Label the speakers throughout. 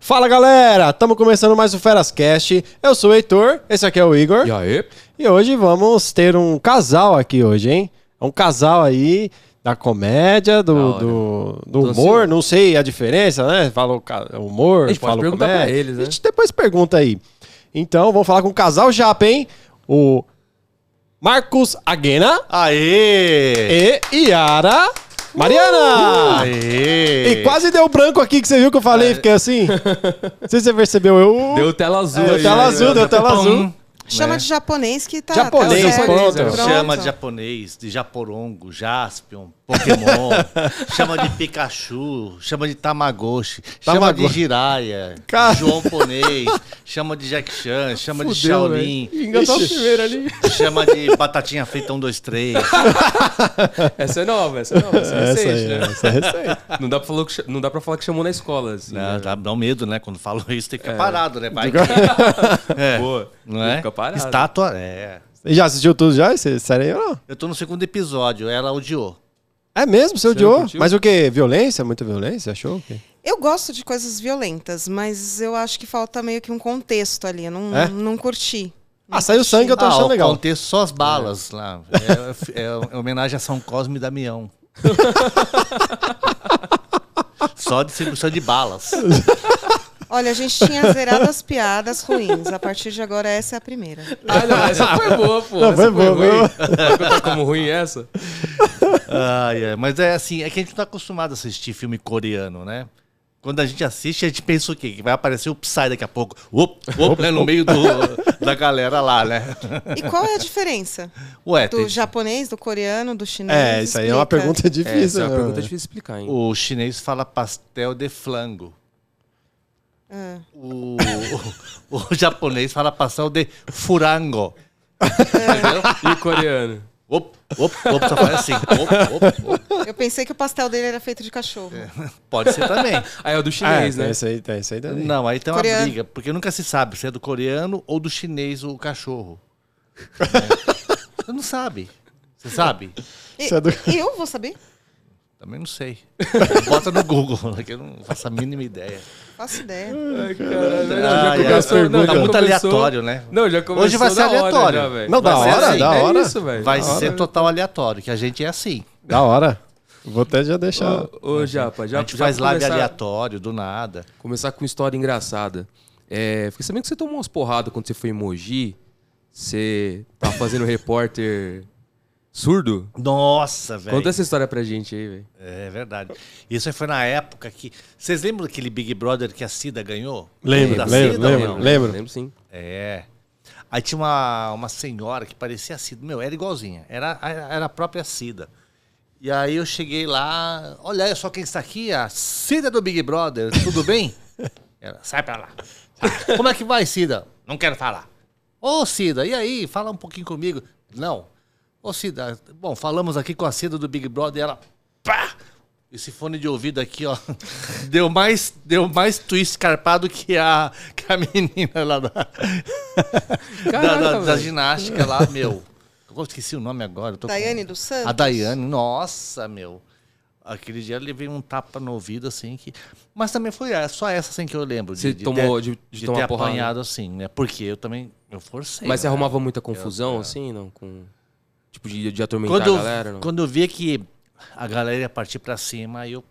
Speaker 1: Fala galera, estamos começando mais o Ferascast. Eu sou o Heitor, esse aqui é o Igor.
Speaker 2: E aí?
Speaker 1: E hoje vamos ter um casal aqui hoje, hein? É um casal aí da comédia,
Speaker 2: Da
Speaker 1: do,
Speaker 2: hora.
Speaker 1: do, do
Speaker 2: Tô
Speaker 1: humor,
Speaker 2: ansioso.
Speaker 1: não sei a diferença, né? Fala o ca- humor,
Speaker 2: A gente pode
Speaker 1: fala
Speaker 2: perguntar
Speaker 1: comédia.
Speaker 2: pra eles, né?
Speaker 1: A gente depois pergunta aí. Então, vamos falar com o casal Japa, hein? O Marcos Aguena
Speaker 3: Aê!
Speaker 1: e Yara Mariana!
Speaker 2: Uh!
Speaker 3: Aê!
Speaker 1: E quase deu branco aqui que você viu que eu falei, fiquei assim. Não sei se você percebeu, eu.
Speaker 2: É. Deu tela azul
Speaker 1: Deu
Speaker 2: aí.
Speaker 1: tela
Speaker 2: né?
Speaker 1: azul, deu tela
Speaker 4: Japão.
Speaker 1: azul.
Speaker 5: Chama de japonês que tá.
Speaker 1: Né? Japonês,
Speaker 5: tá certo.
Speaker 1: pronto.
Speaker 3: Chama de japonês, de japorongo, jaspion, pokémon, chama de Pikachu, chama de Tamagotchi, chama de
Speaker 1: Tamagotchi.
Speaker 3: Jiraya,
Speaker 1: Cara.
Speaker 3: João Ponês, chama de Jack Chan, chama de
Speaker 2: Fudeu, né?
Speaker 3: Shaolin,
Speaker 1: tá
Speaker 2: Engatou a primeira ali.
Speaker 3: chama de Batatinha Frita 1, 2, 3.
Speaker 2: Essa é nova, essa é nova. Essa é
Speaker 1: Essa
Speaker 2: recente,
Speaker 1: aí,
Speaker 2: né?
Speaker 1: essa é recente.
Speaker 2: Não dá, pra falar que, cha- não dá pra falar que chamou na escola, assim.
Speaker 3: Dá,
Speaker 2: né?
Speaker 3: dá- dá um medo, né? Quando falam isso, tem que ficar parado, né? Vai que- É,
Speaker 2: Boa.
Speaker 3: Não
Speaker 2: Tem que
Speaker 3: é?
Speaker 2: ficar parado.
Speaker 3: Estátua, é.
Speaker 1: Você já assistiu tudo já? Esse- Sério aí ou não?
Speaker 3: Eu tô no segundo episódio, ela odiou.
Speaker 1: É mesmo, você
Speaker 2: não
Speaker 1: odiou?
Speaker 2: curtiu?
Speaker 1: Mas o quê? Violência? Muita violência? Achou? o quê?
Speaker 5: Eu gosto de coisas violentas, mas eu acho que falta meio que um contexto ali. Eu não,
Speaker 1: É?
Speaker 5: não curti.
Speaker 1: Ah, saiu sangue, eu tô
Speaker 3: Ah,
Speaker 1: achando
Speaker 3: o
Speaker 1: legal.
Speaker 3: contexto só as balas lá. É, é- é homenagem a São Cosme e Damião. só distribuição de balas.
Speaker 5: Olha, a gente tinha zerado as piadas ruins. A partir de agora, essa é a primeira.
Speaker 2: Ah, não, essa foi boa, pô.
Speaker 1: Não,
Speaker 2: essa
Speaker 1: foi
Speaker 2: foi
Speaker 1: boa,
Speaker 2: ruim.
Speaker 1: boa.
Speaker 2: Vai contar como ruim essa?
Speaker 3: Ai, ai, Mas é assim, é que a gente não tá acostumado a assistir filme coreano, né? Quando a gente assiste, a gente pensa o quê? Que vai aparecer o Psy daqui a pouco. Op, op, né? No meio do- da galera lá, né?
Speaker 5: E qual é a diferença?
Speaker 3: Ué, tem-
Speaker 5: Do japonês, do coreano, do chinês?
Speaker 1: É, isso aí é uma
Speaker 5: Explica.
Speaker 1: pergunta difícil.
Speaker 2: essa é uma
Speaker 1: né,
Speaker 2: pergunta
Speaker 1: mano?
Speaker 2: difícil de explicar, hein?
Speaker 3: o chinês fala pastel de flango.
Speaker 5: Ah.
Speaker 3: O, o- o japonês fala pastel de furango. Entendeu?
Speaker 2: E o coreano?
Speaker 3: Op, op, op, só faz assim. Op, op, op.
Speaker 5: Eu pensei que o pastel dele era feito de cachorro.
Speaker 1: É.
Speaker 3: Pode ser também.
Speaker 2: Ah, é o do
Speaker 1: Ah,
Speaker 2: chinês,
Speaker 1: tem
Speaker 2: né?
Speaker 1: isso aí, tem isso aí também.
Speaker 3: Não, aí tem uma
Speaker 5: Coreano.
Speaker 3: briga, porque nunca se sabe se é do coreano ou do chinês o cachorro. É. Você não sabe. Você sabe?
Speaker 5: E,
Speaker 1: Isso é do-
Speaker 5: e eu vou saber?
Speaker 3: Também não sei. Bota no Google, né, que eu não faço a mínima ideia.
Speaker 5: Faço ideia.
Speaker 2: Ai, caralho. Não,
Speaker 3: Ai,
Speaker 2: já
Speaker 3: ai,
Speaker 2: começou.
Speaker 1: ai,
Speaker 2: não,
Speaker 3: tá
Speaker 2: já
Speaker 3: muito
Speaker 2: começou-
Speaker 3: aleatório, né?
Speaker 2: Não, já começou
Speaker 3: Hoje vai ser
Speaker 2: da hora
Speaker 3: aleatório.
Speaker 2: já, velho.
Speaker 1: Não, da
Speaker 2: Vai ser
Speaker 1: hora,
Speaker 2: assim,
Speaker 1: da
Speaker 2: é
Speaker 1: hora.
Speaker 2: isso, velho.
Speaker 3: Vai
Speaker 2: Da
Speaker 3: ser
Speaker 2: hora.
Speaker 3: total aleatório, que a gente é assim.
Speaker 1: Da hora. Vou até já deixar.
Speaker 2: Ô, ô, Japa, já,
Speaker 3: a gente
Speaker 2: já
Speaker 3: faz live
Speaker 2: começar-
Speaker 3: aleatório, do nada.
Speaker 2: Começar com uma história engraçada. É, fiquei sabendo que você tomou umas porradas quando você foi em Mogi. Você tava fazendo um repórter surdo.
Speaker 3: Nossa, velho.
Speaker 2: Conta essa história pra gente aí, velho.
Speaker 3: É verdade. Isso aí foi na época que. Vocês lembram daquele Big Brother que a Cida ganhou?
Speaker 1: Lembro,
Speaker 3: Da
Speaker 1: lembro,
Speaker 3: Cida,
Speaker 1: lembro.
Speaker 3: meu?
Speaker 2: Lembro sim.
Speaker 3: É. Aí tinha uma, uma senhora que parecia a Cida. Meu, era igualzinha. Era, era era a própria Cida. E aí eu cheguei lá. Olha só quem está aqui, a Cida do Big Brother. Tudo bem? Ela, sai pra lá. Sai. Como é que vai, Cida? Não quero falar. Ô, Cida, e aí? Fala um pouquinho comigo. Não. Ô, Cida, bom, falamos aqui com a Cida do Big Brother e ela. Pá! Esse fone de ouvido aqui, ó, deu mais, deu mais twist escarpado que a, que a menina lá da, da,
Speaker 2: Caraca,
Speaker 3: da- da
Speaker 2: velho.
Speaker 3: ginástica lá, meu. Eu esqueci o nome agora. eu tô com-
Speaker 5: Daiane dos Santos?
Speaker 3: A Daiane, nossa, meu. Aquele dia eu levei um tapa no ouvido, assim, que... Mas também foi essa- só essa, assim, que eu lembro.
Speaker 2: Você tomou de- de tomar
Speaker 3: ter
Speaker 2: porrada.
Speaker 3: apanhado, assim, né? Porque eu também, eu forcei.
Speaker 2: Mas você
Speaker 3: né?
Speaker 2: arrumava muita confusão, assim, não? Com. Tipo, de, de atormentar
Speaker 3: quando eu,
Speaker 2: a galera, não?
Speaker 3: quando eu via que a galera ia partir pra cima, aí eu,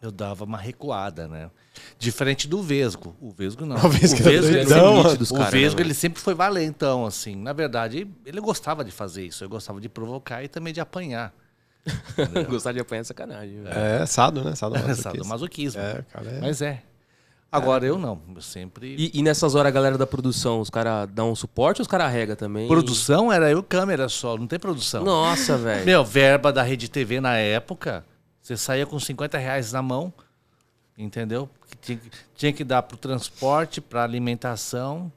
Speaker 3: eu dava uma recuada, né? Diferente do Vesgo. O Vesgo não.
Speaker 1: O Vesgo
Speaker 3: o
Speaker 1: era
Speaker 3: Vesgo, ele,
Speaker 1: doidão,
Speaker 3: sempre-
Speaker 2: mano. dos
Speaker 3: o
Speaker 2: caras, né,
Speaker 3: Vesgo,
Speaker 2: mano?
Speaker 3: ele sempre foi valentão, assim. Na verdade, ele gostava de fazer isso. Eu gostava de provocar e também de apanhar.
Speaker 2: Gostar de apanhar é sacanagem, velho.
Speaker 1: É, sado, né? Sado
Speaker 3: Do
Speaker 1: masoquista.
Speaker 3: masoquismo.
Speaker 1: É, cara. É...
Speaker 3: Mas é. Agora, eu não. Eu sempre...
Speaker 2: E, e nessas horas a galera da produção, os caras dão suporte ou os caras rega também?
Speaker 3: Produção era eu câmera só. Não tem produção.
Speaker 2: Nossa, velho.
Speaker 3: Meu, verba da Rede TV na época, você saía com 50 reais na mão, entendeu? Que Tinha, que- tinha que dar pro transporte, pra alimentação.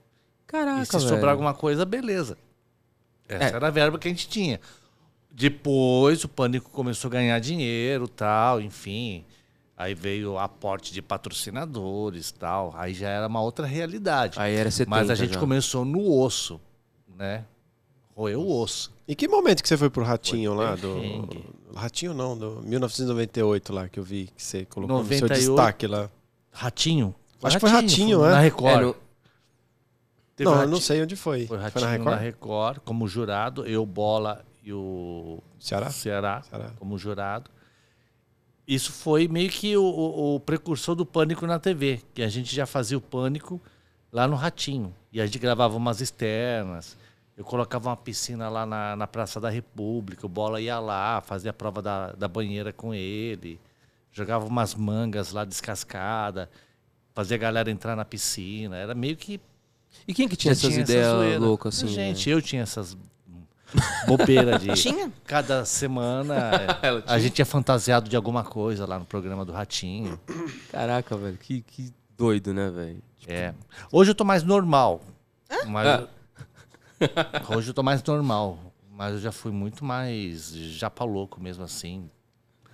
Speaker 2: Caraca,
Speaker 3: e se
Speaker 2: velho.
Speaker 3: sobrar alguma coisa, beleza. Essa
Speaker 2: É.
Speaker 3: era a verba que a gente tinha. Depois o pânico começou a ganhar dinheiro tal, enfim. Aí veio o aporte de patrocinadores tal. Aí já era uma outra realidade.
Speaker 2: Aí era 70
Speaker 3: Mas a gente
Speaker 2: já.
Speaker 3: começou no osso, né? Roeu o osso.
Speaker 1: E que momento que você foi pro Ratinho lá? Do...
Speaker 3: perrengue.
Speaker 1: Ratinho não, do 1998 lá, que eu vi que você colocou no seu
Speaker 3: 98.
Speaker 1: destaque lá.
Speaker 3: Ratinho?
Speaker 1: Acho que foi Ratinho, né?
Speaker 3: Na
Speaker 2: É,
Speaker 3: Record.
Speaker 2: no-
Speaker 3: Teve
Speaker 1: Não, eu
Speaker 3: Ratinho.
Speaker 1: não sei onde foi.
Speaker 3: Foi
Speaker 1: Foi,
Speaker 3: Ratinho né?
Speaker 1: na Record?
Speaker 3: na Record, como jurado, eu, Bola e o
Speaker 1: Ceará?
Speaker 3: Ceará,
Speaker 1: Ceará.
Speaker 3: como jurado. Isso foi meio que o, o- o precursor do Pânico na TV, que a gente já fazia o Pânico lá no Ratinho. E a gente gravava umas externas, eu colocava uma piscina lá na, na Praça da República, o Bola ia lá, fazia a prova da, da banheira com ele, jogava umas mangas lá descascada, fazia a galera entrar na piscina, era meio que
Speaker 2: E quem que tinha essas
Speaker 3: essa
Speaker 2: ideias
Speaker 3: zoeira.
Speaker 2: loucas assim?
Speaker 3: Gente, eu tinha essas bobeiras de.
Speaker 5: Tinha?
Speaker 3: Cada semana
Speaker 2: Ela tinha.
Speaker 3: a gente é fantasiado de alguma coisa lá no programa do Ratinho.
Speaker 2: né? Caraca, velho, que, que doido, né, velho?
Speaker 3: É. Hoje eu tô mais normal. Mas
Speaker 2: Ah.
Speaker 3: Hoje eu tô mais normal. Mas eu já fui muito mais japa louco mesmo assim.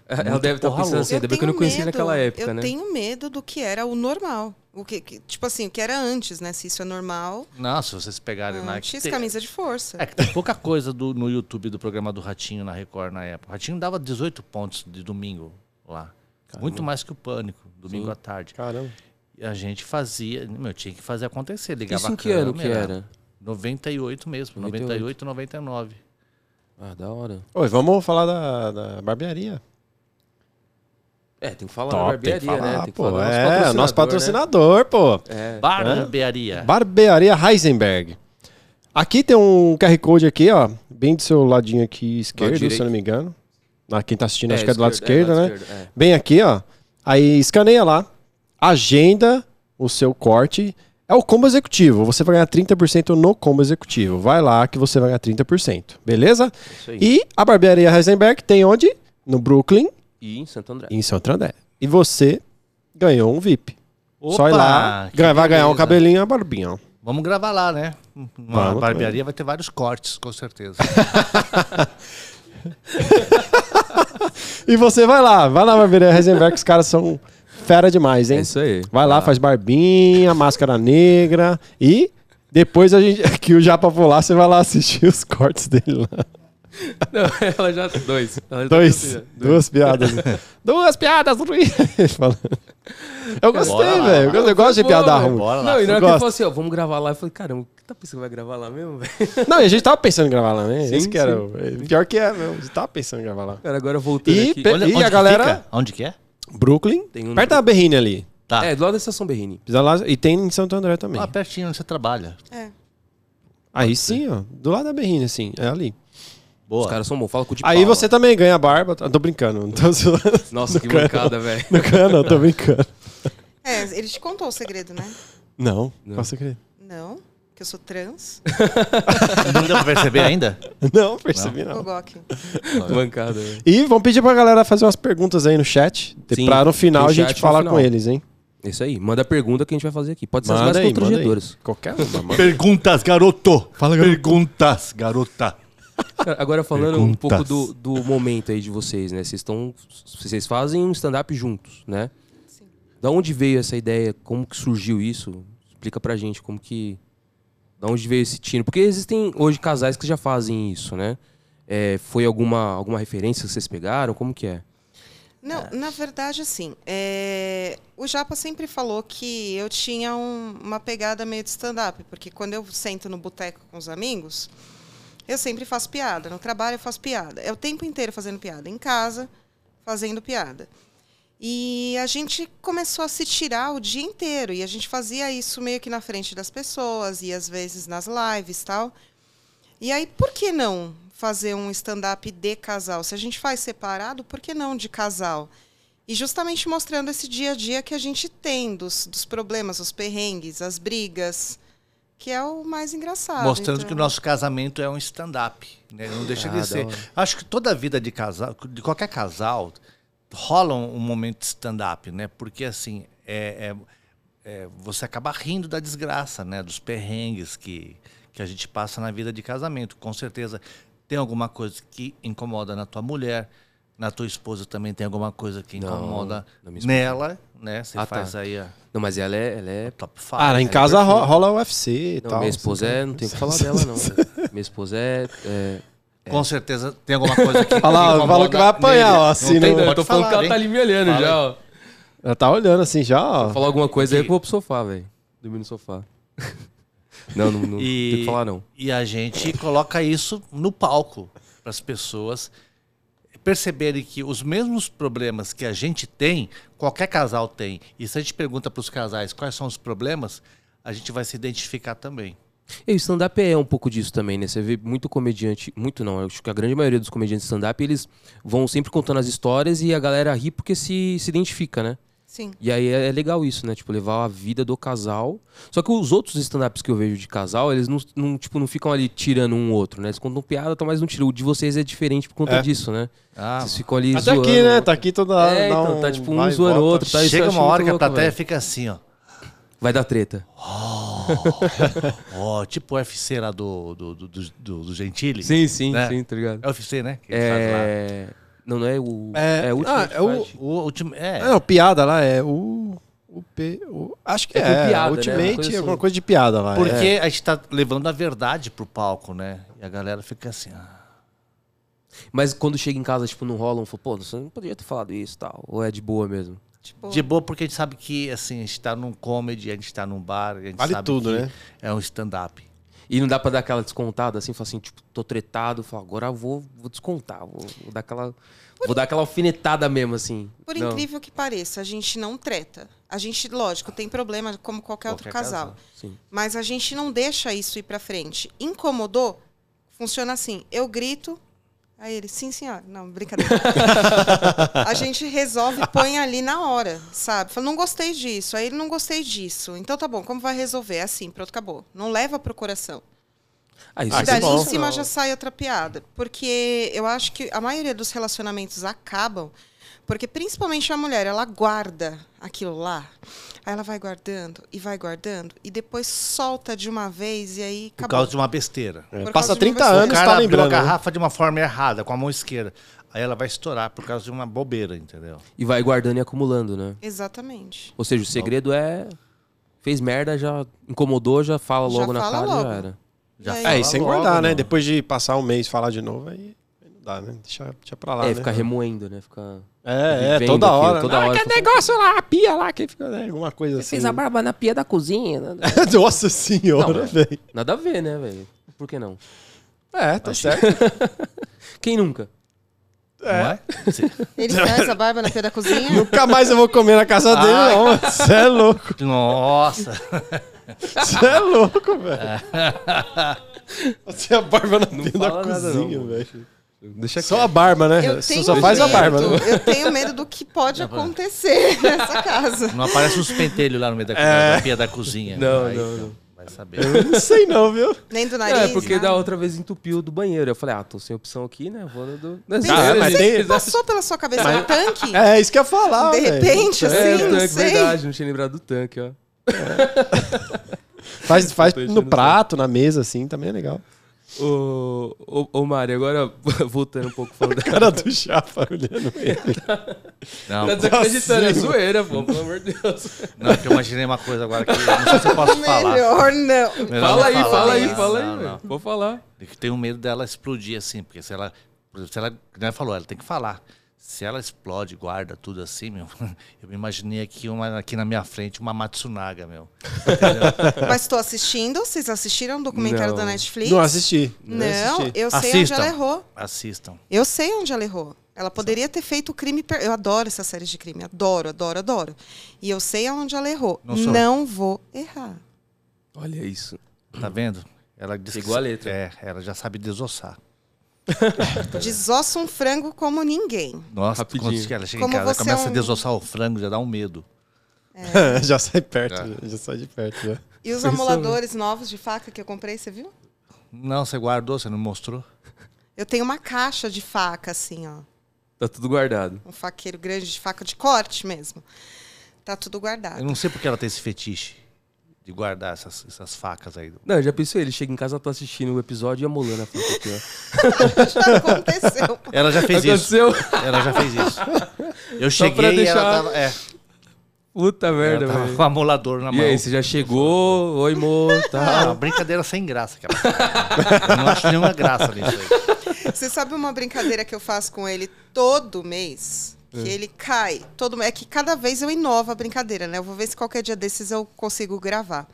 Speaker 2: Ela deve estar
Speaker 3: porra
Speaker 2: pensando
Speaker 3: louca.
Speaker 2: assim, ainda bem que eu não
Speaker 5: tenho
Speaker 2: conhecia
Speaker 5: medo,
Speaker 2: naquela época,
Speaker 5: eu
Speaker 2: né?
Speaker 5: tenho medo do que era o normal. O que, que- tipo assim, o que era antes, né? Se isso é normal,
Speaker 3: Nossa, se vocês pegarem lá. é que
Speaker 5: antes
Speaker 3: tem-
Speaker 5: Ah, camisa de força.
Speaker 3: É que tem pouca coisa do- no YouTube do programa do Ratinho na Record na época. O Ratinho dava 18 pontos de domingo lá. Muito mais que o Pânico, domingo
Speaker 2: Sim.
Speaker 3: à tarde.
Speaker 1: Caramba.
Speaker 3: E a gente fazia, meu, tinha que fazer acontecer, ligava
Speaker 2: Isso em
Speaker 3: a
Speaker 2: que ano que
Speaker 3: câmera.
Speaker 2: era?
Speaker 3: 98 mesmo, 98, 99.
Speaker 2: Ah, da hora.
Speaker 1: Oi, vamos falar da, da barbearia.
Speaker 2: É, tem que falar
Speaker 1: Top,
Speaker 2: da barbearia,
Speaker 1: tem que falar,
Speaker 2: né? Tem que
Speaker 1: pô.
Speaker 2: falar do
Speaker 1: é, nosso
Speaker 2: né?
Speaker 1: patrocinador, pô.
Speaker 2: É.
Speaker 3: Barbearia.
Speaker 1: Barbearia Heisenberg. Aqui tem um QR Code aqui, ó. Bem do seu ladinho aqui esquerdo,
Speaker 2: direito.
Speaker 1: se eu não me engano. Ah, quem tá assistindo,
Speaker 2: É,
Speaker 1: acho que é do lado esquerdo,
Speaker 2: esquerdo, é,
Speaker 1: né?
Speaker 2: lado esquerdo, é.
Speaker 1: Bem aqui, ó. Aí escaneia lá, agenda o seu corte. É o combo executivo. Você vai ganhar 30% no combo executivo. Vai lá que você vai ganhar 30%. Beleza?
Speaker 2: Isso aí.
Speaker 1: E a barbearia Heisenberg tem onde? No Brooklyn,
Speaker 2: E em Santo André.
Speaker 1: em Santo André. E você ganhou um VIP. Só ir
Speaker 3: Opa,
Speaker 1: lá,
Speaker 3: que
Speaker 1: gra- vai ganhar um
Speaker 3: beleza.
Speaker 1: cabelinho e uma barbinha. ó.
Speaker 3: Vamos gravar lá, né? Uma
Speaker 1: Vamos,
Speaker 3: barbearia vai ter vários cortes, com certeza.
Speaker 1: E você vai lá, vai lá, barbearia Heisenberg, que os caras são fera demais, hein?
Speaker 2: É isso aí.
Speaker 1: Vai lá, faz barbinha, máscara negra e depois a gente, que o Japa for lá, você vai lá assistir os cortes dele lá.
Speaker 2: Não, ela já. Dois. Ela já-
Speaker 1: Dois, duas piadas. duas piadas ruim. Ele fala. Eu gostei,
Speaker 3: lá,
Speaker 1: velho. Eu gosto de
Speaker 2: Pô,
Speaker 1: piada
Speaker 2: velho.
Speaker 1: ruim.
Speaker 3: Bora lá.
Speaker 2: Não, e
Speaker 1: Eu
Speaker 2: na hora que ele
Speaker 1: gosto.
Speaker 2: falou assim, ó, vamos gravar lá, eu falei, caramba, que tá pensando que vai gravar lá mesmo, velho?
Speaker 1: Não, e a gente tava pensando em gravar lá, né? Esse
Speaker 2: Sim,
Speaker 1: que era,
Speaker 2: sim.
Speaker 1: o- pior que é, mesmo. A gente tava pensando em gravar lá.
Speaker 2: Cara, agora voltando
Speaker 1: E
Speaker 2: aqui.
Speaker 1: pe-
Speaker 3: Olha,
Speaker 1: e a
Speaker 3: que
Speaker 1: galera-
Speaker 3: fica? Onde que é?
Speaker 1: Brooklyn,
Speaker 2: Tem um-
Speaker 1: perto da Berrine ali.
Speaker 3: Tá.
Speaker 2: É, do lado da Estação Berrini.
Speaker 1: Precisa lá- E tem em Santo André também.
Speaker 3: Lá
Speaker 2: Ah,
Speaker 3: pertinho onde você trabalha.
Speaker 5: É.
Speaker 1: Aí sim, ó. Do lado da Berrine, assim. É ali.
Speaker 3: Boa.
Speaker 2: Os caras são bons, fala com o de
Speaker 1: Aí
Speaker 2: Paula.
Speaker 1: você também ganha barba. tá? Tô tô brincando. Não tô zoando.
Speaker 2: Nossa, que mancada, velho.
Speaker 1: Não ganha, não. Tô brincando.
Speaker 5: É, ele te contou o segredo, né?
Speaker 1: Não, posso crer.
Speaker 5: Não, que eu sou trans.
Speaker 3: Não deu pra perceber ainda?
Speaker 1: Não, percebi não.
Speaker 5: Gogok.
Speaker 2: Mancada, velho.
Speaker 1: E vamos pedir pra galera fazer umas perguntas aí no chat. de-
Speaker 2: Sim,
Speaker 1: pra no final
Speaker 2: no
Speaker 1: a gente
Speaker 2: chat, no
Speaker 1: falar
Speaker 2: final.
Speaker 1: com eles, hein?
Speaker 2: É Isso aí, manda a pergunta que a gente vai fazer aqui. Pode ser as mais
Speaker 1: aí, manda aí.
Speaker 2: constrangedoras.
Speaker 1: Qualquer uma, mano.
Speaker 3: Perguntas, garoto. Fala, garoto. Perguntas, garota.
Speaker 2: Cara, agora falando um pouco do,
Speaker 3: Perguntas.
Speaker 2: do momento aí de vocês, né? Vocês estão. Vocês fazem um stand-up juntos, né?
Speaker 5: Sim.
Speaker 2: Da onde veio essa ideia? Como que surgiu isso? Explica pra gente como que. Da onde veio esse tiro? Porque existem hoje casais que já fazem isso, né? É, foi alguma, alguma referência que vocês pegaram? Como que é?
Speaker 5: Não, na verdade, assim, é, o Japa sempre falou que eu tinha um- uma pegada meio de stand-up, porque quando eu sento no boteco com os amigos, eu sempre faço piada. No trabalho eu faço piada. É o tempo inteiro fazendo piada. Em casa, fazendo piada. E a gente começou a se tirar o dia inteiro. E a gente fazia isso meio que na frente das pessoas, e às vezes nas lives tal. E aí, por que não fazer um stand-up de casal? Se a gente faz separado, por que não de casal? E justamente mostrando esse dia a dia que a gente tem dos, dos problemas, os perrengues, as brigas, que é o mais engraçado.
Speaker 3: Mostrando
Speaker 5: então.
Speaker 3: que o nosso casamento é um stand-up. né? Não deixa
Speaker 2: Ah,
Speaker 3: de
Speaker 2: da
Speaker 3: ser.
Speaker 2: hora.
Speaker 3: Acho que toda a vida de casal, de qualquer casal, rola um um momento de stand-up, né? Porque assim, é, é- é, você acaba rindo da desgraça, né? Dos perrengues que, que a gente passa na vida de casamento. Com certeza tem alguma coisa que incomoda na tua mulher. Na tua esposa também tem alguma coisa que
Speaker 2: Não,
Speaker 3: incomoda
Speaker 2: na minha esposa.
Speaker 3: nela, né? Você
Speaker 2: Ah, tá.
Speaker 3: faz aí a
Speaker 2: Não, mas ela é. Ela é...
Speaker 3: top 5.
Speaker 1: Ah, lá em
Speaker 2: é
Speaker 1: casa ro-
Speaker 2: perfeito.
Speaker 1: rola UFC e
Speaker 2: Não,
Speaker 1: tal.
Speaker 2: minha esposa é. Não tem o que falar dela, não. velho. minha esposa é. é-
Speaker 3: Com certeza tem alguma coisa que.
Speaker 1: Olha lá,
Speaker 3: incomoda
Speaker 1: falou que vai apanhar,
Speaker 3: nele.
Speaker 1: ó, assim, não-
Speaker 3: tem- pode
Speaker 2: Eu tô falando
Speaker 3: falar,
Speaker 2: que ela tá
Speaker 3: hein?
Speaker 2: ali me olhando
Speaker 3: Fala
Speaker 2: já, ó.
Speaker 1: Ela tá olhando assim já, ó.
Speaker 2: Falar alguma coisa aí
Speaker 3: E-
Speaker 2: que eu vou pro sofá, velho. Dormir no sofá. não, não, não
Speaker 3: E-
Speaker 2: tem que falar, não.
Speaker 3: E a gente coloca isso no palco para as pessoas perceberem que os mesmos problemas que a gente tem, qualquer casal tem. E se a gente pergunta para os casais quais são os problemas, a gente vai se identificar também.
Speaker 2: E o stand-up é um pouco disso também, né? Você vê muito comediante, muito não, eu acho que a grande maioria dos comediantes de stand-up, eles vão sempre contando as histórias e a galera ri porque se, se identifica, né?
Speaker 5: Sim.
Speaker 2: E aí é é legal isso, né? Tipo, levar a vida do casal. Só que os outros stand-ups que eu vejo de casal, eles não, não, tipo, não ficam ali tirando um outro, né? Eles contam piada, tá, mas não tiram. O de vocês é diferente por conta
Speaker 1: É.
Speaker 2: disso, né?
Speaker 3: Ah,
Speaker 2: Vocês ficam ali
Speaker 1: Até
Speaker 2: zoando.
Speaker 1: aqui, né? Tá aqui toda hora.
Speaker 2: É,
Speaker 1: dá
Speaker 2: então, tá tipo um
Speaker 1: vai e
Speaker 2: zoando o
Speaker 1: volta.
Speaker 2: outro, tá? Isso eu
Speaker 3: Chega
Speaker 2: acho
Speaker 3: uma hora
Speaker 2: muito
Speaker 3: que a
Speaker 2: louco,
Speaker 3: plateia
Speaker 2: velho.
Speaker 3: fica assim, ó.
Speaker 2: Vai dar treta.
Speaker 3: Ó, tipo o UFC lá do, do, do, do, do- do Gentili.
Speaker 2: Sim, sim,
Speaker 3: né?
Speaker 2: sim, tá ligado?
Speaker 3: É o UFC, né? que ele faz lá.
Speaker 2: É... Não, não é o...
Speaker 1: É-
Speaker 2: o último
Speaker 1: ah, é o-
Speaker 2: Fight.
Speaker 3: O último. É,
Speaker 1: É, não, piada lá é o. O P. O, acho que
Speaker 2: É
Speaker 1: é.
Speaker 2: com piada, né? Uma
Speaker 1: Ultimate,
Speaker 2: coisa assim.
Speaker 1: alguma coisa de piada lá.
Speaker 3: porque
Speaker 1: é.
Speaker 3: a gente tá levando a verdade pro palco, né? E a galera fica assim, ah,
Speaker 2: Mas quando chega em casa, tipo, não rola um... fala, Pô, você não poderia ter falado isso e tal. Ou é de boa mesmo?
Speaker 5: Tipo,
Speaker 3: De boa, porque a gente sabe que assim, a gente tá num comedy, a gente tá num bar, a gente
Speaker 1: Vale
Speaker 3: sabe
Speaker 1: tudo,
Speaker 3: que
Speaker 1: né?
Speaker 3: é um stand-up.
Speaker 2: E não dá pra dar aquela descontada, assim, falar assim, tipo, tô tretado, falar, agora eu vou, vou descontar, vou, vou dar aquela. Vou dar aquela alfinetada mesmo, assim.
Speaker 5: por
Speaker 2: Não.
Speaker 5: incrível que pareça, a gente não treta. A gente, lógico, tem problema como qualquer, outro
Speaker 3: Qualquer
Speaker 5: casal.
Speaker 3: casal.
Speaker 2: Ah, Sim.
Speaker 5: Mas a gente não deixa isso ir pra frente. Incomodou? Funciona assim. Eu grito. Aí ele, sim, senhora. Não, brincadeira. a gente resolve, põe ali na hora, sabe? Fala, não gostei disso. Aí ele, não gostei disso. Então tá bom, como vai resolver? É assim, pronto, acabou. Não leva pro coração.
Speaker 2: Ah, isso
Speaker 1: Ah,
Speaker 5: e
Speaker 2: é
Speaker 1: que
Speaker 5: dali
Speaker 1: bom.
Speaker 5: em cima já sai outra piada. Porque eu acho que a maioria dos relacionamentos acabam. Porque principalmente a mulher, ela guarda aquilo lá. Aí ela vai guardando e vai guardando. E depois solta de uma vez e aí
Speaker 3: Por
Speaker 5: acabou.
Speaker 3: causa de uma besteira.
Speaker 1: É,
Speaker 5: por
Speaker 1: Passa
Speaker 5: causa de
Speaker 1: 30
Speaker 5: uma
Speaker 1: anos,
Speaker 3: o cara
Speaker 1: tá
Speaker 3: abriu a
Speaker 1: lembrando. né?
Speaker 3: garrafa de uma forma errada, com a mão esquerda. Aí ela vai estourar por causa de uma bobeira, entendeu?
Speaker 2: E vai guardando e acumulando, né?
Speaker 5: Exatamente.
Speaker 2: Ou seja, o segredo é. Fez merda, já incomodou, já fala
Speaker 5: Já
Speaker 2: logo na
Speaker 5: fala
Speaker 2: cara e
Speaker 5: logo.
Speaker 2: já era.
Speaker 3: Já
Speaker 5: E aí-
Speaker 3: fala
Speaker 1: É, e sem
Speaker 3: logo,
Speaker 1: guardar, né?
Speaker 3: mano.
Speaker 1: Depois de passar um mês e falar de novo, aí aí não dá, né? Deixa, deixa pra lá,
Speaker 2: é,
Speaker 1: né?
Speaker 2: ficar remoendo, né? Ficar.
Speaker 1: É, é,
Speaker 2: vivendo
Speaker 1: toda
Speaker 2: aquilo,
Speaker 1: hora.
Speaker 2: toda hora,
Speaker 1: aquele
Speaker 2: fala-
Speaker 1: negócio lá, a pia lá, que fica, né? Alguma coisa assim.
Speaker 2: barba na pia da cozinha. né?
Speaker 1: Nossa
Speaker 2: Não,
Speaker 1: senhora,
Speaker 2: é.
Speaker 1: velho.
Speaker 2: Nada a ver, né, velho? Por que não?
Speaker 1: É, tá certo.
Speaker 2: Quem nunca?
Speaker 3: Não é?
Speaker 5: Ele faz a barba na pé da cozinha.
Speaker 1: Nunca mais eu vou comer na casa dele,
Speaker 2: Ah.
Speaker 3: Ai.
Speaker 1: não. Você é louco.
Speaker 3: Nossa!
Speaker 1: Você é louco, velho. Você é a barba na pia da
Speaker 2: fala nada, não,
Speaker 1: cozinha,
Speaker 2: mano.
Speaker 1: velho.
Speaker 2: Deixa
Speaker 1: Só a barba, né?
Speaker 5: Eu
Speaker 1: Você
Speaker 5: tenho
Speaker 1: só faz a
Speaker 5: medo,
Speaker 1: barba, né?
Speaker 5: Eu tenho medo do que pode acontecer nessa casa.
Speaker 3: Não aparece uns pentelhos lá no meio da, da pia da cozinha.
Speaker 2: É. Não,
Speaker 3: Aí,
Speaker 2: não,
Speaker 3: então,
Speaker 2: não.
Speaker 3: Vai saber.
Speaker 1: Eu não sei não, viu?
Speaker 5: Nem do
Speaker 2: É,
Speaker 5: nariz.
Speaker 2: porque
Speaker 5: nada.
Speaker 2: da outra vez entupiu do banheiro. Eu falei, ah, tô sem opção aqui, né? Vou no do.
Speaker 5: Pensou-
Speaker 1: Ah, mas
Speaker 5: você
Speaker 1: tem-
Speaker 5: Passou pela sua cabeça um tanque?
Speaker 1: É, isso que eu ia falar,
Speaker 5: de
Speaker 1: velho.
Speaker 5: repente, assim,
Speaker 2: É, o
Speaker 5: não
Speaker 2: tanque,
Speaker 5: sei.
Speaker 2: verdade, não tinha lembrado do tanque, ó.
Speaker 1: Faz, faz
Speaker 2: Tô
Speaker 1: no
Speaker 2: enchendo o
Speaker 1: prato, na mesa, assim, também é legal.
Speaker 2: Ô, ô, ô Mari, agora voltando um pouco falando da.
Speaker 1: Cara do chapa olhando ele.
Speaker 3: Não,
Speaker 2: Tá desacreditando, é
Speaker 1: Assim.
Speaker 2: zoeira, pô, pelo amor de Deus.
Speaker 3: não, que eu imaginei uma coisa agora que eu não sei se eu posso falar.
Speaker 5: Melhor não.
Speaker 3: Melhor não
Speaker 2: Fala aí,
Speaker 3: falar.
Speaker 2: fala aí,
Speaker 3: Não,
Speaker 2: fala
Speaker 3: não,
Speaker 2: aí,
Speaker 3: não.
Speaker 2: velho. Vou falar.
Speaker 3: É que Eu tenho medo dela explodir assim, porque se ela. por exemplo, Se ela, como ela falou, ela tem que falar. Se ela explode, guarda tudo assim, meu. Eu me imaginei aqui, uma, aqui na minha frente uma Matsunaga, meu.
Speaker 5: Mas estou assistindo. Vocês assistiram o documentário
Speaker 2: Não.
Speaker 5: da Netflix?
Speaker 1: Não assisti.
Speaker 5: Não,
Speaker 1: assisti.
Speaker 5: eu sei onde
Speaker 3: Assistam.
Speaker 5: ela errou.
Speaker 3: Assistam.
Speaker 5: Eu sei onde ela errou. Ela poderia ter feito o crime. per- Eu adoro essas séries de crime. Adoro, adoro, adoro. E eu sei onde ela errou.
Speaker 3: Não
Speaker 5: Não,
Speaker 3: sou.
Speaker 5: vou errar.
Speaker 2: Olha isso.
Speaker 3: Tá vendo? Ela disse
Speaker 2: Pegou a letra.
Speaker 3: É, ela já sabe desossar.
Speaker 5: Desossa um frango como ninguém.
Speaker 3: Nossa,
Speaker 2: Rapidinho.
Speaker 3: quando ela chega
Speaker 5: Como
Speaker 3: em casa, ela
Speaker 5: você
Speaker 3: começa
Speaker 5: é
Speaker 3: a
Speaker 5: um-
Speaker 3: desossar o frango, já dá um medo.
Speaker 1: já sai perto,
Speaker 2: Ah.
Speaker 1: já sai de perto. Já.
Speaker 5: E os
Speaker 2: Foi isso
Speaker 5: amoladores novos de faca que eu comprei, você viu?
Speaker 3: Não, você guardou, você não mostrou?
Speaker 5: Eu tenho uma caixa de faca, assim, ó.
Speaker 2: Tá tudo guardado.
Speaker 5: Um faqueiro grande de faca de corte mesmo. Tá tudo
Speaker 3: Eu
Speaker 5: guardado.
Speaker 3: não sei porque ela tem esse fetiche de guardar essas, essas facas aí.
Speaker 2: Não, eu já pensou, ele chega em casa, tá assistindo o episódio e amolando a foto aqui, ó.
Speaker 5: Já aconteceu.
Speaker 3: Ela já fez isso.
Speaker 2: Aconteceu?
Speaker 3: Ela já fez isso. Eu
Speaker 2: Só
Speaker 3: cheguei
Speaker 2: pra
Speaker 3: e ela
Speaker 2: deixar-
Speaker 3: tava. É,
Speaker 2: Puta merda,
Speaker 3: ela tava
Speaker 2: velho.
Speaker 3: com o amolador na
Speaker 2: E
Speaker 3: mão.
Speaker 2: aí, você já chegou? Oi, amor,
Speaker 3: Ah,
Speaker 2: tá?
Speaker 3: uma brincadeira sem graça, cara. Eu não acho nenhuma graça nisso aí.
Speaker 5: Você sabe uma brincadeira que eu faço com ele todo mês? Que ele cai. Todo, mu- é que cada vez eu inovo a brincadeira, né? Eu vou ver se qualquer dia desses eu consigo gravar.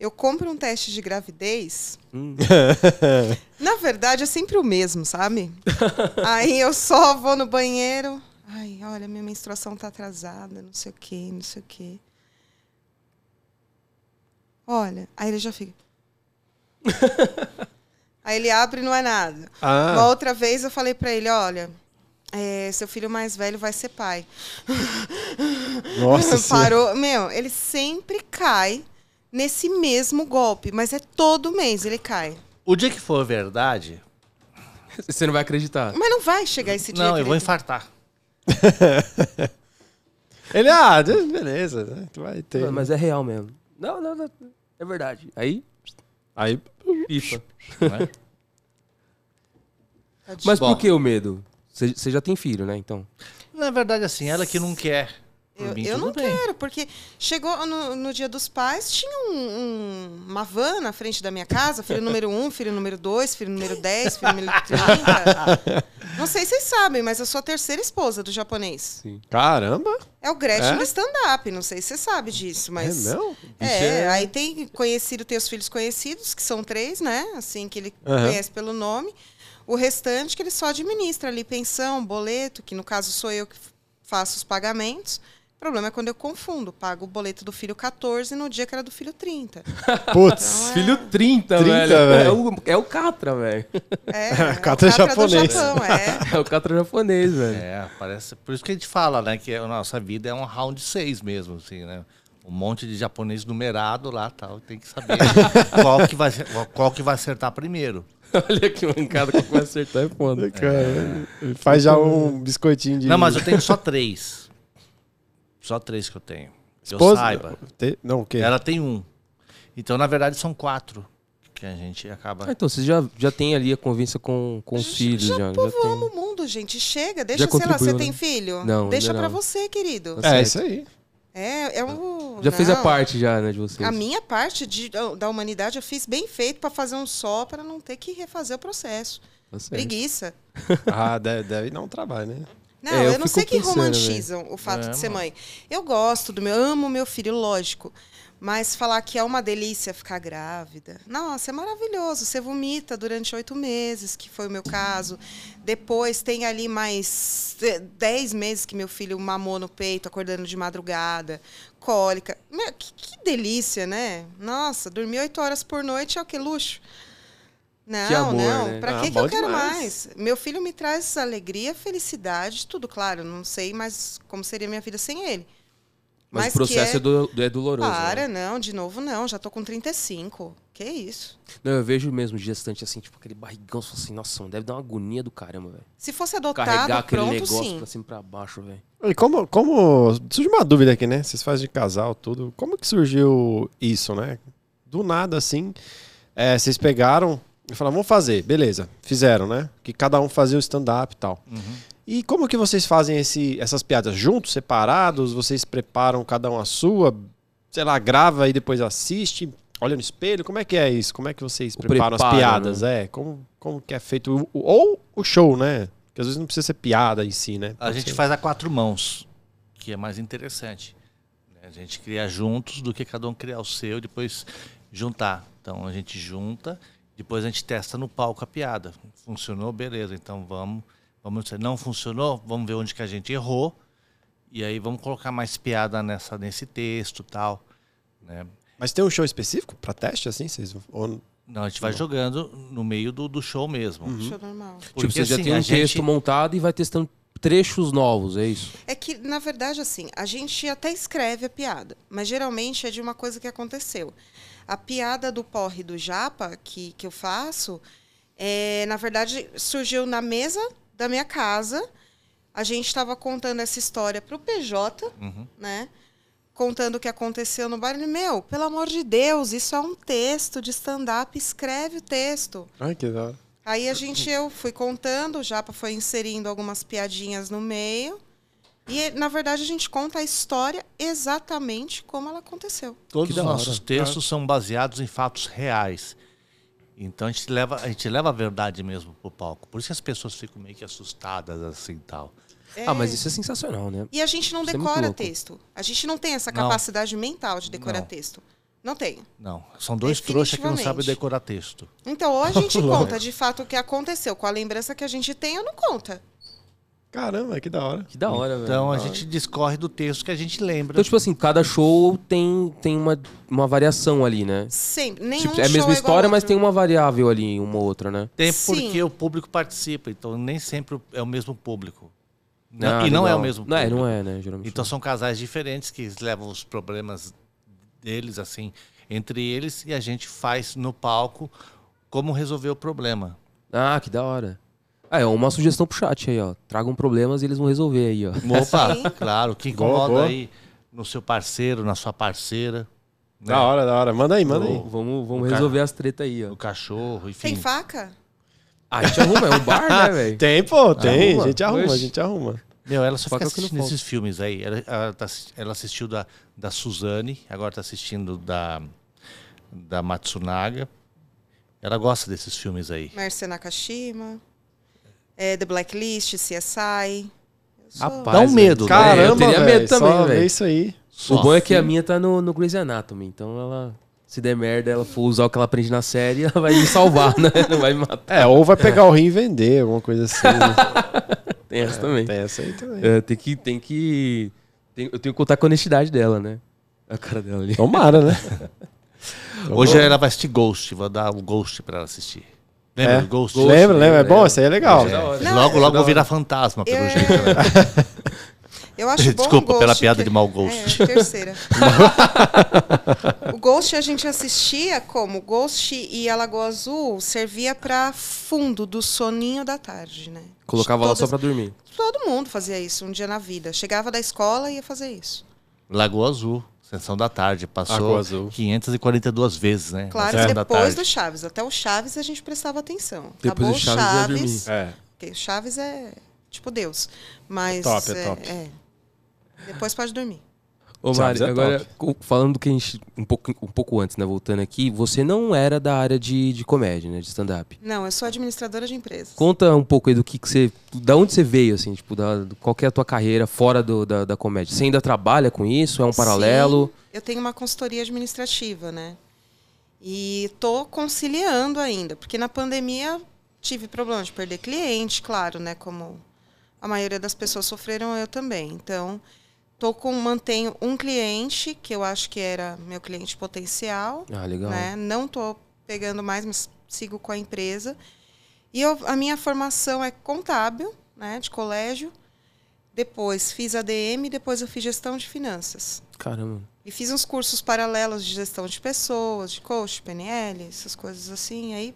Speaker 5: Eu compro um teste de gravidez.
Speaker 2: Hum.
Speaker 5: Na verdade, é sempre o mesmo, sabe? Aí eu só vou no banheiro. Ai, olha, minha menstruação tá atrasada, não sei o quê, não sei o quê. Olha, aí ele já fica. aí ele abre e não é nada. Uma
Speaker 1: Ah,
Speaker 5: outra vez eu falei pra ele, olha, é, seu filho mais velho vai ser pai.
Speaker 1: nossa senhora.
Speaker 5: Parou. Meu, ele sempre cai nesse mesmo golpe, mas é todo mês ele cai.
Speaker 3: O dia que for verdade,
Speaker 2: Você não vai acreditar.
Speaker 5: Mas não vai chegar esse dia.
Speaker 3: não,
Speaker 5: que
Speaker 3: eu vou
Speaker 5: ele-
Speaker 3: infartar.
Speaker 1: Ele, ah, de- beleza, né? Tu vai ter.
Speaker 2: Mano, Mas é real mesmo. Não, não, não. É verdade. Aí,
Speaker 1: Aí,
Speaker 2: pifa.
Speaker 3: né?
Speaker 5: Tadinho.
Speaker 2: Mas
Speaker 3: Bom.
Speaker 2: por que o medo? Você você já tem filho, né? Então.
Speaker 3: Na verdade, assim, ela que não quer. Por
Speaker 5: Eu,
Speaker 3: mim,
Speaker 5: eu
Speaker 3: tudo
Speaker 5: não
Speaker 3: bem.
Speaker 5: quero, porque chegou no, no dia dos pais, tinha um- um- uma van na frente da minha casa, filho número 1, filho número 2, filho número 10, filho número 30. Não sei se vocês sabem, mas eu sou a terceira esposa do japonês.
Speaker 1: caramba,
Speaker 5: É o Gretchen
Speaker 1: É?
Speaker 5: do stand-up, não sei se você sabe disso, mas...
Speaker 1: é não?
Speaker 5: É, aí tem conhecido, tem os filhos conhecidos, que são três, né? Assim, que ele
Speaker 1: Aham.
Speaker 5: conhece pelo nome. O restante que ele só administra ali, pensão, boleto, que no caso sou eu que f- faço os pagamentos. O problema é quando eu confundo, pago o boleto do filho 14 no dia que era do filho 30.
Speaker 1: Putz,
Speaker 2: Filho
Speaker 1: 30,
Speaker 2: 30, velho.
Speaker 1: velho.
Speaker 2: É o, é o Catra, velho.
Speaker 5: É,
Speaker 1: Catra
Speaker 5: é o
Speaker 1: japonês.
Speaker 5: do Japão, é.
Speaker 2: É o Catra japonês, velho.
Speaker 3: É, parece. Por isso que a gente fala, né? Que a nossa vida é um round 6 mesmo, assim, né? Um monte de japonês numerado lá tal. Tem que saber qual, que vai, qual que vai acertar primeiro.
Speaker 2: Olha que mancada que vai acertar é foda.
Speaker 1: né, cara, ele faz já um biscoitinho de.
Speaker 3: Não, mas eu tenho só três. Só três que eu tenho. Que eu
Speaker 1: Esposa-
Speaker 3: saiba.
Speaker 1: Te- Não, o quê?
Speaker 3: Ela tem um. Então, na verdade, são quatro que a gente
Speaker 2: Ah,
Speaker 3: acaba.
Speaker 2: então, você já, já tem ali a convivência com, com os filhos, já. Já
Speaker 5: Povoamos
Speaker 2: tem.
Speaker 5: o mundo, gente. Chega, deixa,
Speaker 2: Já
Speaker 5: sei lá, você
Speaker 2: contribuiu,
Speaker 5: tem
Speaker 2: né?
Speaker 5: filho?
Speaker 2: Não, ainda
Speaker 5: Deixa pra
Speaker 2: não.
Speaker 5: você, querido.
Speaker 2: Tá
Speaker 1: É,
Speaker 2: certo.
Speaker 1: isso aí.
Speaker 5: É, é um...
Speaker 2: Já fez a
Speaker 5: não.
Speaker 2: parte já, né, de vocês.
Speaker 5: A minha parte de- da humanidade eu fiz bem feito para fazer um só, para não ter que refazer o processo.
Speaker 2: Tá certo.
Speaker 5: Preguiça.
Speaker 1: Ah, deve, deve dar um trabalho, né?
Speaker 5: Não,
Speaker 2: É, eu
Speaker 5: eu, não
Speaker 2: fico
Speaker 5: sei que
Speaker 2: pensando,
Speaker 5: romantizam o
Speaker 1: É,
Speaker 5: fato de ser mãe. Eu gosto do meu, amo meu filho, lógico. Mas falar que é uma delícia ficar grávida. Nossa, é maravilhoso. Você vomita durante oito meses, que foi o meu caso. Depois tem ali mais eh, dez meses que meu filho mamou no peito, acordando de madrugada, cólica. Meu, que, que delícia, né? Nossa, dormir oito horas por noite é o que? Luxo. Não,
Speaker 2: Que amor,
Speaker 5: não.
Speaker 2: né?
Speaker 5: Pra
Speaker 1: Ah,
Speaker 5: que, que
Speaker 1: bom
Speaker 5: eu quero
Speaker 1: demais.
Speaker 5: mais? Meu filho me traz alegria, felicidade, tudo, claro. Não sei mais como seria minha vida sem ele.
Speaker 2: Mas,
Speaker 5: Mas
Speaker 2: o processo
Speaker 5: que é-
Speaker 2: é, do- é doloroso. né?
Speaker 5: Para, não, de novo não. Já tô com 35. Que isso?
Speaker 2: Não, eu vejo mesmo gestante assim, tipo, aquele barrigão, você fala assim, nossa, mano, deve dar uma agonia do caramba, velho.
Speaker 5: Se fosse adotado,
Speaker 2: Carregar aquele
Speaker 5: pronto,
Speaker 2: negócio
Speaker 5: sim.
Speaker 2: pra cima e pra baixo, velho.
Speaker 1: E como, como. Surge uma dúvida aqui, né? Vocês fazem de casal, tudo. Como que surgiu isso, né? Do nada, assim. é, vocês pegaram e falaram, vamos fazer, beleza. Fizeram, né? Que cada um fazia o stand-up e tal. E como que vocês fazem esse, essas piadas? Juntos, separados? Vocês preparam cada um a sua? Sei lá, grava e depois assiste? Olha no espelho? Como é que é isso? Como é que vocês
Speaker 2: O
Speaker 1: preparam
Speaker 2: preparo,
Speaker 1: as piadas? É, como, como que é feito? o- Ou o show, né? Porque às vezes não precisa ser piada em si, né?
Speaker 3: A
Speaker 1: Pode
Speaker 3: gente
Speaker 1: ser-
Speaker 3: faz a quatro mãos, que é mais interessante. né? A gente cria juntos do que cada um criar o seu e depois juntar. Então a gente junta, depois a gente testa no palco a piada. Funcionou, beleza. Então vamos, vamos não funcionou, vamos ver onde que a gente errou e aí vamos colocar mais piada nessa nesse texto, tal, né?
Speaker 1: Mas tem um show específico pra teste, assim? Vocês... Ou...
Speaker 3: Não, a gente vai jogando no meio do, do show mesmo.
Speaker 5: Show normal.
Speaker 2: Tipo, você já
Speaker 3: assim,
Speaker 2: tem
Speaker 3: a
Speaker 2: um
Speaker 3: gente-
Speaker 2: texto montado e vai testando trechos novos, é isso?
Speaker 5: É que, na verdade, assim, a gente até escreve a piada, mas geralmente é de uma coisa que aconteceu. A piada do porre do japa que, que eu faço, é, na verdade, surgiu na mesa da minha casa. A gente estava contando essa história pro PJ,
Speaker 3: Uhum.
Speaker 5: né? Contando o que aconteceu no baile. Meu, pelo amor de Deus, isso é um texto de stand-up, escreve o texto.
Speaker 1: Ai, que da hora.
Speaker 5: Aí a gente, eu fui contando, o Japa foi inserindo algumas piadinhas no meio. E, na verdade, a gente conta a história exatamente como ela aconteceu.
Speaker 3: Todos
Speaker 2: Que
Speaker 3: os
Speaker 2: da hora.
Speaker 3: nossos textos são baseados em fatos reais. Então a gente leva a, gente leva a verdade mesmo pro palco. Por isso que as pessoas ficam meio que assustadas assim tal.
Speaker 5: É.
Speaker 2: Ah, mas isso é sensacional, né?
Speaker 5: E a gente não
Speaker 2: Isso é muito
Speaker 5: decora
Speaker 2: louco.
Speaker 5: texto. A gente não tem essa
Speaker 3: Não.
Speaker 5: capacidade mental de decorar
Speaker 3: Não.
Speaker 5: texto. Não tem.
Speaker 3: Não, são dois trouxas que não sabem
Speaker 5: Definitivamente.
Speaker 3: decorar texto.
Speaker 5: Então, ou a gente
Speaker 1: Lógico.
Speaker 5: conta de fato o que aconteceu com a lembrança que a gente tem ou não conta.
Speaker 1: Caramba, que da hora.
Speaker 2: Que da hora, velho.
Speaker 3: Então a
Speaker 2: Da hora.
Speaker 3: gente discorre do texto que a gente lembra.
Speaker 2: Então, tipo assim, cada show tem, tem uma, uma variação ali, né?
Speaker 5: Sempre. Nenhum
Speaker 2: Tipo, é a mesma história, mas tem uma variável ali, uma outra, né?
Speaker 3: Tem
Speaker 5: Sim.
Speaker 3: porque o público participa, então nem sempre é o mesmo público.
Speaker 2: Ah,
Speaker 3: e não
Speaker 2: legal.
Speaker 3: é o mesmo
Speaker 2: Não é,
Speaker 3: público.
Speaker 2: não é, né? Geralmente.
Speaker 3: Então são casais diferentes que levam os problemas deles, assim, entre eles, e a gente faz no palco como resolver o problema.
Speaker 2: Ah, que da hora. Ah, é uma sugestão pro chat aí, ó. Tragam problemas e eles vão resolver aí, ó.
Speaker 3: Opa,
Speaker 5: Sim.
Speaker 3: claro, que
Speaker 1: Boa,
Speaker 3: incomoda
Speaker 1: boa.
Speaker 3: aí no seu parceiro, na sua parceira, né?
Speaker 2: É.
Speaker 1: Da hora, da hora. Manda aí, manda aí.
Speaker 2: Vamos, vamos,
Speaker 3: O
Speaker 2: vamos
Speaker 3: cara-
Speaker 2: resolver as tretas aí, ó.
Speaker 3: no cachorro, enfim.
Speaker 5: Tem faca?
Speaker 2: Ah, a gente arruma, é um bar, né, velho?
Speaker 1: Tem, pô, tem.
Speaker 2: Arruma.
Speaker 1: A gente arruma, a
Speaker 2: Oxe.
Speaker 1: gente arruma.
Speaker 3: Meu, ela só
Speaker 2: Faca
Speaker 3: fica
Speaker 2: é o que não
Speaker 3: assistindo esses filmes aí. Ela, ela, tá assi- ela assistiu da, da Suzane, agora tá assistindo da, da Matsunaga. Ela gosta desses filmes aí.
Speaker 5: Mércia Nakashima. é, The Blacklist, CSI. Eu sou-
Speaker 2: Rapaz,
Speaker 3: Dá um medo, né?
Speaker 2: Cara,
Speaker 1: Caramba,
Speaker 2: eu teria
Speaker 1: velho,
Speaker 2: medo
Speaker 1: só
Speaker 2: também,
Speaker 1: ver
Speaker 2: velho.
Speaker 1: isso aí.
Speaker 2: O
Speaker 3: Só
Speaker 2: bom é que a
Speaker 3: filme.
Speaker 2: minha tá no, no Grey's Anatomy, então ela. Se der merda, ela for usar o que ela aprende na série, ela vai me salvar, né? Não vai me matar.
Speaker 1: É, ou vai pegar o rim e vender, alguma coisa assim. né?
Speaker 2: Tem essa também.
Speaker 1: tem essa aí também.
Speaker 2: É, tem que. Tem que tem- eu tenho que contar com a honestidade dela, né? A cara dela ali.
Speaker 1: Tomara, né?
Speaker 6: Tá
Speaker 3: Hoje é- ela vai assistir Ghost, vou dar o Ghost pra ela assistir. Lembra
Speaker 1: É.
Speaker 3: do Ghost?
Speaker 1: lembra, lembra? É
Speaker 2: né?
Speaker 1: bom, isso aí é legal.
Speaker 2: É da hora.
Speaker 5: Não,
Speaker 3: logo,
Speaker 5: eu-
Speaker 3: logo vou virar fantasma, pelo
Speaker 5: É.
Speaker 3: jeito. né?
Speaker 5: Eu acho bom
Speaker 3: Desculpa
Speaker 5: o
Speaker 3: pela
Speaker 5: Ghost,
Speaker 3: piada
Speaker 5: que-
Speaker 3: de mau gosto.
Speaker 5: É, terceira. o Ghost a gente assistia como Ghost e a Lagoa Azul servia pra fundo do soninho da tarde, né?
Speaker 2: Colocava lá só
Speaker 5: Todas-
Speaker 2: pra dormir.
Speaker 5: Todo mundo fazia isso um dia na vida. Chegava da escola e ia fazer isso.
Speaker 3: Lagoa Azul, Sessão da Tarde. Passou
Speaker 1: Lagoa Azul.
Speaker 3: 542 vezes, né? na
Speaker 5: Claro,
Speaker 3: Sessão
Speaker 5: que
Speaker 3: da
Speaker 5: depois
Speaker 3: Tarde.
Speaker 5: do Chaves. Até o Chaves a gente prestava atenção.
Speaker 2: Depois
Speaker 5: Acabou
Speaker 2: do
Speaker 5: o
Speaker 2: Chaves, eu ia
Speaker 5: Chaves.
Speaker 1: É.
Speaker 5: Porque o Chaves é tipo Deus. Mas.
Speaker 1: É top, é top.
Speaker 5: é. Depois pode dormir.
Speaker 2: Ô,
Speaker 1: Chaves
Speaker 2: Mari,
Speaker 1: é
Speaker 2: agora, co- falando do que a gente. Um pouco, um pouco antes, né? Voltando aqui, você não era da área de, de comédia, né? De stand-up.
Speaker 5: Não, eu sou administradora de empresas.
Speaker 2: Conta um pouco aí do que, que você. Da onde você veio, assim, tipo, da, do- qual que é a tua carreira fora do- da, da comédia? Você ainda trabalha com isso? É um paralelo?
Speaker 5: Sim, eu tenho uma consultoria administrativa, né? E tô conciliando ainda, porque na pandemia tive problema de perder cliente, claro, né? Como a maioria das pessoas sofreram, eu também. Então, tô com mantenho um cliente que eu acho que era meu cliente potencial,
Speaker 2: Ah, legal.
Speaker 5: né? Não tô pegando mais, mas sigo com a empresa. E eu- a minha formação é contábil, né? De colégio. Depois fiz ADM, depois eu fiz gestão de finanças.
Speaker 2: Caramba.
Speaker 5: E fiz uns cursos paralelos de gestão de pessoas, de coach, PNL, essas coisas assim. Aí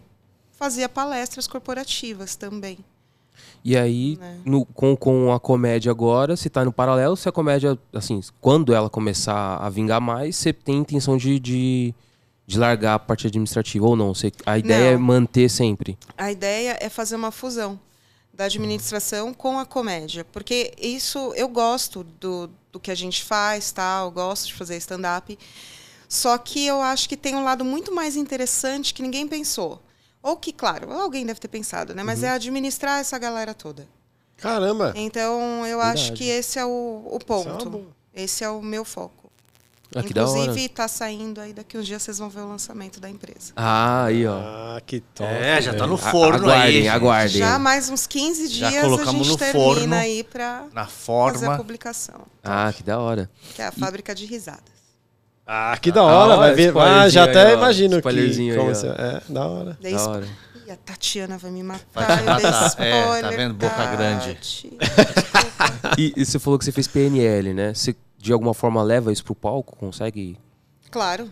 Speaker 5: fazia palestras corporativas também.
Speaker 2: E aí,
Speaker 5: Né.
Speaker 2: no- com, com a comédia agora, se tá no paralelo, se a comédia, assim, quando ela começar a vingar mais, você tem intenção de, de, de largar a parte administrativa ou não? Você, a ideia é
Speaker 5: Não.
Speaker 2: manter sempre.
Speaker 5: A ideia é fazer uma fusão da administração com a comédia, porque isso eu gosto do, do que a gente faz, tal, eu gosto de fazer stand-up. Só que eu acho que tem um lado muito mais interessante que ninguém pensou. Ou que, claro, alguém deve ter pensado, né? Mas é administrar essa galera toda.
Speaker 1: Caramba.
Speaker 5: Então, eu acho
Speaker 2: Verdade.
Speaker 5: que esse é o, o
Speaker 1: Isso é uma
Speaker 5: ponto.
Speaker 1: boa.
Speaker 5: Esse é o meu foco.
Speaker 2: Ah, que da hora.
Speaker 5: Inclusive, tá saindo aí, daqui uns dias vocês vão ver o lançamento da empresa.
Speaker 2: Ah, aí, ó.
Speaker 1: Ah, que top.
Speaker 3: É, já tá
Speaker 1: velho.
Speaker 3: no forno
Speaker 2: aguardem,
Speaker 3: aí.
Speaker 2: aguardem.
Speaker 5: Já mais uns 15
Speaker 3: Já
Speaker 5: dias a
Speaker 3: colocamos
Speaker 5: gente
Speaker 3: no
Speaker 5: termina
Speaker 3: forno.
Speaker 5: aí pra
Speaker 3: Na
Speaker 5: fazer a
Speaker 3: forma.
Speaker 5: publicação.
Speaker 2: Ah, que da hora.
Speaker 5: Que é a fábrica de risadas.
Speaker 1: Ah, que da hora,
Speaker 2: Ah,
Speaker 1: vai ver. Ah, já
Speaker 2: spoilerzinho
Speaker 1: até
Speaker 2: aí, ó.
Speaker 1: imagino que.
Speaker 2: Spoilerzinho aí,
Speaker 1: como
Speaker 2: ó.
Speaker 1: você- É, da hora.
Speaker 5: Dei
Speaker 2: Da
Speaker 5: spo-
Speaker 2: hora.
Speaker 5: Ih, a Tatiana vai me matar.
Speaker 3: Vai te
Speaker 5: eu dei
Speaker 3: matar. É, tá
Speaker 5: spoiler,
Speaker 3: vendo? Boca
Speaker 5: Tati.
Speaker 3: grande.
Speaker 5: Desculpa.
Speaker 2: E, e você falou que você fez PNL, né? Você de alguma forma leva isso pro palco? Consegue?
Speaker 5: Claro.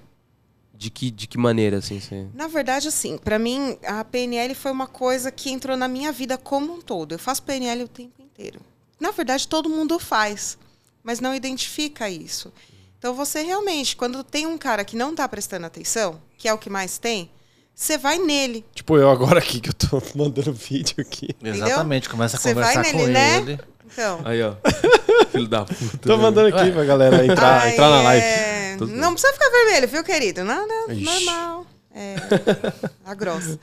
Speaker 2: De que, de que maneira, assim? Você...
Speaker 5: Na verdade, assim, pra mim, a PNL foi uma coisa que entrou na minha vida como um todo. Eu faço PNL o tempo inteiro. Na verdade, todo mundo faz, mas não identifica isso. Então, você realmente, quando tem um cara que não tá prestando atenção, que é o que mais tem, você vai nele.
Speaker 1: Tipo, eu agora aqui que eu tô mandando vídeo aqui.
Speaker 3: Exatamente, começa a
Speaker 5: Você vai
Speaker 3: conversar
Speaker 5: nele,
Speaker 3: com
Speaker 5: né?
Speaker 3: ele.
Speaker 5: Então.
Speaker 2: Aí, ó. Filho da puta.
Speaker 1: Tô mandando aqui pra galera entrar,
Speaker 5: Ai,
Speaker 1: entrar na live.
Speaker 5: é,
Speaker 2: Tô zoando.
Speaker 5: Não precisa ficar vermelho, viu, querido? Nada
Speaker 1: Ixi.
Speaker 5: normal. É, a grossa.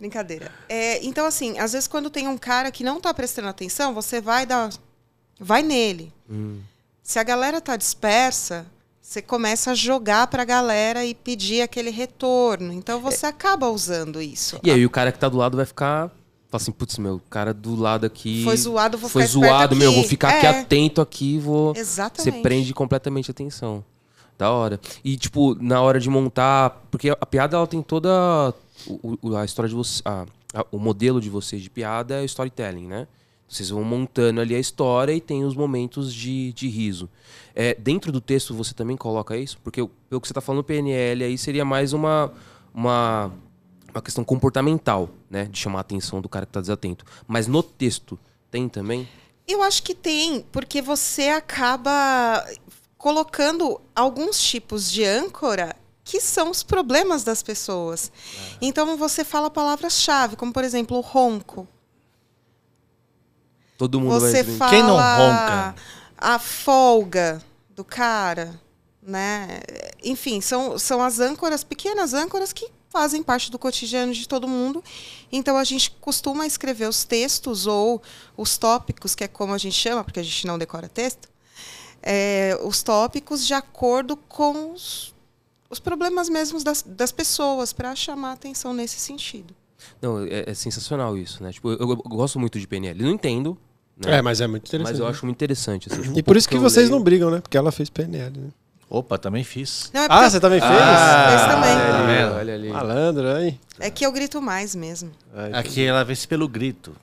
Speaker 5: Brincadeira. É, então, assim, às vezes quando tem um cara que não tá prestando atenção, você vai dar Vai nele.
Speaker 2: Hum.
Speaker 5: Se a galera tá dispersa, você começa a jogar pra galera e pedir aquele retorno. Então você
Speaker 1: É.
Speaker 5: acaba usando isso.
Speaker 2: E aí o cara que tá do lado vai ficar. Fala assim, putz, meu, o cara do lado aqui.
Speaker 5: Foi zoado, vou
Speaker 2: foi
Speaker 5: ficar esperto
Speaker 2: zoado, meu, vou ficar aqui
Speaker 5: É,
Speaker 2: atento aqui,
Speaker 1: é
Speaker 2: vou. Você
Speaker 5: Exatamente.
Speaker 2: prende completamente a atenção. Da hora. E, tipo, na hora de montar. Porque a piada ela tem toda. o- o- a história de você. a- a- o modelo de vocês de piada é o storytelling, né? Vocês vão montando ali a história e tem os momentos de, de riso. É, dentro do texto você também coloca isso? Porque o- pelo que você está falando, PNL aí seria mais uma, uma, uma questão comportamental, né? De chamar a atenção do cara que está desatento. Mas no texto tem também?
Speaker 5: Eu acho que tem, porque você acaba colocando alguns tipos de âncora que são os problemas das pessoas. Então você fala palavras-chave, como por exemplo o ronco.
Speaker 2: Todo mundo
Speaker 5: Você
Speaker 2: vai.
Speaker 5: fala
Speaker 3: Quem não ronca?
Speaker 5: a folga do cara, né? Enfim, são, são as âncoras, pequenas âncoras que fazem parte do cotidiano de todo mundo. Então a gente costuma escrever os textos ou os tópicos, que é como a gente chama, porque a gente não decora texto, é, os tópicos de acordo com os, os problemas mesmos das, das pessoas, para chamar atenção nesse sentido.
Speaker 2: Não, é, é sensacional isso, né? Tipo, eu, eu gosto muito de PNL. Não entendo, né?
Speaker 1: É, mas é muito interessante.
Speaker 2: mas eu acho muito interessante. assim, tipo,
Speaker 1: E
Speaker 2: o
Speaker 1: por
Speaker 2: pouco
Speaker 1: isso que,
Speaker 2: eu
Speaker 1: vocês
Speaker 2: leio-
Speaker 1: não brigam, né? Porque ela fez PNL. Né?
Speaker 3: Opa, também fiz.
Speaker 5: Não, é
Speaker 1: Ah,
Speaker 5: porque-
Speaker 1: você também fez?
Speaker 3: Ah,
Speaker 5: Fez também.
Speaker 1: Olha
Speaker 2: Olha,
Speaker 1: ali.
Speaker 2: olha ali.
Speaker 1: Malandro, aí.
Speaker 5: é que eu grito mais mesmo.
Speaker 1: Aí,
Speaker 3: Aqui ela vence pelo grito.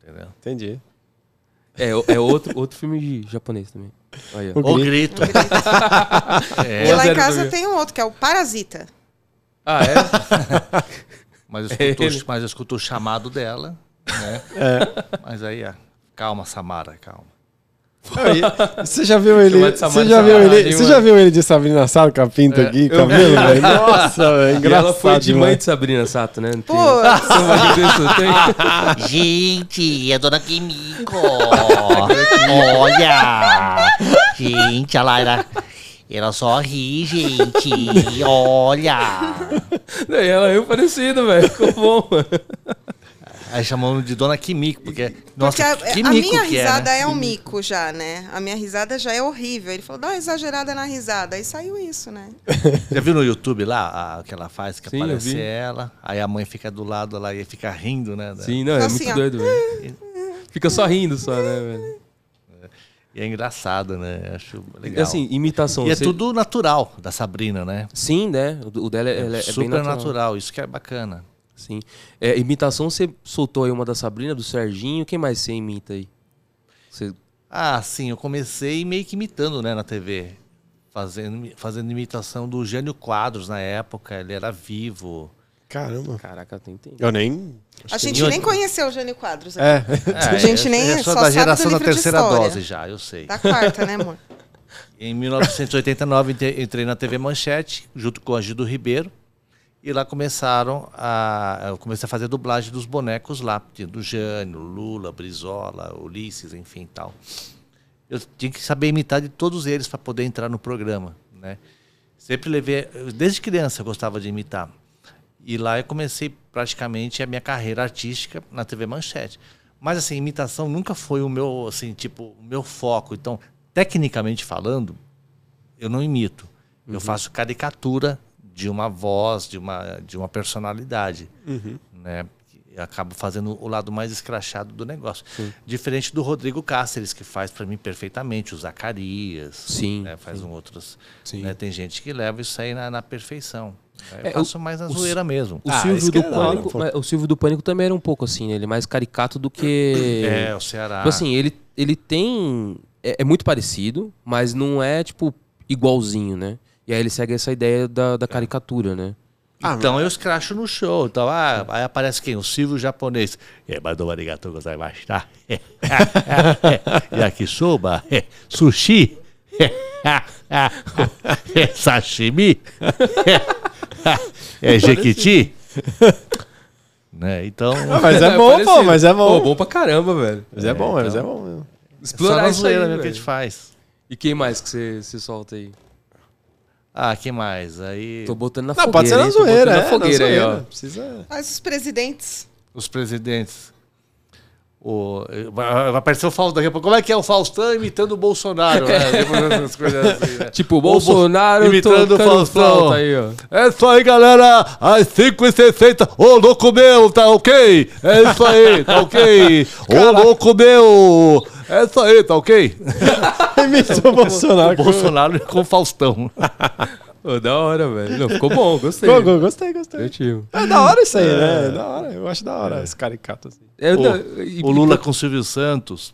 Speaker 3: Entendeu?
Speaker 1: Entendi.
Speaker 2: É, é outro, outro filme de japonês também. Olha.
Speaker 1: O
Speaker 3: O
Speaker 1: grito.
Speaker 3: grito.
Speaker 5: Eu grito.
Speaker 3: É,
Speaker 5: E lá em
Speaker 2: zero
Speaker 5: casa
Speaker 2: pra mim.
Speaker 5: tem um outro, que é o Parasita.
Speaker 2: Ah, é?
Speaker 3: mas, eu escuto,
Speaker 2: Ele.
Speaker 3: mas eu escuto o chamado dela, né? Mas aí, ah, calma, Samara, calma.
Speaker 1: Aí, Você já viu ele?
Speaker 2: Chamar de
Speaker 1: Você
Speaker 2: Samara
Speaker 1: já viu
Speaker 2: Samará,
Speaker 1: ele?
Speaker 2: hein,
Speaker 1: Você
Speaker 2: mano? É,
Speaker 1: já viu ele de Sabrina Sato com a pinta aqui, cabelo, velho? Nossa, velho,
Speaker 2: E
Speaker 1: engraçado.
Speaker 2: ela foi de mãe
Speaker 1: demais.
Speaker 2: de Sabrina Sato, né? Não tem-
Speaker 5: Pô,
Speaker 2: Você não vai ver isso, tem?
Speaker 4: Gente, é Dona Kimiko. Olha. Gente, ela era... Ela só ri, gente. Olha.
Speaker 2: Não, e ela riu parecido, velho. Ficou bom, mano.
Speaker 3: Aí chamamos de Dona Kimiko, porque. Nossa,
Speaker 5: porque a,
Speaker 3: que
Speaker 5: a
Speaker 3: mico
Speaker 5: minha
Speaker 3: que é,
Speaker 5: risada
Speaker 3: né?
Speaker 5: é, um mico já, né? A minha risada já é horrível. Ele falou, dá uma exagerada na risada. Aí saiu isso, né?
Speaker 3: Já viu no YouTube lá a- o que ela faz, que
Speaker 2: Sim, eu
Speaker 3: aparece
Speaker 2: vi.
Speaker 3: ela, aí a mãe fica do lado lá e fica rindo, né? da-
Speaker 2: Sim, não, é
Speaker 5: Só
Speaker 2: muito
Speaker 5: assim, ó.
Speaker 2: doido, velho. Fica só rindo, só, né, velho?
Speaker 3: E é engraçado, né? Acho legal.
Speaker 2: E, Assim, imitação.
Speaker 3: e é
Speaker 2: você-
Speaker 3: tudo natural da Sabrina, né?
Speaker 2: Sim, né? O o dela é, ela é bem
Speaker 3: Super natural. isso que é bacana.
Speaker 2: Sim. É, imitação, você soltou aí uma da Sabrina, do Serginho. Quem mais você imita aí? Você-
Speaker 3: Ah, sim, eu comecei meio que imitando, né, na TV. Fazendo, fazendo imitação do Jânio Quadros na época, ele era vivo.
Speaker 1: Caramba.
Speaker 2: Caraca, eu tô entendendo.
Speaker 1: Eu nem.
Speaker 5: a gente
Speaker 3: eu-
Speaker 5: nem conheceu o Jânio Quadros. aqui.
Speaker 1: É.
Speaker 3: É,
Speaker 5: Gente, nem-
Speaker 3: eu sou
Speaker 5: só
Speaker 3: da
Speaker 5: sabe do
Speaker 3: geração da
Speaker 5: livro de
Speaker 3: terceira
Speaker 5: história.
Speaker 3: dose já, eu sei.
Speaker 5: Da quarta, né, amor?
Speaker 3: Em 1989 entre- entrei na TV Manchete junto com o Agido Ribeiro e lá começaram a eu comecei a fazer dublagem dos bonecos lá, tinha do Jânio, Lula, Brizola, Ulisses, enfim, tal. Eu tinha que saber imitar de todos eles para poder entrar no programa, né? Sempre levei, eu- desde criança eu gostava de imitar. E lá eu comecei praticamente a minha carreira artística na TV Manchete. Mas assim, imitação nunca foi o meu, assim, tipo, o meu foco. Então, tecnicamente falando, eu não imito. Eu faço caricatura de uma voz, de uma, de uma personalidade, né? Eu acabo fazendo o lado mais escrachado do negócio. Diferente do Rodrigo Cáceres, que faz para mim perfeitamente, o Zacarias,
Speaker 2: Sim,
Speaker 3: né? faz um outros.
Speaker 2: Sim.
Speaker 3: né? Tem gente que leva isso aí na, na perfeição. Eu
Speaker 2: É,
Speaker 3: faço mais na
Speaker 2: o-
Speaker 3: zoeira mesmo.
Speaker 2: O,
Speaker 1: Ah,
Speaker 2: Silvio
Speaker 1: esse que
Speaker 2: do
Speaker 1: é da hora,
Speaker 2: Pânico,
Speaker 1: pô.
Speaker 2: mas o Silvio do Pânico também era um pouco assim, né? Ele é mais caricato do que.
Speaker 3: É, o Ceará.
Speaker 2: Tipo assim, ele, ele tem. É, é muito parecido, mas não é, tipo, igualzinho, né? E aí ele segue essa ideia da, da caricatura, né?
Speaker 3: Então eu escracho no show. Então, ah, aí aparece quem? O Silvio japonês. É, mandou arigato gozaimasu, tá? Yakisoba, É, sushi, sashimi, é jequiti. Né? Então,
Speaker 1: Mas é bom, pô,
Speaker 2: Ah, parecido.
Speaker 1: mas é bom.
Speaker 2: bom pra então. caramba, velho.
Speaker 1: Mas é bom, mas é bom mesmo.
Speaker 3: só
Speaker 2: Explorar
Speaker 3: na
Speaker 2: isso aí,
Speaker 1: né,
Speaker 3: zoeira mesmo que a
Speaker 2: velho.
Speaker 3: gente
Speaker 1: tipo
Speaker 3: faz.
Speaker 2: E quem mais que você se solta aí?
Speaker 3: Ah, que mais? Aí
Speaker 2: Tô botando
Speaker 1: Não,
Speaker 2: na fogueira.
Speaker 1: pode ser na
Speaker 2: hein? Tô botando
Speaker 1: zoeira, é.
Speaker 2: na fogueira
Speaker 1: na
Speaker 2: aí,
Speaker 1: zoeira.
Speaker 2: ó.
Speaker 1: Precisa.
Speaker 5: Mas os presidentes.
Speaker 3: os presidentes. o- vai vai aparecer o Faustão daqui a pouco. Como é que é o Faustão imitando o Bolsonaro? Né? Essas coisas assim, né?
Speaker 2: Tipo, o
Speaker 3: Bo-
Speaker 2: Bolsonaro
Speaker 3: imitando o
Speaker 2: tocando
Speaker 3: Faustão.
Speaker 2: flauta aí, ó.
Speaker 3: É isso aí, galera. Às 5h60. Ô, louco meu, tá ok? É isso aí, tá ok? Ô, louco meu. É isso aí, tá ok?
Speaker 1: Imitou o Bolsonaro.
Speaker 3: Bolsonaro com o Faustão.
Speaker 2: Ô, da hora, velho. Não, ficou bom, gostei.
Speaker 1: Go- go- Gostei, gostei.
Speaker 2: Divertido.
Speaker 1: É da hora isso aí, né? É da hora. Eu acho da hora esse caricato assim.
Speaker 2: É,
Speaker 3: O-
Speaker 2: não, e-
Speaker 3: O Lula com o Silvio Santos.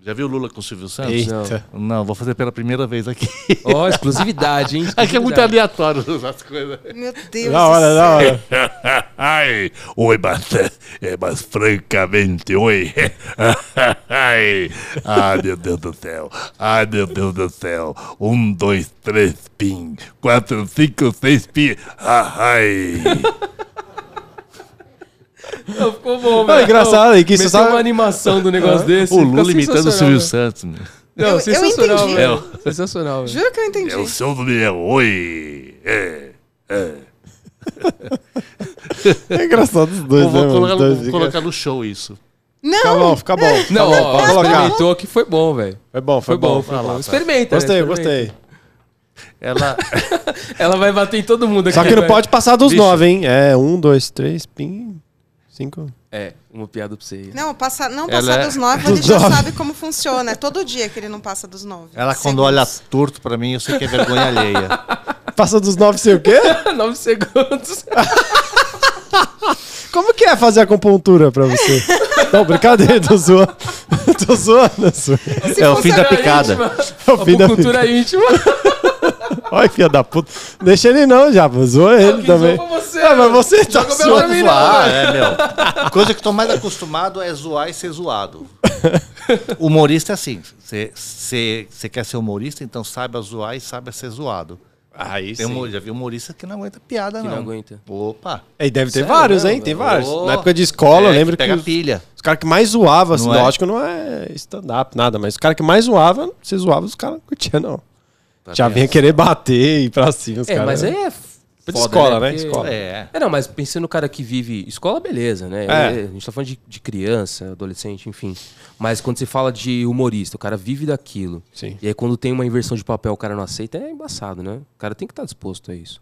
Speaker 3: Já viu o Lula com o Silvio Santos?
Speaker 2: Eita.
Speaker 3: Não, vou fazer pela primeira vez aqui.
Speaker 2: então, Ó, exclusividade, hein?
Speaker 3: Aqui é muito
Speaker 2: exclusividade.
Speaker 3: aleatório as coisas.
Speaker 5: Meu Deus
Speaker 1: Da hora,
Speaker 5: do
Speaker 1: da
Speaker 5: céu.
Speaker 1: hora.
Speaker 6: Ai, oi, mas, é, mas francamente, oi. Ai, ai, meu Deus do céu. Ai, meu Deus do céu. Um, dois, três, pim. Quatro, cinco, seis, pim. Ai.
Speaker 2: Não, ficou bom,
Speaker 1: Não,
Speaker 2: velho.
Speaker 1: é engraçado aí que isso
Speaker 2: Meteu um
Speaker 1: sabe-
Speaker 2: uma animação do negócio desse.
Speaker 3: O
Speaker 2: fica
Speaker 3: Lula imitando o
Speaker 2: sensacional, né?
Speaker 3: Silvio
Speaker 2: velho.
Speaker 3: Santos. meu.
Speaker 2: Não,
Speaker 5: Eu- eu
Speaker 2: sensacional,
Speaker 5: entendi.
Speaker 2: velho. Sensacional, velho.
Speaker 5: Juro que eu entendi.
Speaker 6: É o seu Daniel, oi. É, é.
Speaker 1: É engraçado os dois,
Speaker 3: Vou, vou
Speaker 1: né? mano?
Speaker 2: então
Speaker 3: colocar,
Speaker 1: Os dois
Speaker 3: vou
Speaker 1: ficam-
Speaker 3: colocar no show isso. Tá
Speaker 1: Fica
Speaker 5: Não,
Speaker 1: bom, fica bom. Fica
Speaker 2: Não,
Speaker 1: bom,
Speaker 2: ó,
Speaker 1: pode
Speaker 2: você
Speaker 1: colocar.
Speaker 2: comentou que foi bom, velho.
Speaker 1: Foi bom, foi,
Speaker 2: Foi bom,
Speaker 1: bom.
Speaker 2: foi bom. Experimenta. né?
Speaker 1: Gostei,
Speaker 2: Experimenta.
Speaker 1: gostei.
Speaker 3: Ela,
Speaker 2: Ela vai bater em todo mundo aqui.
Speaker 1: Só que não
Speaker 2: velho.
Speaker 1: pode passar dos
Speaker 2: Bicho.
Speaker 1: nove, hein? É um, dois, três, pim, cinco.
Speaker 2: É, uma piada pra você. aí.
Speaker 5: não, passa, não
Speaker 3: Ela
Speaker 5: passar
Speaker 3: é-
Speaker 5: dos nove,
Speaker 1: Dos
Speaker 5: ele já
Speaker 1: nove.
Speaker 5: sabe como funciona. É todo dia que ele não passa dos nove.
Speaker 3: ela quando
Speaker 5: Segundos.
Speaker 3: olha torto pra mim, eu sei que é vergonha alheia.
Speaker 1: Passa dos nove, sei o quê?
Speaker 2: Nove segundos.
Speaker 1: Como que é fazer acupuntura pra você? não, brincadeira, tô zoando. tô zoando. sua.
Speaker 5: Se
Speaker 3: é o
Speaker 5: fosse
Speaker 3: fim da
Speaker 5: agora,
Speaker 3: picada.
Speaker 1: É o
Speaker 2: A
Speaker 1: fim da
Speaker 2: cultura íntima.
Speaker 1: Olha, filha da puta. Deixa ele não, já. Zoa ele
Speaker 2: Quem
Speaker 1: também.
Speaker 2: zoou foi você,
Speaker 1: ah, mas
Speaker 2: velho.
Speaker 1: você tá
Speaker 2: Joga
Speaker 1: zoando.
Speaker 2: pra mim, não,
Speaker 3: Zoar,
Speaker 2: velho.
Speaker 3: é, meu. A coisa que eu tô mais acostumado é zoar e ser zoado. Humorista é assim. Você quer ser humorista, então saiba zoar e saiba ser zoado.
Speaker 1: Aí
Speaker 3: Tem humor, já vi humorista que não aguenta piada,
Speaker 2: Que
Speaker 3: não.
Speaker 2: não aguenta.
Speaker 3: Opa.
Speaker 1: E deve ter
Speaker 2: Sério
Speaker 1: vários,
Speaker 2: mesmo,
Speaker 1: hein? Tem
Speaker 2: velho?
Speaker 1: vários.
Speaker 3: Ô,
Speaker 1: Na época de escola,
Speaker 3: é,
Speaker 1: eu lembro que,
Speaker 3: pega
Speaker 1: os,
Speaker 3: pilha.
Speaker 1: os caras que mais zoavam, assim,
Speaker 3: Não é?
Speaker 1: lógico, não é stand-up, nada, mas os caras que mais zoavam, se zoava, os caras não curtiam, não.
Speaker 3: Tá
Speaker 1: já vinha querer bater e ir pra cima, os
Speaker 2: É,
Speaker 1: caras.
Speaker 2: mas aí é. f-
Speaker 1: De
Speaker 2: foda,
Speaker 1: escola, né?
Speaker 2: Porque-
Speaker 1: Escola.
Speaker 3: É.
Speaker 2: É, não, mas pensando no cara que vive escola, beleza, né?
Speaker 1: É.
Speaker 2: É, A gente tá falando de, de criança, adolescente, enfim. Mas quando você fala de humorista, o cara vive daquilo.
Speaker 1: Sim.
Speaker 2: E aí quando tem uma inversão de papel, o cara não aceita, é embaçado, né? O cara tem que estar disposto a isso.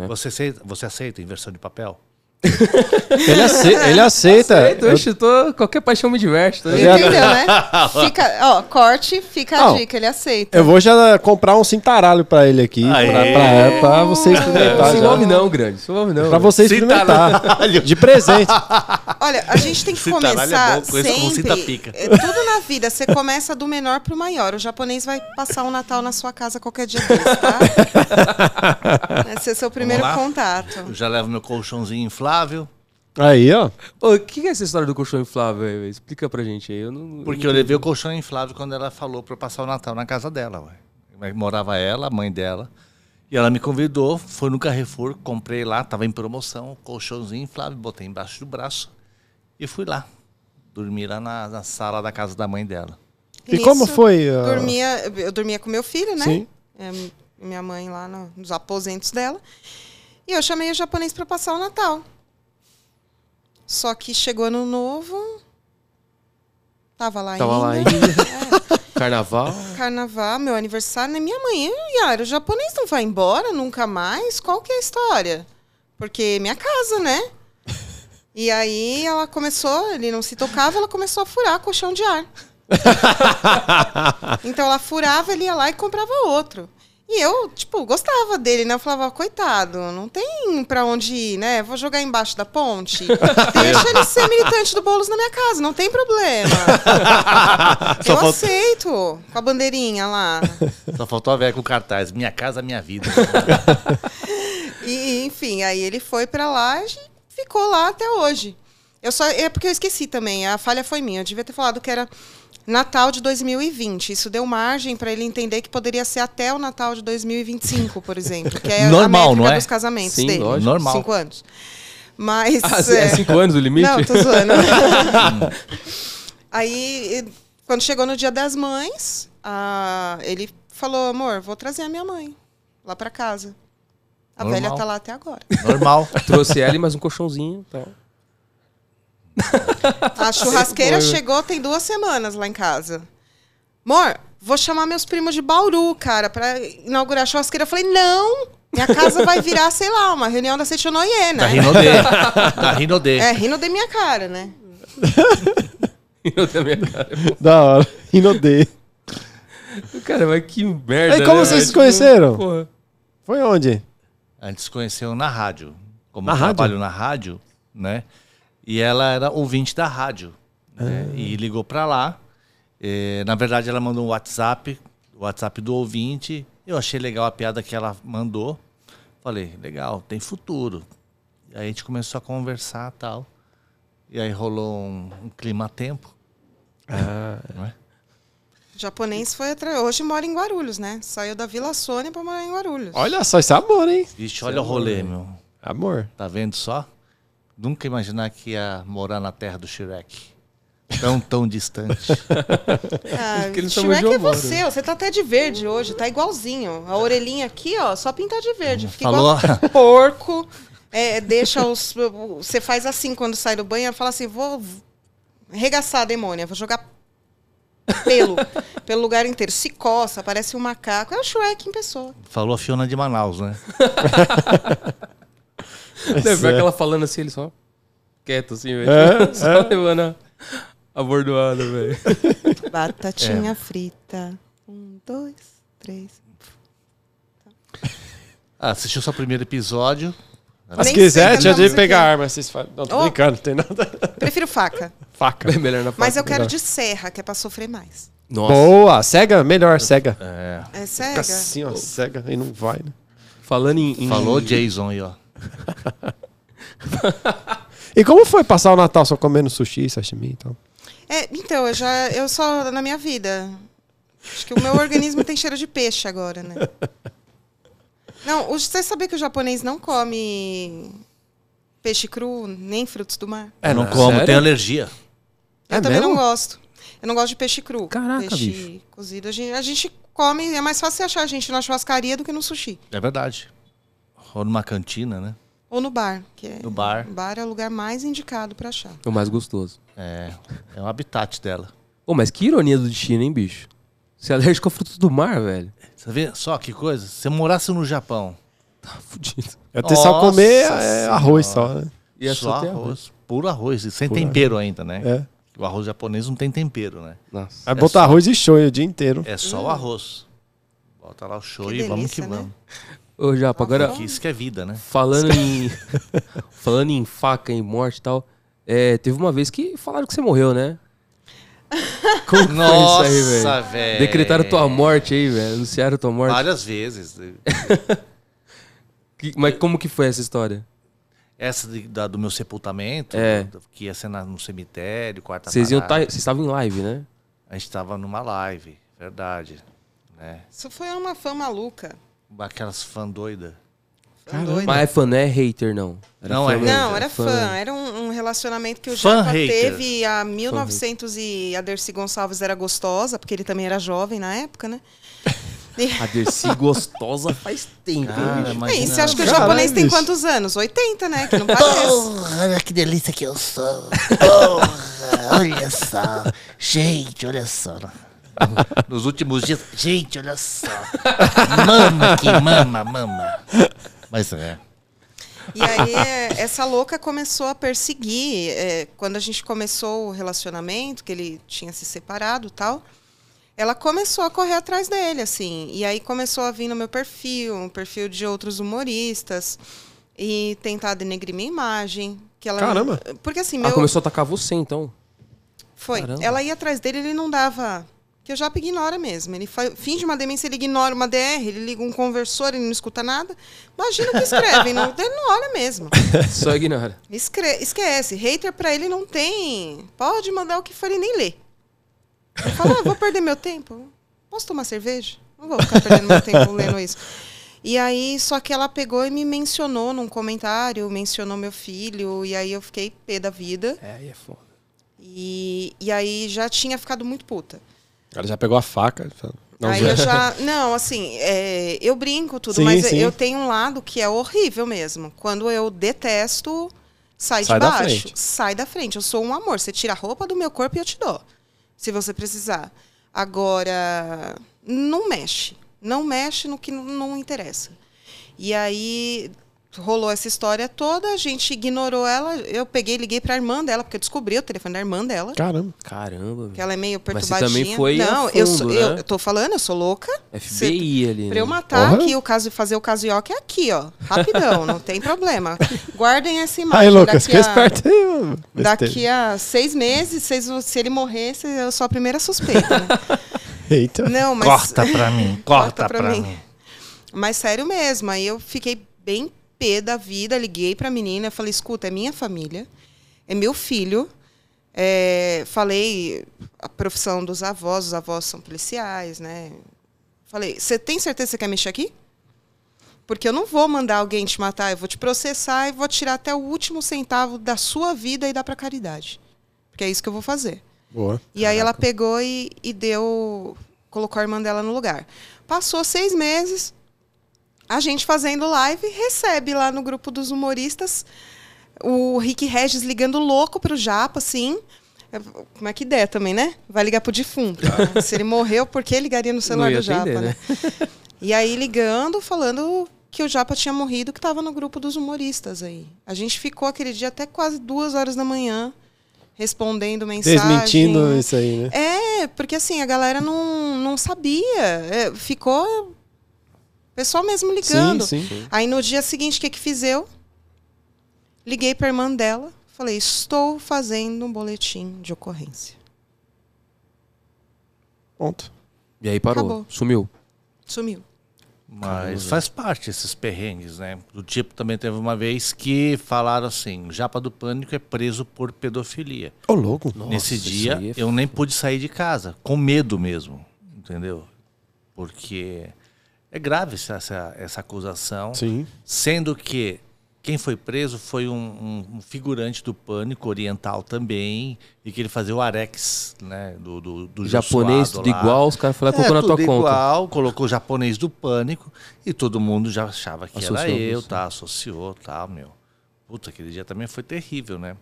Speaker 2: É.
Speaker 3: Você, aceita, você aceita inversão de papel?
Speaker 1: Ele, ace- ele aceita.
Speaker 2: Aceito,
Speaker 1: É, Eu- É,
Speaker 2: oxe, eu tô- qualquer paixão me diverte. Tá ligado?
Speaker 5: Entendeu, né? Fica, ó, corte, fica
Speaker 1: Não.
Speaker 5: a dica, ele aceita.
Speaker 1: eu vou já comprar um cintaralho pra ele aqui, pra,
Speaker 3: Aê.
Speaker 1: pra, pra você
Speaker 2: Não
Speaker 1: experimentar
Speaker 2: se
Speaker 1: é, tá, já.
Speaker 2: envolve não, grande. Se envolve não.
Speaker 1: Pra você experimentar. De presente.
Speaker 5: Olha, a gente tem que
Speaker 3: Cintaralho é
Speaker 5: começar
Speaker 3: bom, coisa com
Speaker 5: sempre.
Speaker 3: cinta pica.
Speaker 5: é, tudo na vida, você começa do menor pro maior. O japonês vai passar o Natal na sua casa qualquer dia desse, tá? Esse é seu primeiro
Speaker 3: lá?
Speaker 5: contato.
Speaker 3: Eu já levo meu colchãozinho inflável,
Speaker 1: Aí, ó.
Speaker 2: Ô, o que que é essa história do colchão inflável aí, velho? Explica pra gente aí. Eu não...
Speaker 3: porque eu levei o colchão inflável quando ela falou pra eu passar o Natal na casa dela. Ué. Mas Morava ela, a mãe dela. E ela me convidou, foi no Carrefour, comprei lá, tava em promoção, o colchãozinho inflável, botei embaixo do braço e fui lá. Dormi lá na, na sala da casa da mãe dela.
Speaker 1: E como foi, ah?
Speaker 5: Dormia, eu dormia com meu filho, né?
Speaker 1: Sim.
Speaker 5: É, m- minha mãe lá no- nos aposentos dela. E eu chamei o japonês para passar o Natal. Só que chegou ano novo. Tava lá
Speaker 2: Tava lá
Speaker 5: ainda. É.
Speaker 2: ainda. Carnaval.
Speaker 5: Carnaval, meu aniversário, né? Minha mãe, "Eh, Yara, o japonês não vai embora nunca mais? Qual que é a história? Porque é minha casa, né? E aí ela começou, ele não se tocava, ela começou a furar colchão de ar. então ela furava, ele ia lá e comprava outro. E eu, tipo, gostava dele, né? Eu falava, coitado, não tem pra onde ir, né? Vou jogar embaixo da ponte. Deixa ele ser militante do Boulos na minha casa, não tem problema. Eu aceito. Com a bandeirinha lá.
Speaker 3: Só faltou a velha com o cartaz, minha casa, minha vida.
Speaker 5: E, enfim, aí ele foi pra lá e ficou lá até hoje. Eu só, é porque eu esqueci também, a falha foi minha. Eu devia ter falado que era Natal de 2020. Isso deu margem pra ele entender que poderia ser até o Natal de 2025, por exemplo. Que é
Speaker 3: Normal,
Speaker 5: a métrica
Speaker 3: não é?
Speaker 5: dos casamentos
Speaker 2: Sim,
Speaker 5: dele.
Speaker 2: lógico.
Speaker 3: Normal.
Speaker 5: Cinco anos. Mas.
Speaker 2: Ah, é cinco anos o limite?
Speaker 5: Não, tô zoando. Aí, e- quando chegou no dia das mães, a- ele falou, amor, vou trazer a minha mãe lá pra casa. A
Speaker 3: Normal.
Speaker 5: velha tá lá até agora.
Speaker 3: Normal.
Speaker 2: Trouxe ela e mais um colchãozinho. Tá.
Speaker 5: A churrasqueira chegou tem duas semanas lá em casa. Mor, vou chamar meus primos de Bauru, cara, pra inaugurar a churrasqueira. Eu falei, não! Minha casa vai virar, sei lá, uma reunião da Seixonoie,
Speaker 3: Da
Speaker 5: né?
Speaker 3: Rinode. da Rinode.
Speaker 5: É, rindo de minha cara, né?
Speaker 2: Eu também, cara.
Speaker 1: Da hora. Inodei.
Speaker 2: Cara, mas que merda.
Speaker 1: Aí, como
Speaker 2: né,
Speaker 1: vocês
Speaker 2: velho?
Speaker 1: se conheceram?
Speaker 2: Porra.
Speaker 1: Foi onde?
Speaker 3: A gente se conheceu na rádio. Como
Speaker 1: Na
Speaker 3: eu
Speaker 1: rádio?
Speaker 3: trabalho na rádio, né? E ela era ouvinte da rádio. né?
Speaker 1: Ah.
Speaker 3: E ligou pra lá. Eh, na verdade, ela mandou um WhatsApp, o WhatsApp do ouvinte. Eu achei legal a piada que ela mandou. Falei, legal, tem futuro. E aí a gente começou a conversar tal. E aí rolou um, um clima a tempo.
Speaker 5: O japonês foi atrás. Hoje mora em Guarulhos, né? Saiu da Vila Sônia pra morar em Guarulhos.
Speaker 1: Olha só, esse amor, hein?
Speaker 3: Vixe,
Speaker 1: é
Speaker 3: olha o rolê, meu.
Speaker 1: Amor.
Speaker 3: Tá vendo só? Nunca imaginar que ia morar na terra do Shrek. Tão, tão distante.
Speaker 5: Ah,
Speaker 2: que eles chamam
Speaker 5: Shrek
Speaker 2: de né?
Speaker 5: é
Speaker 2: Omoro.
Speaker 5: você, ó, você tá até de verde hoje, tá igualzinho. A orelhinha aqui, ó, só pintar de verde. Fica
Speaker 3: Falou.
Speaker 5: igual porco. É, deixa os. Você faz assim quando sai do banho, ela fala assim: vou arregaçar a demônia, vou jogar pelo pelo lugar inteiro. Se coça, parece um macaco. É o Shrek em pessoa.
Speaker 3: Falou a Fiona de Manaus, né?
Speaker 2: Deve
Speaker 1: é.
Speaker 2: ver aquela falando assim, ele só quieto assim, velho.
Speaker 1: É,
Speaker 2: só levando a, a bordoada, velho.
Speaker 5: Batatinha
Speaker 2: É.
Speaker 5: frita. Um, dois, três.
Speaker 3: Ah, assistiu só o primeiro episódio.
Speaker 1: Mas se
Speaker 5: Nem sei é.
Speaker 1: quiser,
Speaker 5: cantar
Speaker 1: tinha de
Speaker 5: música.
Speaker 1: pegar arma. Vocês falam. Não, tô
Speaker 5: Ô.
Speaker 1: brincando, não tem nada.
Speaker 5: Prefiro Oh. faca.
Speaker 1: Faca.
Speaker 2: É melhor na
Speaker 5: Mas
Speaker 2: faca,
Speaker 5: eu quero
Speaker 2: melhor.
Speaker 5: de serra, que é pra sofrer mais.
Speaker 2: Nossa,
Speaker 1: Boa, cega, melhor, cega.
Speaker 5: É cega?
Speaker 1: Fica assim, ó, cega, e não vai, né?
Speaker 2: falando em... em-
Speaker 3: Falou Jason aí, ó.
Speaker 1: E como foi passar o Natal só comendo sushi, sashimi e tal?
Speaker 5: É, então, eu já. Eu só na minha vida. Acho que o meu organismo tem cheiro de peixe agora, né? Não, o- você sabia que o japonês não come peixe cru, nem frutos do mar?
Speaker 3: É, não como,
Speaker 2: sério?
Speaker 3: tem alergia.
Speaker 5: Eu
Speaker 1: É
Speaker 5: também
Speaker 1: mesmo?
Speaker 5: não gosto. Eu não gosto de peixe cru.
Speaker 2: Caraca,
Speaker 5: peixe cozido. A gente, a gente come, é mais fácil você achar a gente na churrascaria do que no sushi.
Speaker 3: É verdade. Ou numa cantina, né?
Speaker 5: Ou no bar. Que é,
Speaker 3: No bar.
Speaker 5: O bar é o lugar mais indicado pra achar.
Speaker 2: O mais gostoso.
Speaker 3: É, é o habitat dela.
Speaker 2: Pô, mas que ironia do destino, hein, bicho? Você é alérgico a frutos do mar, velho.
Speaker 3: Você vê só que coisa? Se você morasse no Japão,
Speaker 2: Tá fudido.
Speaker 1: Eu tenho só
Speaker 3: Nossa
Speaker 1: comer é, arroz só, né?
Speaker 2: E é
Speaker 3: só
Speaker 2: só ter
Speaker 3: arroz,
Speaker 2: arroz.
Speaker 3: puro arroz, e sem tempero ainda, né?
Speaker 1: É.
Speaker 3: O arroz japonês não tem tempero, né?
Speaker 2: Nossa.
Speaker 5: É
Speaker 1: Aí botar arroz e shoyu o dia inteiro.
Speaker 3: É só o arroz. Bota lá o show
Speaker 5: Que
Speaker 3: e vamos que
Speaker 5: Hum. delícia, né?
Speaker 3: vamos.
Speaker 2: Ô, Japa, agora
Speaker 3: Que isso que é vida, né?
Speaker 2: falando em... falando em faca, em morte e tal, é, teve uma vez que falaram que você morreu, né? Como foi isso aí, velho?
Speaker 3: velho.
Speaker 2: É.
Speaker 3: É.
Speaker 2: Decretaram tua morte aí, velho. Anunciaram tua morte.
Speaker 3: Várias vezes.
Speaker 2: Que- mas como que foi essa história?
Speaker 3: Essa de- da- do meu sepultamento,
Speaker 2: É.
Speaker 3: do- que ia ser na- no cemitério, quarta
Speaker 2: Vocês iam tá,
Speaker 3: parada.
Speaker 2: vocês estavam em live, né?
Speaker 3: A gente tava numa live, verdade. Né?
Speaker 5: Isso foi uma fã maluca.
Speaker 3: Aquelas fã doida.
Speaker 5: Fã
Speaker 3: Tá
Speaker 5: doida.
Speaker 2: Mas é fã, não é hater, não.
Speaker 3: Não é.
Speaker 5: Não, era
Speaker 2: fã.
Speaker 5: fã. Era um, um relacionamento que o
Speaker 3: Fã
Speaker 5: Japa
Speaker 3: hater.
Speaker 5: teve a 1900 e a Dercy Gonçalves era gostosa, porque ele também era jovem na época, né?
Speaker 2: A Dercy gostosa faz tempo.
Speaker 3: Cara,
Speaker 2: hein, bicho?
Speaker 5: E
Speaker 3: imagina.
Speaker 5: você acha que o
Speaker 1: Caralho,
Speaker 5: japonês tem
Speaker 1: bicho.
Speaker 5: quantos anos? 80, né? Que não parece.
Speaker 4: Porra, olha que delícia que eu sou. Porra, olha só. Gente, olha só.
Speaker 3: Nos últimos dias.
Speaker 4: Gente, olha só. Mama que mama, mama.
Speaker 3: Mas é.
Speaker 5: E aí, é, essa louca começou a perseguir. é, quando a gente começou o relacionamento, que ele tinha se separado e tal, ela começou a correr atrás dele, assim. E aí começou a vir no meu perfil, no perfil de outros humoristas, e tentar denegrir minha imagem. Que ela,
Speaker 1: Caramba.
Speaker 5: Porque assim,
Speaker 2: Ah,
Speaker 5: meu.
Speaker 2: começou a atacar você, então.
Speaker 5: Foi.
Speaker 2: Caramba.
Speaker 5: Ela ia atrás dele, ele não dava. Que o Japa ignora mesmo. Ele fa- finge uma demência, ele ignora uma DR, ele liga um conversor, ele não escuta nada. Imagina o que escrevem, não, ele não olha mesmo.
Speaker 2: Só ignora.
Speaker 5: Escre- esquece. Hater pra ele não tem. Pode mandar o que for e nem ler. Ele fala, ah, vou perder meu tempo. Posso tomar cerveja? Não vou ficar perdendo meu tempo lendo isso. E aí, só que ela pegou e me mencionou num comentário, mencionou meu filho, e aí eu fiquei pé da vida.
Speaker 2: É, aí é foda.
Speaker 5: E, e aí já tinha ficado muito puta.
Speaker 1: Ela já pegou a faca. já- Não,
Speaker 5: aí
Speaker 1: já-
Speaker 5: eu já. Não, assim, é, eu brinco tudo,
Speaker 1: Sim,
Speaker 5: mas
Speaker 1: sim.
Speaker 5: eu tenho um lado que é horrível mesmo. Quando eu detesto, Sai,
Speaker 1: Sai
Speaker 5: de
Speaker 1: da
Speaker 5: baixo.
Speaker 1: frente.
Speaker 5: sai da frente. Eu sou um amor. Você tira a roupa do meu corpo e eu te dou. Se você precisar. Agora, não mexe. Não mexe no que n- não interessa. E aí rolou essa história toda, a gente ignorou ela. Eu peguei, e liguei pra irmã dela, porque eu descobri o telefone da irmã dela.
Speaker 1: Caramba.
Speaker 2: Caramba,
Speaker 5: Que ela é meio
Speaker 2: Mas você também
Speaker 5: perturbadinha.
Speaker 2: foi a
Speaker 5: não, eu,
Speaker 2: fundo,
Speaker 5: sou- eu-
Speaker 2: né?
Speaker 5: eu tô falando, eu sou louca.
Speaker 2: FBI ali.
Speaker 5: Pra eu
Speaker 2: né?
Speaker 5: matar
Speaker 1: Porra.
Speaker 5: aqui o caso, fazer o caso York é aqui, ó. Rapidão, não tem problema. Guardem essa imagem.
Speaker 1: Aí, Lucas,
Speaker 5: Daqui
Speaker 1: fica
Speaker 5: a-
Speaker 1: esperto aí, mano.
Speaker 5: Daqui a seis meses, vocês vão- se ele morresse, eu sou a primeira suspeita. né?
Speaker 1: Eita.
Speaker 5: Não, mas.
Speaker 3: Corta pra mim, corta,
Speaker 5: Corta
Speaker 3: pra,
Speaker 5: pra
Speaker 3: mim.
Speaker 5: mim. Mas sério mesmo, aí eu fiquei bem pé da vida, liguei pra menina, falei, escuta, é minha família, é meu filho, é, falei a profissão dos avós, os avós são policiais, né? Falei, você tem certeza que você quer mexer aqui? Porque eu não vou mandar alguém te matar, eu vou te processar e vou tirar até o último centavo da sua vida e dar pra caridade. Porque é isso que eu vou fazer.
Speaker 1: Boa.
Speaker 5: E aí ela pegou e, e deu. colocou a irmã dela no lugar. Passou seis meses, a gente fazendo live, recebe lá no grupo dos humoristas o Rick Regis ligando louco pro Japa, assim. É, Como é que ideia também, né? Vai ligar pro defunto. né? Se ele morreu, por que ligaria no celular
Speaker 2: ia
Speaker 5: do Japa,
Speaker 2: atender,
Speaker 5: né? E aí ligando, falando que o Japa tinha morrido, que tava no grupo dos humoristas aí. A gente ficou aquele dia até quase duas horas da manhã respondendo mensagem.
Speaker 1: Desmentindo isso aí, né?
Speaker 5: É, porque assim, a galera não, não sabia. É, ficou. O pessoal mesmo ligando.
Speaker 1: Sim, sim.
Speaker 5: Aí no dia seguinte, o que, que fiz eu? Liguei pra irmã dela, falei: estou fazendo um boletim de ocorrência.
Speaker 1: Ponto.
Speaker 2: E aí parou,
Speaker 5: Acabou.
Speaker 2: sumiu.
Speaker 5: Sumiu.
Speaker 3: Mas faz parte esses perrengues, né? Do tipo, também teve uma vez que falaram assim, Japa do Pânico é preso por pedofilia.
Speaker 1: Ô, louco.
Speaker 3: Nesse
Speaker 2: isso
Speaker 3: dia,
Speaker 2: aí é
Speaker 3: eu nem pude sair de casa, com medo mesmo, entendeu? Porque é grave essa, essa, essa acusação.
Speaker 1: Sim.
Speaker 3: Sendo que quem foi preso foi um, um- um figurante do Pânico Oriental também, e que ele fazia o arex, né? Do, do, do
Speaker 2: Japonês,
Speaker 3: Josuado
Speaker 2: tudo
Speaker 3: lá.
Speaker 2: igual, os caras falaram,
Speaker 3: É,
Speaker 2: colocou na tua
Speaker 3: tudo
Speaker 2: conta.
Speaker 3: igual, colocou o japonês do pânico e todo mundo já achava que era
Speaker 2: Associou,
Speaker 3: eu,
Speaker 2: associou.
Speaker 3: tá? Associou, tá, meu. Puta, aquele dia também foi terrível, né?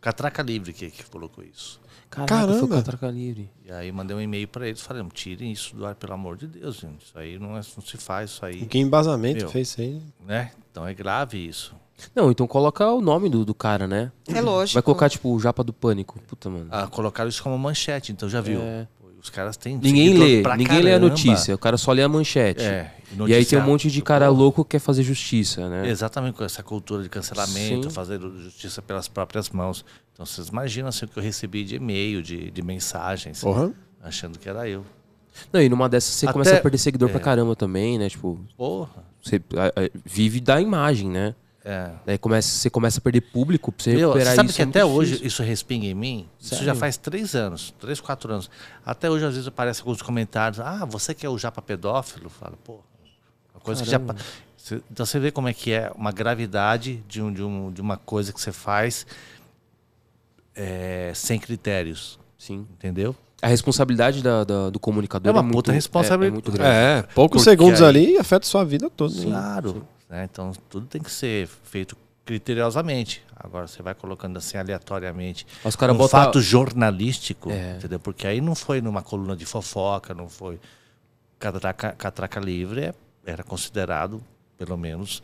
Speaker 3: Catraca Livre que, que colocou isso.
Speaker 2: Caraca,
Speaker 1: Caramba.
Speaker 2: foi o Catraca Livre.
Speaker 3: E aí mandei um e-mail pra eles, falei, tirem isso do ar, pelo amor de Deus, gente. Isso aí não, é- não se faz, isso aí,
Speaker 1: Que embasamento
Speaker 3: Meu.
Speaker 1: fez isso aí.
Speaker 3: né? Então é grave isso.
Speaker 2: Não, então coloca o nome do, do cara, né?
Speaker 5: É lógico.
Speaker 2: Vai colocar, tipo, o Japa do Pânico. Puta, mano.
Speaker 3: Ah, colocaram isso como manchete, então já viu.
Speaker 2: É.
Speaker 3: Pô, Os caras têm
Speaker 2: ninguém
Speaker 3: seguidor
Speaker 2: lê,
Speaker 3: pra
Speaker 2: ninguém lê a
Speaker 3: caramba.
Speaker 2: notícia. O cara só lê a manchete. E
Speaker 3: É,
Speaker 2: aí tem
Speaker 3: noticiário.
Speaker 2: um monte de cara louco que quer fazer justiça, né?
Speaker 3: Exatamente com essa cultura de cancelamento,
Speaker 2: Sim.
Speaker 3: fazer justiça pelas próprias mãos. Então vocês imaginam assim, o que eu recebi de e-mail, de, de mensagens,
Speaker 1: Porra.
Speaker 3: achando que era eu.
Speaker 2: Não, e numa dessas você
Speaker 3: Até-
Speaker 2: começa a perder seguidor
Speaker 3: é.
Speaker 2: pra caramba também, né? Tipo,
Speaker 3: Porra!
Speaker 2: você a- a- vive da imagem, né?
Speaker 3: É.
Speaker 2: Daí começa, você começa a perder público pra você
Speaker 3: Meu,
Speaker 2: recuperar
Speaker 3: você sabe
Speaker 2: isso.
Speaker 3: que
Speaker 2: é
Speaker 3: até
Speaker 2: muito
Speaker 3: hoje
Speaker 2: difícil.
Speaker 3: isso respinga em mim? Isso
Speaker 2: Sério?
Speaker 3: já faz três anos, três, quatro anos. Até hoje, às vezes, aparece alguns comentários. Ah, você que é o japa pedófilo? Fala, pô, uma coisa
Speaker 2: Caramba.
Speaker 3: que já. pa- Cê- Então você vê como é que é uma gravidade de, um, de, um, de uma coisa que você faz é, sem critérios,
Speaker 2: Sim.
Speaker 3: entendeu?
Speaker 2: A responsabilidade da- da- do comunicador
Speaker 3: É uma
Speaker 2: muito-
Speaker 3: puta
Speaker 2: é-
Speaker 3: responsabilidade.
Speaker 2: É, muito grande.
Speaker 1: É, poucos
Speaker 3: Porque
Speaker 1: segundos
Speaker 3: aí-
Speaker 1: ali afeta sua vida toda. né?
Speaker 3: Claro. né? Então tudo tem que ser feito criteriosamente. Agora você vai colocando assim aleatoriamente.
Speaker 2: Os caras
Speaker 3: um
Speaker 2: botam-
Speaker 3: fato jornalístico, entendeu? Porque aí não foi numa coluna de fofoca, não foi catraca, catraca livre, é- era considerado, pelo menos,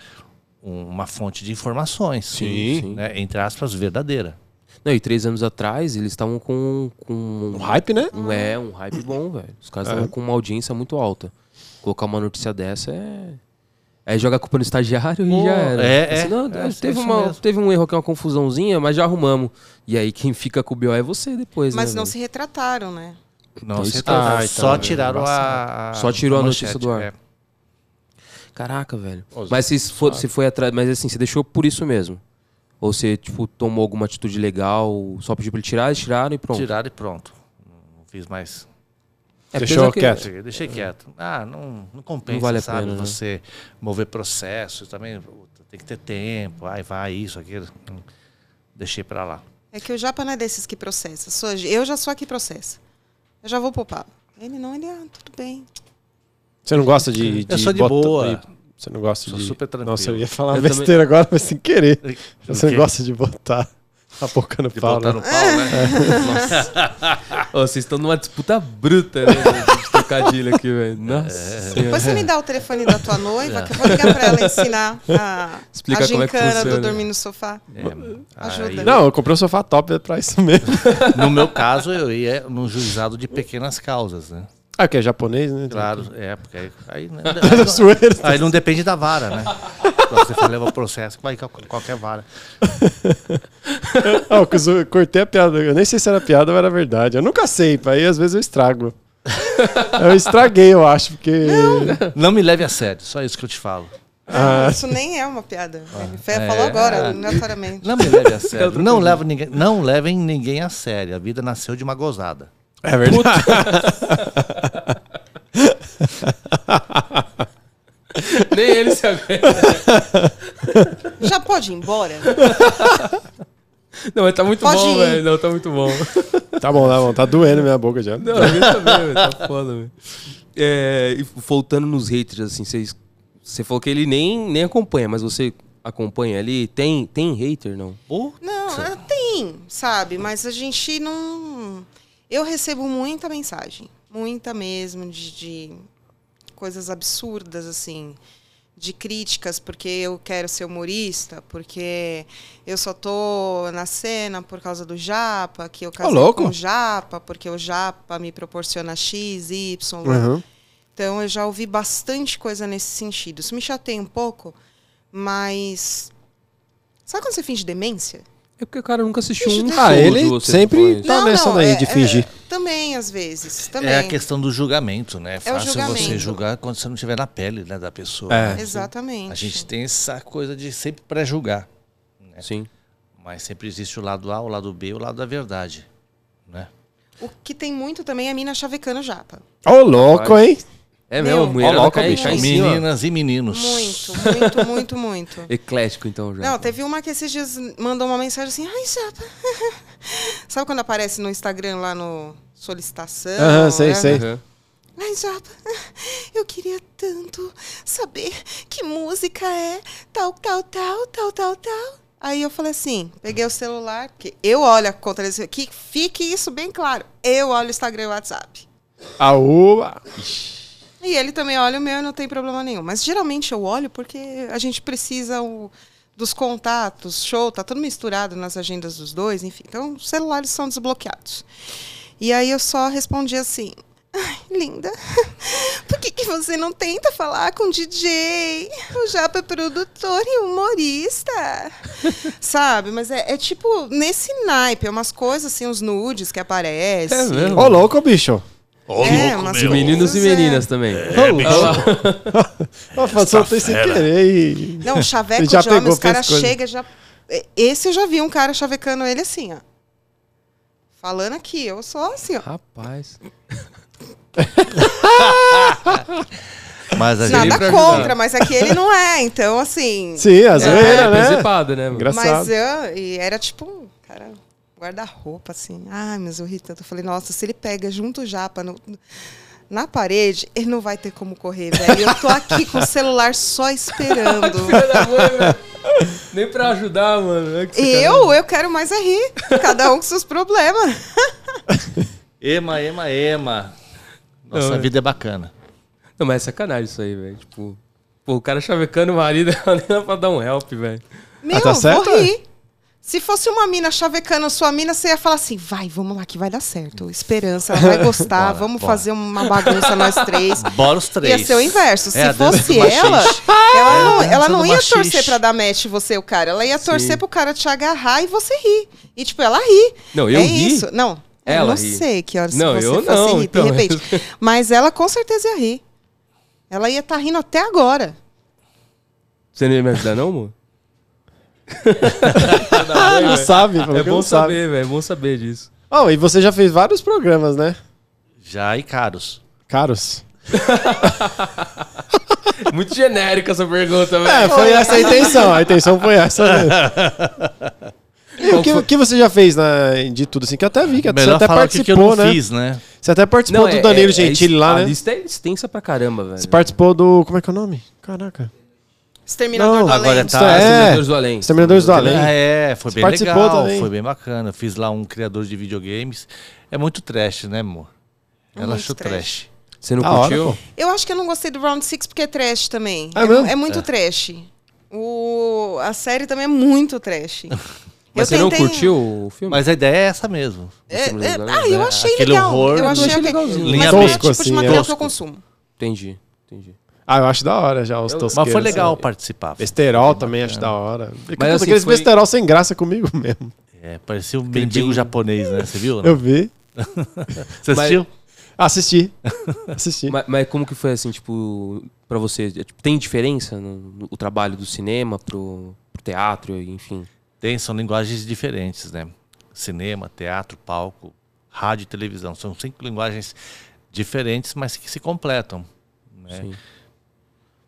Speaker 3: um- uma fonte de informações.
Speaker 1: Sim.
Speaker 3: né? Entre aspas, verdadeira.
Speaker 2: Não, e três anos atrás eles estavam com, com
Speaker 1: Um hype, né?
Speaker 2: um, é, um
Speaker 3: Ah.
Speaker 2: hype bom, velho. Os
Speaker 3: É.
Speaker 2: caras estavam com uma audiência muito alta. Colocar uma notícia dessa é. Aí joga a culpa no estagiário e já era.
Speaker 3: é,
Speaker 2: Assim,
Speaker 3: é.
Speaker 2: não,
Speaker 3: É,
Speaker 2: teve,
Speaker 3: isso
Speaker 2: uma,
Speaker 3: mesmo.
Speaker 2: teve um erro aqui, uma confusãozinha, mas já arrumamos. E aí quem fica com o BO é você depois,
Speaker 5: Mas
Speaker 2: né?
Speaker 5: não
Speaker 2: velho?
Speaker 5: se retrataram, né?
Speaker 3: Não,
Speaker 2: Então,
Speaker 3: se
Speaker 2: isso que-
Speaker 3: trata-
Speaker 1: Ah, então,
Speaker 3: só
Speaker 1: é
Speaker 3: tiraram a,
Speaker 2: Só tirou a notícia
Speaker 3: manchete,
Speaker 2: do ar.
Speaker 3: é.
Speaker 2: Caraca, velho.
Speaker 3: Os-
Speaker 2: Mas se for, se foi atrás. Mas assim, você deixou por isso mesmo. Ou você, tipo, tomou alguma atitude legal, só pediu pra ele tirar, eles tiraram e pronto.
Speaker 3: Tiraram e pronto. Não fiz mais.
Speaker 2: É,
Speaker 1: Deixou
Speaker 2: apesar que-
Speaker 1: quieto.
Speaker 3: Deixei, deixei quieto. Ah, não, não compensa,
Speaker 2: Não vale a
Speaker 3: sabe?
Speaker 2: pena, né?
Speaker 3: Você mover processos também, puta, tem que ter tempo, aí vai isso, aquilo. Hum, Deixei pra lá.
Speaker 5: É que o Japa não é desses que processa. Sou- Eu já sou a que processa. Eu já vou poupar. Ele não, ele, ah, tudo bem.
Speaker 1: Você não gosta de. de
Speaker 3: Eu sou de
Speaker 1: botar-
Speaker 3: boa.
Speaker 1: de- Você não gosta
Speaker 3: Sou
Speaker 1: de.
Speaker 3: super tranquilo.
Speaker 1: Nossa, eu ia falar
Speaker 2: Eu
Speaker 1: besteira agora, mas sem querer. Você
Speaker 3: quê?
Speaker 1: não gosta de botar a boca no
Speaker 3: De
Speaker 1: pau.
Speaker 3: botar
Speaker 1: né?
Speaker 3: no pau, né?
Speaker 2: Ô, vocês estão numa disputa bruta, né? De trocadilho aqui,
Speaker 3: É.
Speaker 2: velho. Nossa senhora.
Speaker 5: Depois você me dá o telefone da tua noiva, que eu vou ligar pra ela ensinar a,
Speaker 2: Explica
Speaker 5: a
Speaker 2: como é que
Speaker 5: gincana do
Speaker 2: funciona.
Speaker 5: dormir no sofá.
Speaker 3: É.
Speaker 5: Ajuda.
Speaker 3: Aí,
Speaker 1: Não, eu comprei um sofá top é pra isso mesmo.
Speaker 3: No meu caso, eu ia num juizado de pequenas causas, né?
Speaker 1: Ah, que é japonês, né?
Speaker 3: Claro, é, porque aí, aí, né,
Speaker 1: Tá zoeira.
Speaker 3: aí não depende da vara, né? Você for levar o processo, vai qual- qualquer vara.
Speaker 1: Ah, eu zo- cortei a piada. Eu nem sei se era piada ou era verdade. Eu nunca sei, pá, aí às vezes eu estrago. Eu estraguei, eu acho, porque.
Speaker 3: Não me leve a sério, só isso que eu te falo.
Speaker 5: Não, Isso nem é uma piada.
Speaker 1: Ah.
Speaker 5: Ele fe-
Speaker 1: É.
Speaker 5: falou agora, aleatoriamente.
Speaker 3: Não me leve
Speaker 2: É
Speaker 3: a sério. não, leva ninguém, não levem ninguém a sério. A vida nasceu de uma gozada.
Speaker 1: É verdade.
Speaker 2: Nem ele se aguenta.
Speaker 5: Já pode ir embora?
Speaker 2: Não, mas tá muito
Speaker 5: Pode
Speaker 2: bom,
Speaker 5: ir.
Speaker 2: velho. Não, tá muito bom.
Speaker 1: Tá bom, tá bom. Tá doendo minha boca já.
Speaker 2: Não, a minha também, velho. Tá foda, velho. É, e voltando nos haters, assim, vocês. Você falou que ele nem, nem acompanha, mas você acompanha ali. Tem, tem hater, não?
Speaker 5: Não, ah, tem, sabe? Mas a gente não. Eu recebo muita mensagem, muita mesmo, de, de coisas absurdas, assim, de críticas, porque eu quero ser humorista, porque eu só tô na cena por causa do Japa, que eu casei
Speaker 1: louco!
Speaker 5: com o Japa, porque o Japa me proporciona X, Y,
Speaker 1: Uhum.
Speaker 5: então eu já ouvi bastante coisa nesse sentido. Isso me chateia um pouco, mas. Sabe quando você finge demência?
Speaker 2: É porque o cara nunca assistiu um show
Speaker 1: Ah,
Speaker 2: de
Speaker 1: ele
Speaker 2: vocês
Speaker 1: sempre
Speaker 2: depois.
Speaker 1: tá nessa daí de
Speaker 5: é-
Speaker 1: fingir.
Speaker 5: é- também, às vezes. Também.
Speaker 3: É a questão do julgamento, né? É fácil você
Speaker 5: julgamento.
Speaker 3: julgar quando você não estiver na pele né, da pessoa.
Speaker 1: É.
Speaker 5: Exatamente.
Speaker 3: A gente tem essa coisa de sempre pré-julgar.
Speaker 2: Sim.
Speaker 3: Mas sempre existe o lado A, o lado B e o lado da verdade. Né?
Speaker 5: O que tem muito também é a mina chavecando japa.
Speaker 1: Ô, louco, hein?
Speaker 2: É mesmo, a
Speaker 5: Meu,
Speaker 2: mulher
Speaker 1: ó,
Speaker 2: ela
Speaker 1: louco,
Speaker 2: cai,
Speaker 1: bicho.
Speaker 2: cai em cima.
Speaker 3: Meninas e meninos.
Speaker 5: Muito, muito, muito, muito.
Speaker 2: Eclético, então, já.
Speaker 5: Não, teve uma que esses dias mandou uma mensagem assim, ai, japa. Sabe quando aparece no Instagram lá no solicitação?
Speaker 1: Aham, sei,
Speaker 5: né?
Speaker 1: sei.
Speaker 2: Aham.
Speaker 5: Ai, Japa, eu queria tanto saber que música é tal, tal, tal, tal, tal, tal. Aí eu falei assim, peguei o celular, porque eu olho a conta desse aqui, fique isso bem claro. Eu olho o Instagram e o WhatsApp.
Speaker 1: Aú.
Speaker 5: E ele também olha o meu e não tem problema nenhum. Mas geralmente eu olho porque a gente precisa o- dos contatos, show, tá tudo misturado nas agendas dos dois, enfim. Então, os celulares são desbloqueados. E aí eu só respondi assim. Ai, linda, por que, que você não tenta falar com o DJ? O Japa é produtor e humorista. Sabe? Mas é, é tipo nesse naipe, é umas coisas assim, uns nudes que aparecem.
Speaker 2: É mesmo.
Speaker 1: Ô, louco, bicho.
Speaker 6: Ô,
Speaker 5: É,
Speaker 6: louco,
Speaker 5: mas
Speaker 6: meu.
Speaker 2: Meninos e
Speaker 5: Pois é.
Speaker 2: meninas também.
Speaker 1: Ô, louco. Nossa, soltei sem
Speaker 6: fera.
Speaker 1: querer. e-
Speaker 5: Não, chaveco
Speaker 1: Já
Speaker 5: de homem,
Speaker 1: pegou
Speaker 5: os caras
Speaker 1: pescoço.
Speaker 5: chegam já. E- Esse eu já vi um cara chavecando ele assim, ó. Falando aqui, eu sou assim, ó.
Speaker 2: Rapaz.
Speaker 3: Mas a gente
Speaker 2: Sim. pra
Speaker 5: Nada
Speaker 2: ajudar.
Speaker 5: contra, mas aqui ele não é, então assim.
Speaker 1: Sim,
Speaker 2: É,
Speaker 1: a zoeira, né?
Speaker 2: Preservado, né? mano?
Speaker 1: Engraçado.
Speaker 5: Mas eu, e era tipo um cara guarda-roupa, assim. Ai, mas eu ri tanto. Eu falei, nossa, se ele pega junto o japa no- na parede, ele não vai ter como correr, velho. Eu tô aqui com o celular só esperando.
Speaker 2: Filha da mãe, velho. Nem pra ajudar, mano. É que esse cara-
Speaker 5: Eu, eu quero mais é rir. Cada um com seus problemas.
Speaker 3: Ema, ema, ema. Nossa
Speaker 2: Não, é.
Speaker 3: vida é bacana.
Speaker 2: Não, mas é sacanagem isso aí, velho. Tipo, pô, o cara chavecando o marido ela nem dá pra dar um help, velho.
Speaker 5: Meu,
Speaker 1: Ah, tá certo,
Speaker 5: vou
Speaker 1: é?
Speaker 5: rir. Se fosse uma mina chavecando sua mina, você ia falar assim: vai, vamos lá que vai dar certo. Esperança, ela vai gostar,
Speaker 3: Bora,
Speaker 5: vamos
Speaker 3: bora.
Speaker 5: fazer uma bagunça nós três.
Speaker 3: Bora os três.
Speaker 5: Ia ser o inverso. Se
Speaker 3: É a dança
Speaker 5: fosse
Speaker 3: do machixe.
Speaker 5: ela,
Speaker 3: É a
Speaker 5: ela não,
Speaker 3: dança
Speaker 5: ela não
Speaker 3: do
Speaker 5: ia
Speaker 3: machixe.
Speaker 5: torcer pra dar match você e o cara. Ela ia torcer
Speaker 2: Sim.
Speaker 5: pro cara te agarrar e você rir. E tipo, ela ri.
Speaker 2: Não, eu
Speaker 5: é
Speaker 2: ri?
Speaker 5: isso. Não,
Speaker 2: Ela
Speaker 5: eu não
Speaker 2: ri.
Speaker 5: sei que horas
Speaker 2: Não,
Speaker 5: você
Speaker 2: eu
Speaker 5: fosse
Speaker 2: não,
Speaker 5: rir,
Speaker 2: então.
Speaker 5: de repente. Mas ela com certeza ia rir. Ela ia estar rindo até agora.
Speaker 2: Você não ia me ajudar, não, amor?
Speaker 1: Não sabe, falou
Speaker 2: É
Speaker 1: que não
Speaker 2: bom
Speaker 1: sabe.
Speaker 2: saber, velho. É bom saber disso.
Speaker 1: Ó, e você já fez vários programas, né?
Speaker 3: Já e caros.
Speaker 1: Caros.
Speaker 2: Muito genérica essa pergunta,
Speaker 1: É,
Speaker 2: velho.
Speaker 1: foi essa a intenção. A intenção foi essa. mesmo. E o que, o que você já fez na, de tudo assim? Que eu até vi, que você
Speaker 3: Melhor
Speaker 1: até
Speaker 3: falar o que, que eu
Speaker 1: participou,
Speaker 3: não
Speaker 1: né?
Speaker 3: fiz, né?
Speaker 1: Você até participou do Danilo Gentili
Speaker 2: é, a
Speaker 1: lá, né?
Speaker 2: lista é extensa pra caramba, velho.
Speaker 1: Você participou do. Como é que é o nome? Caraca.
Speaker 5: Exterminador
Speaker 1: Não,
Speaker 5: do
Speaker 3: agora
Speaker 5: Além.
Speaker 3: tá-
Speaker 1: Isso
Speaker 2: Exterminadores do Além.
Speaker 1: É, Exterminadores do Além.
Speaker 3: Ah, é, foi
Speaker 1: Você
Speaker 3: bem
Speaker 1: participou
Speaker 3: legal,
Speaker 1: também.
Speaker 3: foi bem bacana. Fiz lá um criador de videogames. É muito trash, né, amor? Ela
Speaker 5: É Muito
Speaker 3: achou trash.
Speaker 5: trash.
Speaker 2: Você não
Speaker 1: Da hora,
Speaker 2: curtiu?
Speaker 1: pô.
Speaker 5: Eu acho que eu não gostei do Round Six porque é trash também.
Speaker 1: É mesmo?
Speaker 5: muito trash. O... A série também é muito trash.
Speaker 2: Mas você
Speaker 5: eu
Speaker 2: não
Speaker 5: tentei-
Speaker 2: curtiu o filme?
Speaker 3: Mas a ideia é essa mesmo.
Speaker 5: É,
Speaker 2: Exterminador
Speaker 5: é-
Speaker 2: do
Speaker 5: ah,
Speaker 2: Além,
Speaker 5: eu
Speaker 2: né?
Speaker 5: achei
Speaker 3: Aquele
Speaker 5: legal.
Speaker 3: horror,
Speaker 5: eu
Speaker 3: eu
Speaker 5: achei,
Speaker 2: achei
Speaker 5: aquele-
Speaker 2: legalzinho.
Speaker 5: Mas
Speaker 3: Linha
Speaker 5: não é o
Speaker 1: Tosco,
Speaker 5: tipo
Speaker 1: assim,
Speaker 5: de
Speaker 1: é.
Speaker 5: material que eu
Speaker 3: Tosco.
Speaker 5: consumo.
Speaker 2: Entendi, entendi.
Speaker 1: Ah, eu acho da hora já os tosqueiros.
Speaker 3: Mas foi legal
Speaker 1: sabe?
Speaker 3: participar.
Speaker 1: Besterol também acho da hora. Mas
Speaker 2: assim,
Speaker 1: aqueles
Speaker 2: foi-
Speaker 1: besterol sem graça comigo mesmo.
Speaker 3: É, parecia um mendigo
Speaker 2: bem-
Speaker 3: japonês, né? Você viu? né?
Speaker 1: Eu vi.
Speaker 3: Você assistiu?
Speaker 1: Assisti. Assisti.
Speaker 2: Mas, mas como que foi assim, tipo, pra você? É, tipo, tem diferença no, no- o trabalho do cinema pro, pro teatro, enfim?
Speaker 3: Tem, são linguagens diferentes, né? Cinema, teatro, palco, rádio e televisão. São cinco linguagens diferentes, mas que se completam. né?
Speaker 2: Sim.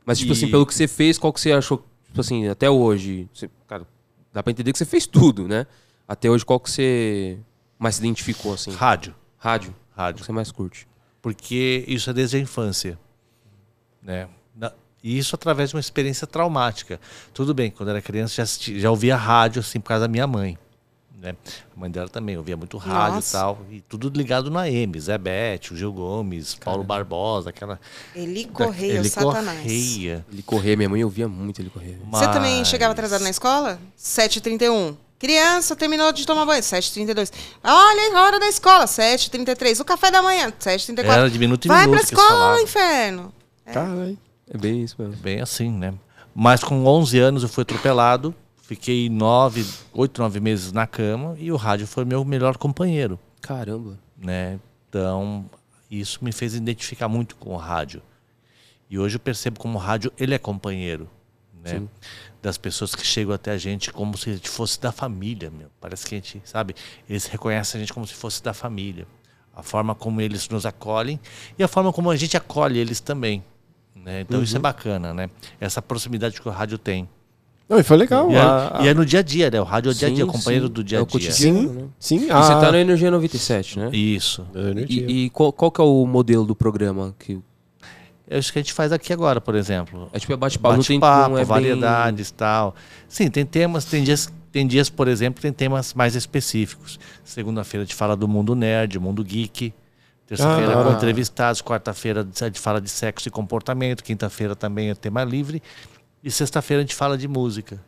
Speaker 2: Mas, tipo
Speaker 3: E-
Speaker 2: assim, pelo que você fez, qual que você achou, tipo assim, até hoje? Você- cara, dá pra entender que você fez tudo, né? Até hoje, qual que você mais se identificou, assim?
Speaker 3: Rádio.
Speaker 2: Rádio. O que
Speaker 3: Rádio.
Speaker 2: você mais curte?
Speaker 3: porque isso é desde a infância, né? Na- E isso através de uma experiência traumática. Tudo bem, quando era criança já, assisti- já ouvia rádio assim por causa da minha mãe, né? A mãe dela também ouvia muito rádio e
Speaker 5: Nossa.
Speaker 3: tal, e tudo ligado na AM, Zé Bete, o Gil Gomes, Paulo Barbosa, aquela
Speaker 5: Ele correia, o
Speaker 3: ele
Speaker 5: satanás.
Speaker 3: correia.
Speaker 2: Ele correr, minha mãe ouvia muito ele correr.
Speaker 5: Você também
Speaker 3: mas-
Speaker 5: chegava atrasado na escola? 7h31. Criança, terminou de tomar banho. 7h32. Olha a hora da escola. 7h33. O café da manhã. 7h34.
Speaker 3: Era de minuto em
Speaker 5: Vai pra
Speaker 3: minuto que eles
Speaker 5: escola,
Speaker 3: falavam.
Speaker 5: inferno.
Speaker 1: Caralho.
Speaker 2: É bem isso mesmo.
Speaker 3: Bem assim, né? Mas com 11 anos eu fui atropelado, fiquei nove, oito, nove meses na cama e o rádio foi meu melhor companheiro.
Speaker 2: Caramba.
Speaker 3: né? Então, isso me fez identificar muito com o rádio. E hoje eu percebo como o rádio, ele é companheiro, né?
Speaker 2: Sim.
Speaker 3: Das pessoas que chegam até a gente como se a gente fosse da família, meu. Parece que a gente, sabe? Eles reconhecem a gente como se fosse da família. A forma como eles nos acolhem e a forma como a gente acolhe eles também. Né? Então
Speaker 2: Uhum.
Speaker 3: isso é bacana, né? Essa proximidade que o rádio tem.
Speaker 1: Não, e foi legal.
Speaker 3: E
Speaker 1: a-
Speaker 3: é, e é no dia a dia, né? O rádio é o dia a dia, é o
Speaker 2: Sim,
Speaker 3: companheiro
Speaker 2: sim.
Speaker 3: do dia
Speaker 2: É
Speaker 3: a
Speaker 2: o
Speaker 3: dia.
Speaker 2: cotidiano.
Speaker 1: Sim, ah, sim.
Speaker 2: E você
Speaker 1: a-
Speaker 2: tá no Energia 97, né?
Speaker 3: Isso.
Speaker 1: Eu não tinha.
Speaker 2: E, e qual, qual que é o modelo do programa? Que,
Speaker 3: É isso que a gente faz aqui agora, por exemplo.
Speaker 2: é tipo, é bate-papo, não tem
Speaker 3: bate-papo,
Speaker 2: não é bem-
Speaker 3: variedades e tal. Sim, tem temas, tem dias, tem dias, por exemplo, tem temas mais específicos. Segunda-feira a gente fala do mundo nerd, mundo geek. Terça-feira
Speaker 1: Ah.
Speaker 3: com entrevistados, quarta-feira a gente fala de sexo e comportamento, quinta-feira também é tema livre e sexta-feira a gente fala de música.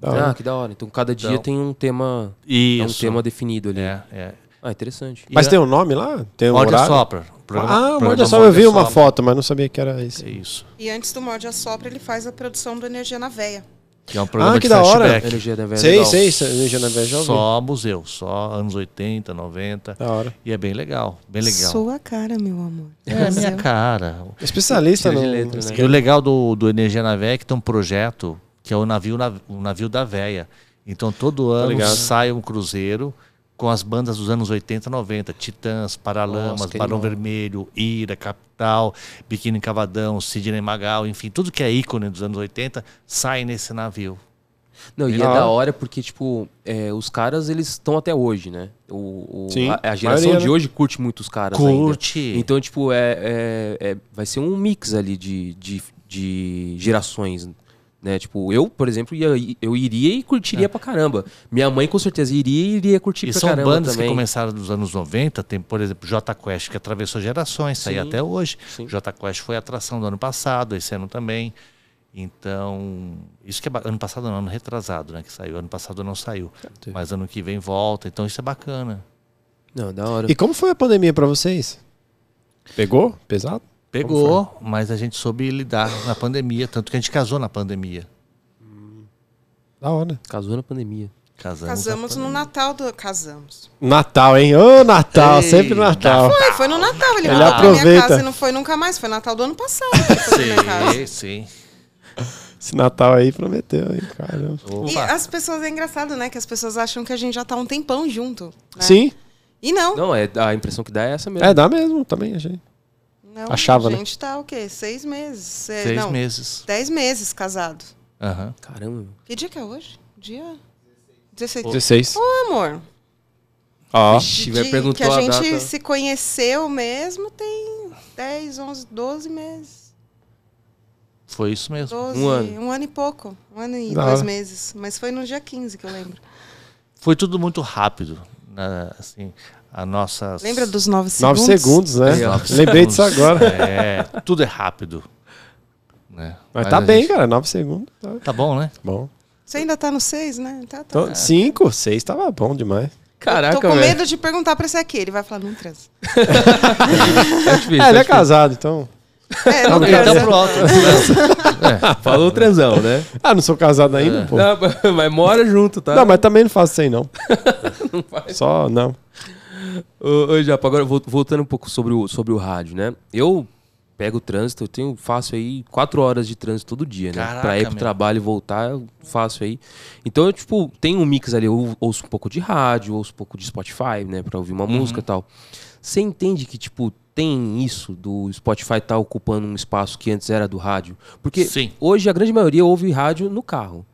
Speaker 1: Da hora.
Speaker 2: Ah, que da hora. Então cada dia
Speaker 3: Então-
Speaker 2: tem um tema,
Speaker 3: E
Speaker 2: é um tema definido ali.
Speaker 3: É, é.
Speaker 2: Ah, interessante.
Speaker 1: Mas
Speaker 3: E
Speaker 1: tem um nome lá? Tem um
Speaker 3: Morde a
Speaker 1: horário?
Speaker 3: Sopra. o programa-
Speaker 1: Ah,
Speaker 3: programa
Speaker 1: Morde a Sopra. Eu
Speaker 3: Morde
Speaker 1: vi
Speaker 3: a
Speaker 1: uma
Speaker 3: Sopra.
Speaker 1: foto, mas não sabia que era isso.
Speaker 3: É isso.
Speaker 5: E antes do Morde a Sopra, ele faz a produção do Energia na Veia.
Speaker 3: Que é um programa
Speaker 1: Ah, que
Speaker 3: de
Speaker 1: da hora.
Speaker 3: flashback.
Speaker 2: Energia da Velha.
Speaker 1: Sei,
Speaker 2: legal.
Speaker 1: sei. sei, Ninja na Veia já ouvi.
Speaker 3: Só museu, só anos 80, 90.
Speaker 1: Da hora.
Speaker 3: E é bem legal, bem legal.
Speaker 5: Sua cara, meu amor.
Speaker 3: É a minha
Speaker 5: Seu.
Speaker 3: cara.
Speaker 1: Especialista
Speaker 2: Tira
Speaker 1: no...
Speaker 2: de letra, né?
Speaker 3: E o legal do, do Energia na Véia é que tem um projeto que é o navio, na- o navio da véia. Então todo ano
Speaker 1: ligado.
Speaker 3: sai um cruzeiro com as bandas dos anos 80 90. Titãs, Paralamas,
Speaker 2: Nossa, que
Speaker 3: Barão
Speaker 2: animal.
Speaker 3: Vermelho, Ira, Capital, Biquíni Cavadão, Sidney Magal, enfim, tudo que é ícone dos anos 80 sai nesse navio.
Speaker 2: Não, e é
Speaker 1: Da hora.
Speaker 2: da hora porque, tipo, é, os caras, eles estão até hoje, né? O, o-
Speaker 1: Sim,
Speaker 2: a, a geração
Speaker 1: maioria,
Speaker 2: de
Speaker 1: né?
Speaker 2: hoje curte muito os caras ainda.
Speaker 3: Curte!
Speaker 2: Então, tipo, é, é- é- vai ser um mix ali de, de, de gerações, né? Tipo, eu, por exemplo, ia, eu iria e curtiria pra caramba. Minha mãe, com certeza, iria e iria curtir
Speaker 3: E
Speaker 2: pra
Speaker 3: são
Speaker 2: caramba
Speaker 3: bandas
Speaker 2: também.
Speaker 3: que começaram nos anos 90, tem, por exemplo, J Quest, que atravessou gerações, saiu
Speaker 2: Sim,
Speaker 3: até hoje.
Speaker 2: sim.
Speaker 3: J Quest foi a atração do ano passado, esse ano também. Então, isso que é ba- ano passado não, ano retrasado, né, que saiu. Ano passado não saiu, mas ano que vem volta, então isso é bacana.
Speaker 2: Não, da hora.
Speaker 1: E como foi a pandemia pra vocês? Pegou? Pesado?
Speaker 3: Pegou, mas a gente soube lidar na pandemia, tanto que a gente casou na pandemia.
Speaker 1: Da hora.
Speaker 2: Casou na pandemia.
Speaker 3: Casamos,
Speaker 5: Casamos
Speaker 3: na
Speaker 5: no Natal do. Casamos.
Speaker 1: Natal, hein? Ô, Natal.
Speaker 3: Ei,
Speaker 1: Sempre Natal.
Speaker 5: Foi, foi no Natal. Ele,
Speaker 1: Ele
Speaker 5: voltou pra minha
Speaker 1: aproveita.
Speaker 5: casa e não foi nunca mais. Foi Natal do ano passado que ele foi pra minha casa.
Speaker 3: pandemia. Sim, sim.
Speaker 1: Esse Natal aí prometeu, hein? Caramba.
Speaker 5: E
Speaker 3: Opa.
Speaker 5: as pessoas, é engraçado, né? Que as pessoas acham que a gente já tá um tempão junto. né?
Speaker 1: Sim,
Speaker 5: E não.
Speaker 2: Não, é, a impressão que dá é essa mesmo.
Speaker 1: é, dá mesmo. Também achei.
Speaker 5: não
Speaker 1: Achava,
Speaker 5: A
Speaker 1: né?
Speaker 5: gente tá o quê? Seis meses. É,
Speaker 3: Seis
Speaker 5: não,
Speaker 3: meses.
Speaker 5: Dez meses casado.
Speaker 3: Aham.
Speaker 2: Caramba.
Speaker 5: Que dia que é hoje? Dia. 16.
Speaker 1: 16.
Speaker 5: Ô, amor.
Speaker 1: Ó.
Speaker 2: Ixi,
Speaker 5: de-
Speaker 2: vai
Speaker 5: que
Speaker 2: perguntar
Speaker 5: a
Speaker 2: a,
Speaker 5: gente
Speaker 2: data.
Speaker 5: se conheceu mesmo tem 10, 11, 12 meses.
Speaker 3: Foi isso mesmo.
Speaker 5: 12,
Speaker 2: Um ano.
Speaker 5: e pouco. Um ano e
Speaker 1: Da
Speaker 5: dois
Speaker 1: hora.
Speaker 5: meses. Mas foi no dia 15 que eu lembro.
Speaker 3: Foi tudo muito rápido. né, Assim, a nossa.
Speaker 5: Lembra dos nove segundos?
Speaker 1: Nove segundos, né?
Speaker 2: É, ó.
Speaker 1: Lembrei disso agora.
Speaker 3: É, tudo é rápido. né?
Speaker 1: Mas tá
Speaker 3: a
Speaker 1: bem,
Speaker 3: gente-
Speaker 1: cara. Nove segundos. Tá
Speaker 3: Tá bom, né?
Speaker 1: bom.
Speaker 5: Você ainda tá no seis, né? Tá, tá.
Speaker 1: Então, cinco, seis tava bom demais.
Speaker 2: Caraca,
Speaker 5: Tô com
Speaker 2: velho.
Speaker 5: medo de perguntar pra esse aqui. Ele vai falar, não transa.
Speaker 1: É,
Speaker 2: Tá difícil, tá
Speaker 1: ele é
Speaker 2: difícil.
Speaker 1: casado, então.
Speaker 5: É, não
Speaker 3: Então
Speaker 5: transa.
Speaker 3: pronto.
Speaker 2: Falou transão, né?
Speaker 1: Ah, não sou casado ainda, pô. Não,
Speaker 2: Não, mas mora junto, tá?
Speaker 1: mas também não faço sem, não. Só, não.
Speaker 2: Ô, ô, Japa, agora vol- voltando um pouco sobre o, sobre o rádio, né? Eu pego o trânsito, eu tenho, faço aí quatro horas de trânsito todo dia, né?
Speaker 3: Caraca,
Speaker 2: pra ir pro
Speaker 3: meu.
Speaker 2: trabalho e voltar, eu faço aí. Então, eu, tipo, tenho um mix ali, eu ouço um pouco de rádio, ouço um pouco de Spotify, né? Pra ouvir uma música e tal. Você entende que, tipo, tem isso do Spotify tá ocupando um espaço que antes era do rádio? Porque
Speaker 3: Sim.
Speaker 2: hoje a grande maioria ouve rádio no carro.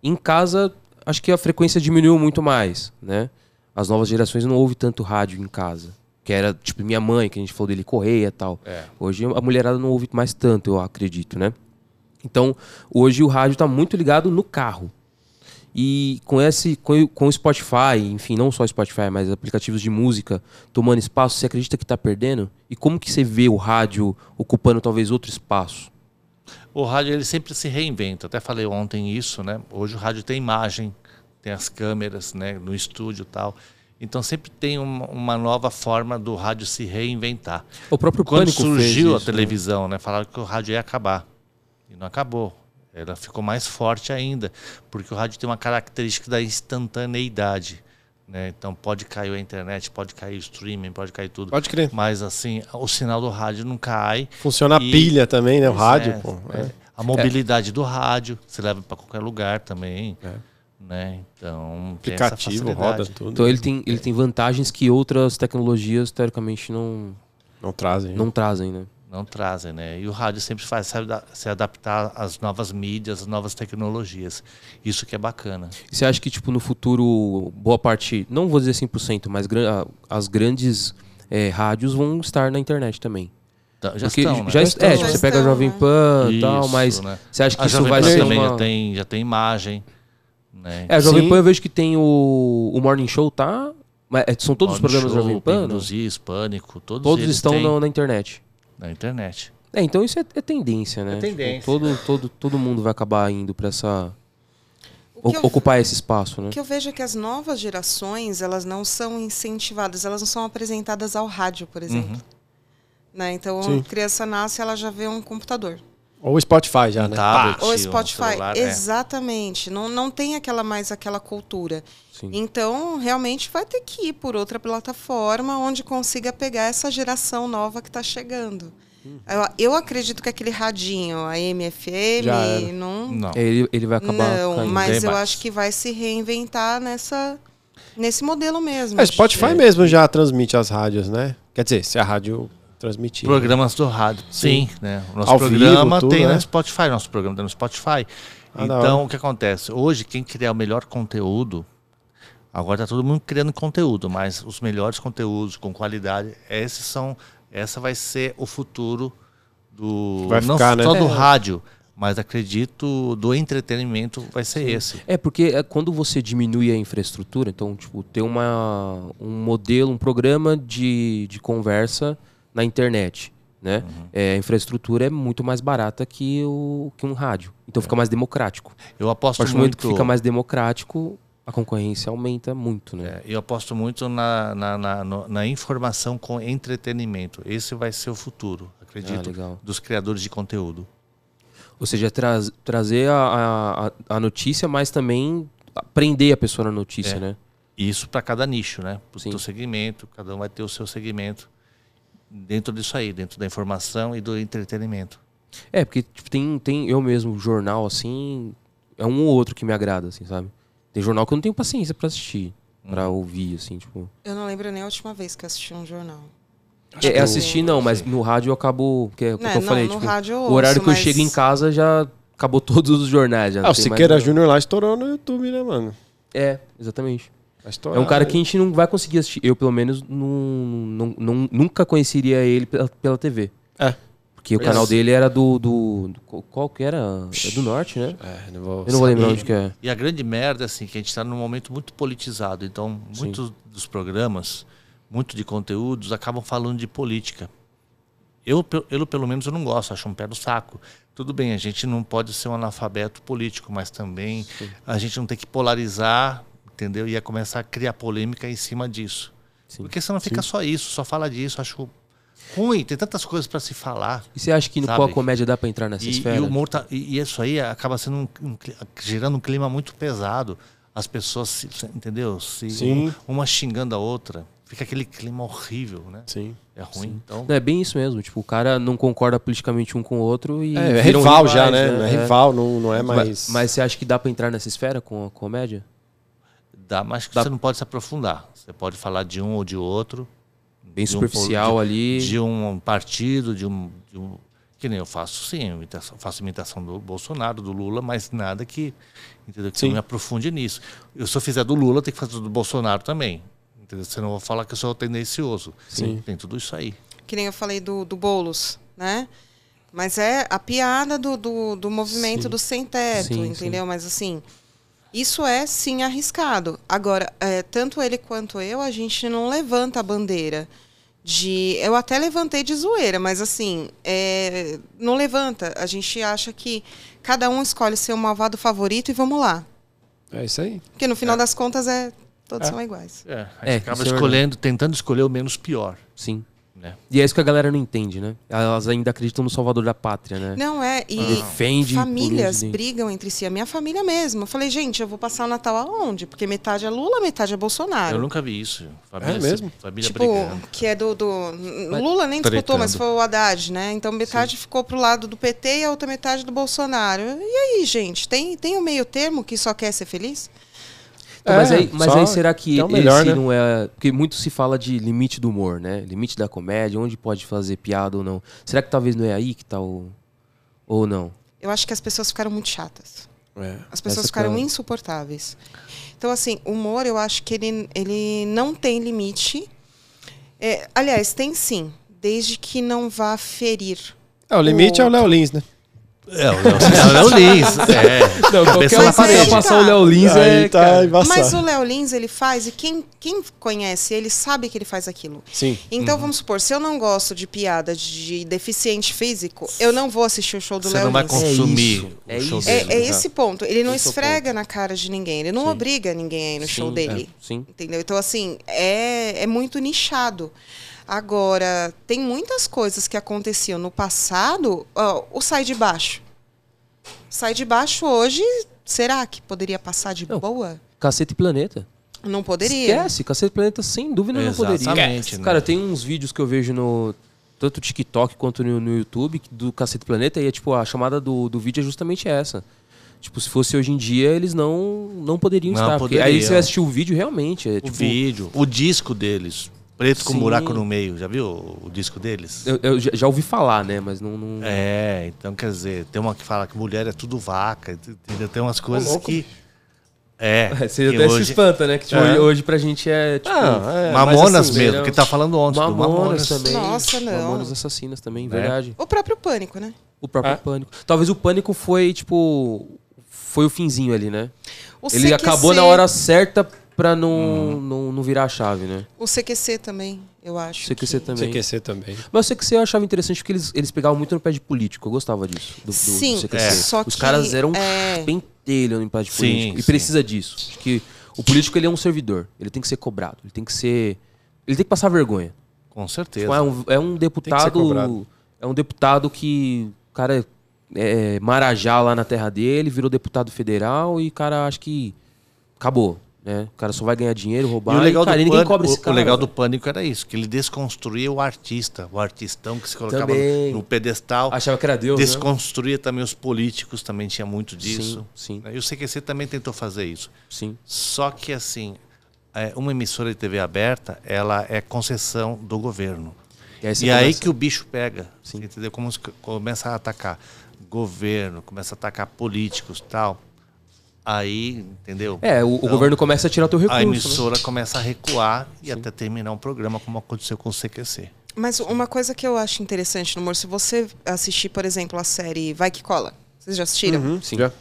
Speaker 2: Em casa, acho que a frequência diminuiu muito mais, né? As novas gerações não ouvem tanto rádio em casa. Que era, tipo, minha mãe, que a gente falou dele, correia e tal. Hoje a mulherada não ouve mais tanto, eu acredito, né? Então, hoje o rádio tá muito ligado no carro. E com esse com, com o Spotify, enfim, não só o Spotify, mas aplicativos de música tomando espaço, você acredita que tá perdendo? E como que você vê o rádio ocupando talvez outro espaço?
Speaker 3: O rádio ele sempre se reinventa. Até falei ontem isso, né? Hoje o rádio tem imagem, tem as câmeras, né? No estúdio e tal. Então sempre tem uma, uma nova forma do rádio se reinventar.
Speaker 2: O próprio
Speaker 3: Quando
Speaker 2: Pânico fez
Speaker 3: surgiu a
Speaker 2: isso, né?
Speaker 3: televisão, né? Falaram que o rádio ia acabar. E não acabou. Ela ficou mais forte ainda, porque o rádio tem uma característica da instantaneidade. Né? Então pode cair a internet, pode cair o streaming, pode cair tudo.
Speaker 1: Pode crer.
Speaker 3: Mas assim, o sinal do rádio não cai.
Speaker 1: Funciona a
Speaker 3: E-
Speaker 1: pilha também, né? O
Speaker 3: Pois
Speaker 1: rádio,
Speaker 3: é,
Speaker 1: pô.
Speaker 3: é. A mobilidade do rádio, você leva para qualquer lugar também. Né? Então, tem essa
Speaker 1: Aplicativo,
Speaker 3: facilidade.
Speaker 1: roda tudo.
Speaker 2: Então ele tem, ele tem vantagens que outras tecnologias, teoricamente, não,
Speaker 1: Não trazem.
Speaker 2: não trazem, né?
Speaker 3: Não trazem, né? E o rádio sempre faz se ada- se adaptar às novas mídias, às novas tecnologias. Isso que é bacana.
Speaker 2: E você acha que, tipo, no futuro, boa parte, não vou dizer 100%, mas gran- a- as grandes eh, rádios vão estar na internet também?
Speaker 3: Tá, Já
Speaker 2: Porque
Speaker 3: estão, né?
Speaker 2: já est- é,
Speaker 5: Já
Speaker 2: tipo, você pega a
Speaker 5: estão,
Speaker 2: Jovem
Speaker 5: né?
Speaker 2: Pan e
Speaker 3: Isso,
Speaker 2: tal, mas
Speaker 3: né?
Speaker 2: você acha que
Speaker 3: a
Speaker 2: isso
Speaker 3: Jovem
Speaker 2: vai
Speaker 3: Pan
Speaker 2: ser
Speaker 3: também já,
Speaker 2: uma...
Speaker 3: tem, já tem imagem. Né?
Speaker 2: É, a Jovem
Speaker 1: Sim.
Speaker 2: Pan eu vejo que tem o, o Morning Show, tá? Mas, é, são todos os
Speaker 3: Morning
Speaker 2: programas da
Speaker 3: Show,
Speaker 2: Jovem Pan?
Speaker 3: Pingo
Speaker 2: né?
Speaker 3: nos Is, Pânico, todos,
Speaker 2: Todos
Speaker 3: eles
Speaker 2: estão
Speaker 3: têm
Speaker 2: na, na internet.
Speaker 3: na internet.
Speaker 2: É, então isso é, é tendência, né?
Speaker 3: É tendência.
Speaker 2: todo, todo, todo mundo vai acabar indo pra essa... um
Speaker 5: O que eu-
Speaker 2: ocupar esse espaço, né?
Speaker 5: O que eu vejo é que as novas gerações, elas não são incentivadas, elas não são apresentadas ao rádio, por exemplo. Né? Então,
Speaker 1: Sim.
Speaker 5: a criança nasce, ela já vê um computador.
Speaker 1: Ou o Spotify já, né?
Speaker 2: Tá.
Speaker 3: Tablet,
Speaker 5: Ou
Speaker 3: um
Speaker 5: Spotify.
Speaker 3: celular, é.
Speaker 5: Exatamente. Não, não tem aquela mais aquela cultura.
Speaker 2: Sim.
Speaker 5: Então, realmente vai ter que ir por outra plataforma onde consiga pegar essa geração nova que está chegando. Eu, eu acredito que aquele radinho, a MFM,
Speaker 1: Já era.
Speaker 5: não,
Speaker 3: Não.
Speaker 2: É, ele, ele vai acabar
Speaker 5: não,
Speaker 2: caindo.
Speaker 5: mas
Speaker 3: Tem
Speaker 5: eu
Speaker 3: mais.
Speaker 5: acho que vai se reinventar nessa nesse modelo mesmo.
Speaker 1: É, Spotify mesmo já transmite as rádios, né? Quer dizer, se a rádio transmitir.
Speaker 3: Programas do rádio. Sim, né? O nosso
Speaker 1: Ao
Speaker 3: programa
Speaker 1: vivo, tudo,
Speaker 3: tem
Speaker 1: né?
Speaker 3: no Spotify, nosso programa tem no Spotify.
Speaker 1: Ah, da hora.
Speaker 3: então, o que acontece? Hoje, quem criar o melhor conteúdo, agora tá todo mundo criando conteúdo, mas os melhores conteúdos com qualidade, esses são, essa vai ser o futuro do
Speaker 1: Vai
Speaker 3: não
Speaker 1: ficar, né?
Speaker 3: só do
Speaker 1: É.
Speaker 3: rádio, mas acredito do entretenimento vai ser esse.
Speaker 2: É, porque é quando você diminui a infraestrutura, então, tipo, ter uma, um modelo, um programa de, de conversa na internet, né?
Speaker 3: Uhum.
Speaker 2: É, a infraestrutura é muito mais barata que, o, que um rádio. Então fica mais democrático.
Speaker 3: Eu
Speaker 2: A
Speaker 3: aposto
Speaker 2: partir
Speaker 3: É. muito,
Speaker 2: do momento que fica mais democrático, a concorrência aumenta muito, né?
Speaker 3: É, Eu aposto muito na, na, na- no- na informação com entretenimento. Esse vai ser o futuro,
Speaker 2: Ah,
Speaker 3: acredito,
Speaker 2: legal.
Speaker 3: dos criadores de conteúdo.
Speaker 2: Ou seja, traz- trazer a, a, a notícia, mas também prender a pessoa na notícia,
Speaker 3: É.
Speaker 2: né?
Speaker 3: E Isso para cada nicho, né? Para o
Speaker 2: Sim.
Speaker 3: seu segmento, cada um vai ter o seu segmento dentro disso aí, dentro da informação e do entretenimento.
Speaker 2: É, porque tipo, tem, tem eu mesmo, jornal, assim, é um ou outro que me agrada, assim, sabe? Tem jornal que eu não tenho paciência pra assistir,
Speaker 1: Uhum.
Speaker 2: pra ouvir, assim, tipo.
Speaker 5: Eu não lembro nem a última vez que eu assisti um jornal.
Speaker 2: É, é assistir, não, mas no rádio eu acabo. Que é, o que
Speaker 5: Né,
Speaker 2: eu
Speaker 5: não,
Speaker 2: falei,
Speaker 5: no
Speaker 2: tipo,
Speaker 5: rádio eu
Speaker 2: o horário
Speaker 5: ouço,
Speaker 2: que eu
Speaker 5: mas-
Speaker 2: chego em casa já acabou todos os jornais. Já
Speaker 1: Ah,
Speaker 2: não
Speaker 1: o
Speaker 2: tem mais um.
Speaker 1: Siqueira
Speaker 2: nada.
Speaker 1: Júnior lá estourou no YouTube, né, mano?
Speaker 2: É, exatamente.
Speaker 1: Tá
Speaker 2: É um
Speaker 1: estourado,
Speaker 2: cara
Speaker 1: né?
Speaker 2: que a gente não vai conseguir assistir. Eu, pelo menos, não, não, não- nunca conheceria ele pela, pela TV.
Speaker 1: É.
Speaker 2: Porque Que o canal dele era do, do, do- Qual que era? É do norte, né?
Speaker 1: É, não vou
Speaker 2: Eu não vou lembrar
Speaker 1: saber.
Speaker 2: onde que é.
Speaker 3: E a grande merda, assim, que a gente está num momento muito politizado. Então, muitos dos programas, muito de conteúdos, acabam falando de política. Eu, pe- eu, pelo menos, eu não gosto, acho um pé no saco. Tudo bem, a gente não pode ser um analfabeto político, mas também a gente não tem que polarizar, entendeu? E a começar a criar polêmica em cima disso.
Speaker 2: Sim.
Speaker 3: Porque senão fica só isso, só fala disso. Acho ruim, tem tantas coisas para se falar.
Speaker 2: E você acha que no
Speaker 3: Sabe?
Speaker 2: qual comédia dá pra entrar nessa
Speaker 3: E,
Speaker 2: esfera?
Speaker 3: e o humor tá- e, e isso aí acaba sendo um, um cli- gerando um clima muito pesado. As pessoas, se, se- entendeu? Se
Speaker 1: Sim.
Speaker 3: um- uma xingando a outra, fica aquele clima horrível, né?
Speaker 1: Sim.
Speaker 3: É ruim. Então,
Speaker 2: Não, é bem isso mesmo. Tipo, o cara não concorda politicamente um com o outro e.
Speaker 1: É, é
Speaker 2: viram
Speaker 1: rival
Speaker 2: rivais,
Speaker 1: já, né? É
Speaker 2: É.
Speaker 1: rival, não, não é mais.
Speaker 2: Mas, mas você acha que dá pra entrar nessa esfera com a comédia?
Speaker 3: dá, mas que
Speaker 2: Dá-
Speaker 3: você não pode se aprofundar. Você pode falar de um ou de outro,
Speaker 2: Bem
Speaker 3: De um
Speaker 2: superficial
Speaker 3: poli-
Speaker 2: ali.
Speaker 3: de um partido, de um, de um- Que nem eu faço, sim, eu imitação- faço imitação do Bolsonaro, do Lula, mas nada que, entendeu, que eu
Speaker 1: Sim.
Speaker 3: me aprofunde nisso. Eu, se eu fizer do Lula, eu tenho que fazer do Bolsonaro também. Entendeu? Você não vai falar que eu sou tendencioso. Sim. Tem tudo isso aí.
Speaker 5: que nem eu falei do, do Boulos, né? Mas é a piada do, do, do movimento do sem-teto,
Speaker 2: Sim,
Speaker 5: entendeu? Mas assim, isso é sim arriscado. Agora, é, tanto ele quanto eu, a gente não levanta a bandeira de. Eu até levantei de zoeira, mas assim, é, não levanta. A gente acha que cada um escolhe seu malvado favorito e vamos lá.
Speaker 1: É isso aí.
Speaker 5: Porque no final das contas é. Todos são iguais.
Speaker 3: É, a gente
Speaker 2: É,
Speaker 3: acaba
Speaker 2: isso é verdade.
Speaker 3: escolhendo, tentando escolher o menos pior.
Speaker 2: Sim.
Speaker 3: Né?
Speaker 2: E é isso que a galera não entende, né? Elas ainda acreditam no salvador da pátria, né?
Speaker 5: Não é. E
Speaker 2: Defende
Speaker 5: famílias
Speaker 2: por onde-
Speaker 5: brigam entre si. A minha família mesmo. Eu falei, gente, eu vou passar o Natal aonde? Porque metade é Lula, metade é Bolsonaro.
Speaker 3: Eu nunca vi isso. Família,
Speaker 1: É mesmo?
Speaker 3: Família
Speaker 5: Tipo,
Speaker 3: brigando.
Speaker 5: que é do. do- Lula nem disputou, mas foi o Haddad, né? Então metade ficou pro lado do PT e a outra metade do Bolsonaro. E aí, gente, tem, tem um meio termo que só quer ser feliz?
Speaker 2: Então, mas
Speaker 1: É,
Speaker 2: aí, mas
Speaker 1: só
Speaker 2: aí será que
Speaker 1: tem o
Speaker 2: esse
Speaker 1: melhor, né?
Speaker 2: não é. Porque muito se fala de limite do humor, né? Limite da comédia, onde pode fazer piada ou não. Será que talvez não é aí que tá o. Ou não?
Speaker 5: Eu acho que as pessoas ficaram muito chatas.
Speaker 1: É.
Speaker 5: As pessoas
Speaker 2: Essa
Speaker 5: ficaram
Speaker 2: que é-
Speaker 5: insuportáveis. Então, assim, o humor, eu acho que ele, ele não tem limite. É, aliás, tem sim, desde que não vá ferir.
Speaker 1: É, o limite é o Léo Lins, né?
Speaker 3: É, o Léo Lins. É.
Speaker 2: Não,
Speaker 3: Cabeça
Speaker 1: um
Speaker 3: na
Speaker 5: Mas aí
Speaker 3: parede.
Speaker 5: tá.
Speaker 2: passar o Léo Lins é.
Speaker 1: Aí tá
Speaker 2: cara.
Speaker 1: embaçado.
Speaker 5: Mas o Léo Lins, ele faz, e quem, quem conhece ele sabe que ele faz aquilo.
Speaker 1: Sim.
Speaker 5: Então,
Speaker 2: Uhum.
Speaker 5: vamos supor, se eu não gosto de piada de deficiente físico, eu não vou assistir o show do
Speaker 3: Você
Speaker 5: Léo
Speaker 3: não vai
Speaker 5: Lins.
Speaker 3: consumir
Speaker 2: isso,
Speaker 3: o
Speaker 2: é
Speaker 3: show
Speaker 2: isso.
Speaker 5: É,
Speaker 3: dele.
Speaker 5: é esse ponto. Ele não
Speaker 2: Esse é o
Speaker 5: esfrega na cara de ninguém. Ele não
Speaker 2: Sim.
Speaker 5: obriga ninguém a ir no show
Speaker 2: Sim,
Speaker 5: dele.
Speaker 2: é, sim.
Speaker 5: Entendeu? Então, assim, é, é muito nichado. Agora, tem muitas coisas que aconteciam no passado. ó, o sai de baixo. Sai de baixo hoje, será que poderia passar de
Speaker 2: Não.
Speaker 5: boa?
Speaker 2: Cacete e Planeta.
Speaker 5: Não poderia.
Speaker 2: Esquece, Cacete e Planeta sem dúvida não poderia.
Speaker 3: Exatamente, né?
Speaker 2: Cara, tem uns vídeos que eu vejo no tanto TikTok quanto no, no YouTube que- do Cacete e Planeta e é tipo a chamada do, do vídeo é justamente essa. Tipo, se fosse hoje em dia, eles não não poderiam
Speaker 3: Não
Speaker 2: estar. porque aí
Speaker 3: poderiam.
Speaker 2: você assistiu o vídeo realmente, é
Speaker 3: O
Speaker 2: tipo
Speaker 3: vídeo, o disco deles, preto com
Speaker 2: Sim.
Speaker 3: buraco no meio, já viu o o disco deles?
Speaker 2: eu, eu já já ouvi falar, né, mas não, não-
Speaker 3: É, então quer dizer, tem uma que fala que mulher é tudo vaca, entendeu? Tem umas coisas
Speaker 1: louco,
Speaker 3: que. É,
Speaker 2: Você
Speaker 3: que
Speaker 2: até se
Speaker 3: hoje-
Speaker 2: espanta, né? Que tipo,
Speaker 1: É.
Speaker 2: hoje pra gente é tipo
Speaker 1: Ah, é, mas
Speaker 3: Mamonas
Speaker 1: assim,
Speaker 3: mesmo, que tá falando ontem, do
Speaker 2: Mamonas,
Speaker 3: Mamonas.
Speaker 2: também.
Speaker 5: Nossa, não.
Speaker 2: Mamonas assassinas também, verdade.
Speaker 5: O próprio pânico, né?
Speaker 2: O próprio
Speaker 3: Ah.
Speaker 2: pânico. Talvez o pânico foi tipo foi o finzinho ali, né?
Speaker 5: O
Speaker 2: Ele
Speaker 5: CQC
Speaker 2: acabou na hora certa pra não,
Speaker 3: Hum.
Speaker 2: não, não virar a chave, né?
Speaker 5: O CQC também, eu acho.
Speaker 2: Sei que você
Speaker 1: Você
Speaker 2: também.
Speaker 1: aquecer também.
Speaker 2: Mas o CQC eu achava interessante porque eles, eles pegavam muito no pé de político. Eu gostava disso. Do, do- do
Speaker 5: Sim,
Speaker 2: CQC.
Speaker 5: é. só
Speaker 2: Os
Speaker 5: que,
Speaker 2: caras eram
Speaker 5: é.
Speaker 2: um pentelho no pé de
Speaker 3: Sim,
Speaker 2: político. e
Speaker 3: sim.
Speaker 2: precisa disso. Acho que o político ele é um servidor. Ele tem que ser cobrado. Ele tem que ser. Ele tem que passar vergonha.
Speaker 3: Com
Speaker 2: Tipo, é,
Speaker 3: certeza.
Speaker 2: um, é um
Speaker 1: cobrado.
Speaker 2: deputado. É um deputado que. O cara é, é marajá lá na terra dele, virou deputado federal e o cara acha que. Acabou. Né? O cara só vai ganhar dinheiro, roubar.
Speaker 3: E o legal,
Speaker 2: cara,
Speaker 3: do,
Speaker 2: ninguém
Speaker 3: pânico,
Speaker 2: cobra esse
Speaker 3: o-
Speaker 2: cara, né?
Speaker 3: o legal
Speaker 2: velho.
Speaker 3: do pânico era isso, que ele desconstruía o artista, o artistão que se colocava
Speaker 2: Também.
Speaker 3: no, no pedestal.
Speaker 2: Achava que era Deus. né?
Speaker 3: desconstruía também os políticos, também tinha muito disso.
Speaker 2: Sim, sim,
Speaker 3: E o CQC também tentou fazer isso.
Speaker 2: sim.
Speaker 3: Só que assim, é, uma emissora de TV aberta, ela é concessão do governo.
Speaker 2: E aí, você
Speaker 3: e aí
Speaker 2: começa-
Speaker 3: que o bicho pega,
Speaker 2: Sim.
Speaker 3: entendeu? Como se- começa a atacar governo, começa a atacar políticos, tal. Aí, entendeu?
Speaker 2: É, o, o
Speaker 3: Então,
Speaker 2: governo começa a tirar teu recurso.
Speaker 3: a
Speaker 2: né?
Speaker 3: emissora começa a recuar e até terminar um programa, como aconteceu com o CQC.
Speaker 5: Mas uma coisa que eu acho interessante no humor, se você assistir, por exemplo, a série Vai Que Cola, vocês já assistiram?
Speaker 1: Uhum,
Speaker 2: Sim.
Speaker 1: já.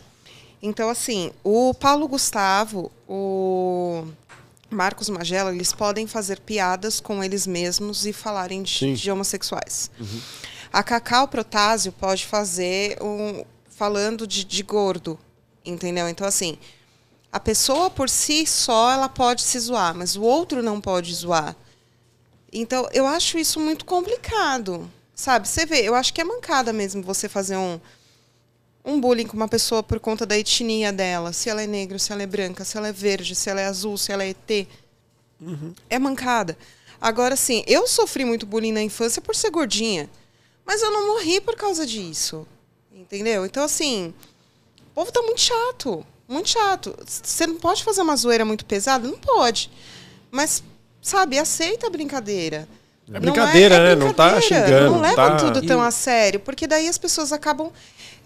Speaker 5: Então, assim, o Paulo Gustavo, o Marcos Magela, eles podem fazer piadas com eles mesmos e falarem
Speaker 1: Sim.
Speaker 5: de, de homossexuais. A Cacau Protásio pode fazer um, falando de, de gordo, entendeu? Então, assim, a pessoa por si só, ela pode se zoar, mas o outro não pode zoar. Então, eu acho isso muito complicado. Sabe, você vê, eu acho que é mancada mesmo você fazer um, um bullying com uma pessoa por conta da etnia dela. Se ela é negra, se ela é branca, se ela é verde, se ela é azul, se ela é ET. É mancada. Agora, assim, eu sofri muito bullying na infância por ser gordinha. Mas eu não morri por causa disso. Entendeu? Então, assim, o povo tá muito chato. Muito chato. C- Você não pode fazer uma zoeira muito pesada? Não pode. Mas, sabe, aceita a brincadeira. Não é-
Speaker 1: brincadeira, né? Não tá xingando,
Speaker 5: Não
Speaker 1: não
Speaker 5: levam
Speaker 1: tá-
Speaker 5: tudo tão
Speaker 1: E-
Speaker 5: a sério. Porque daí as pessoas acabam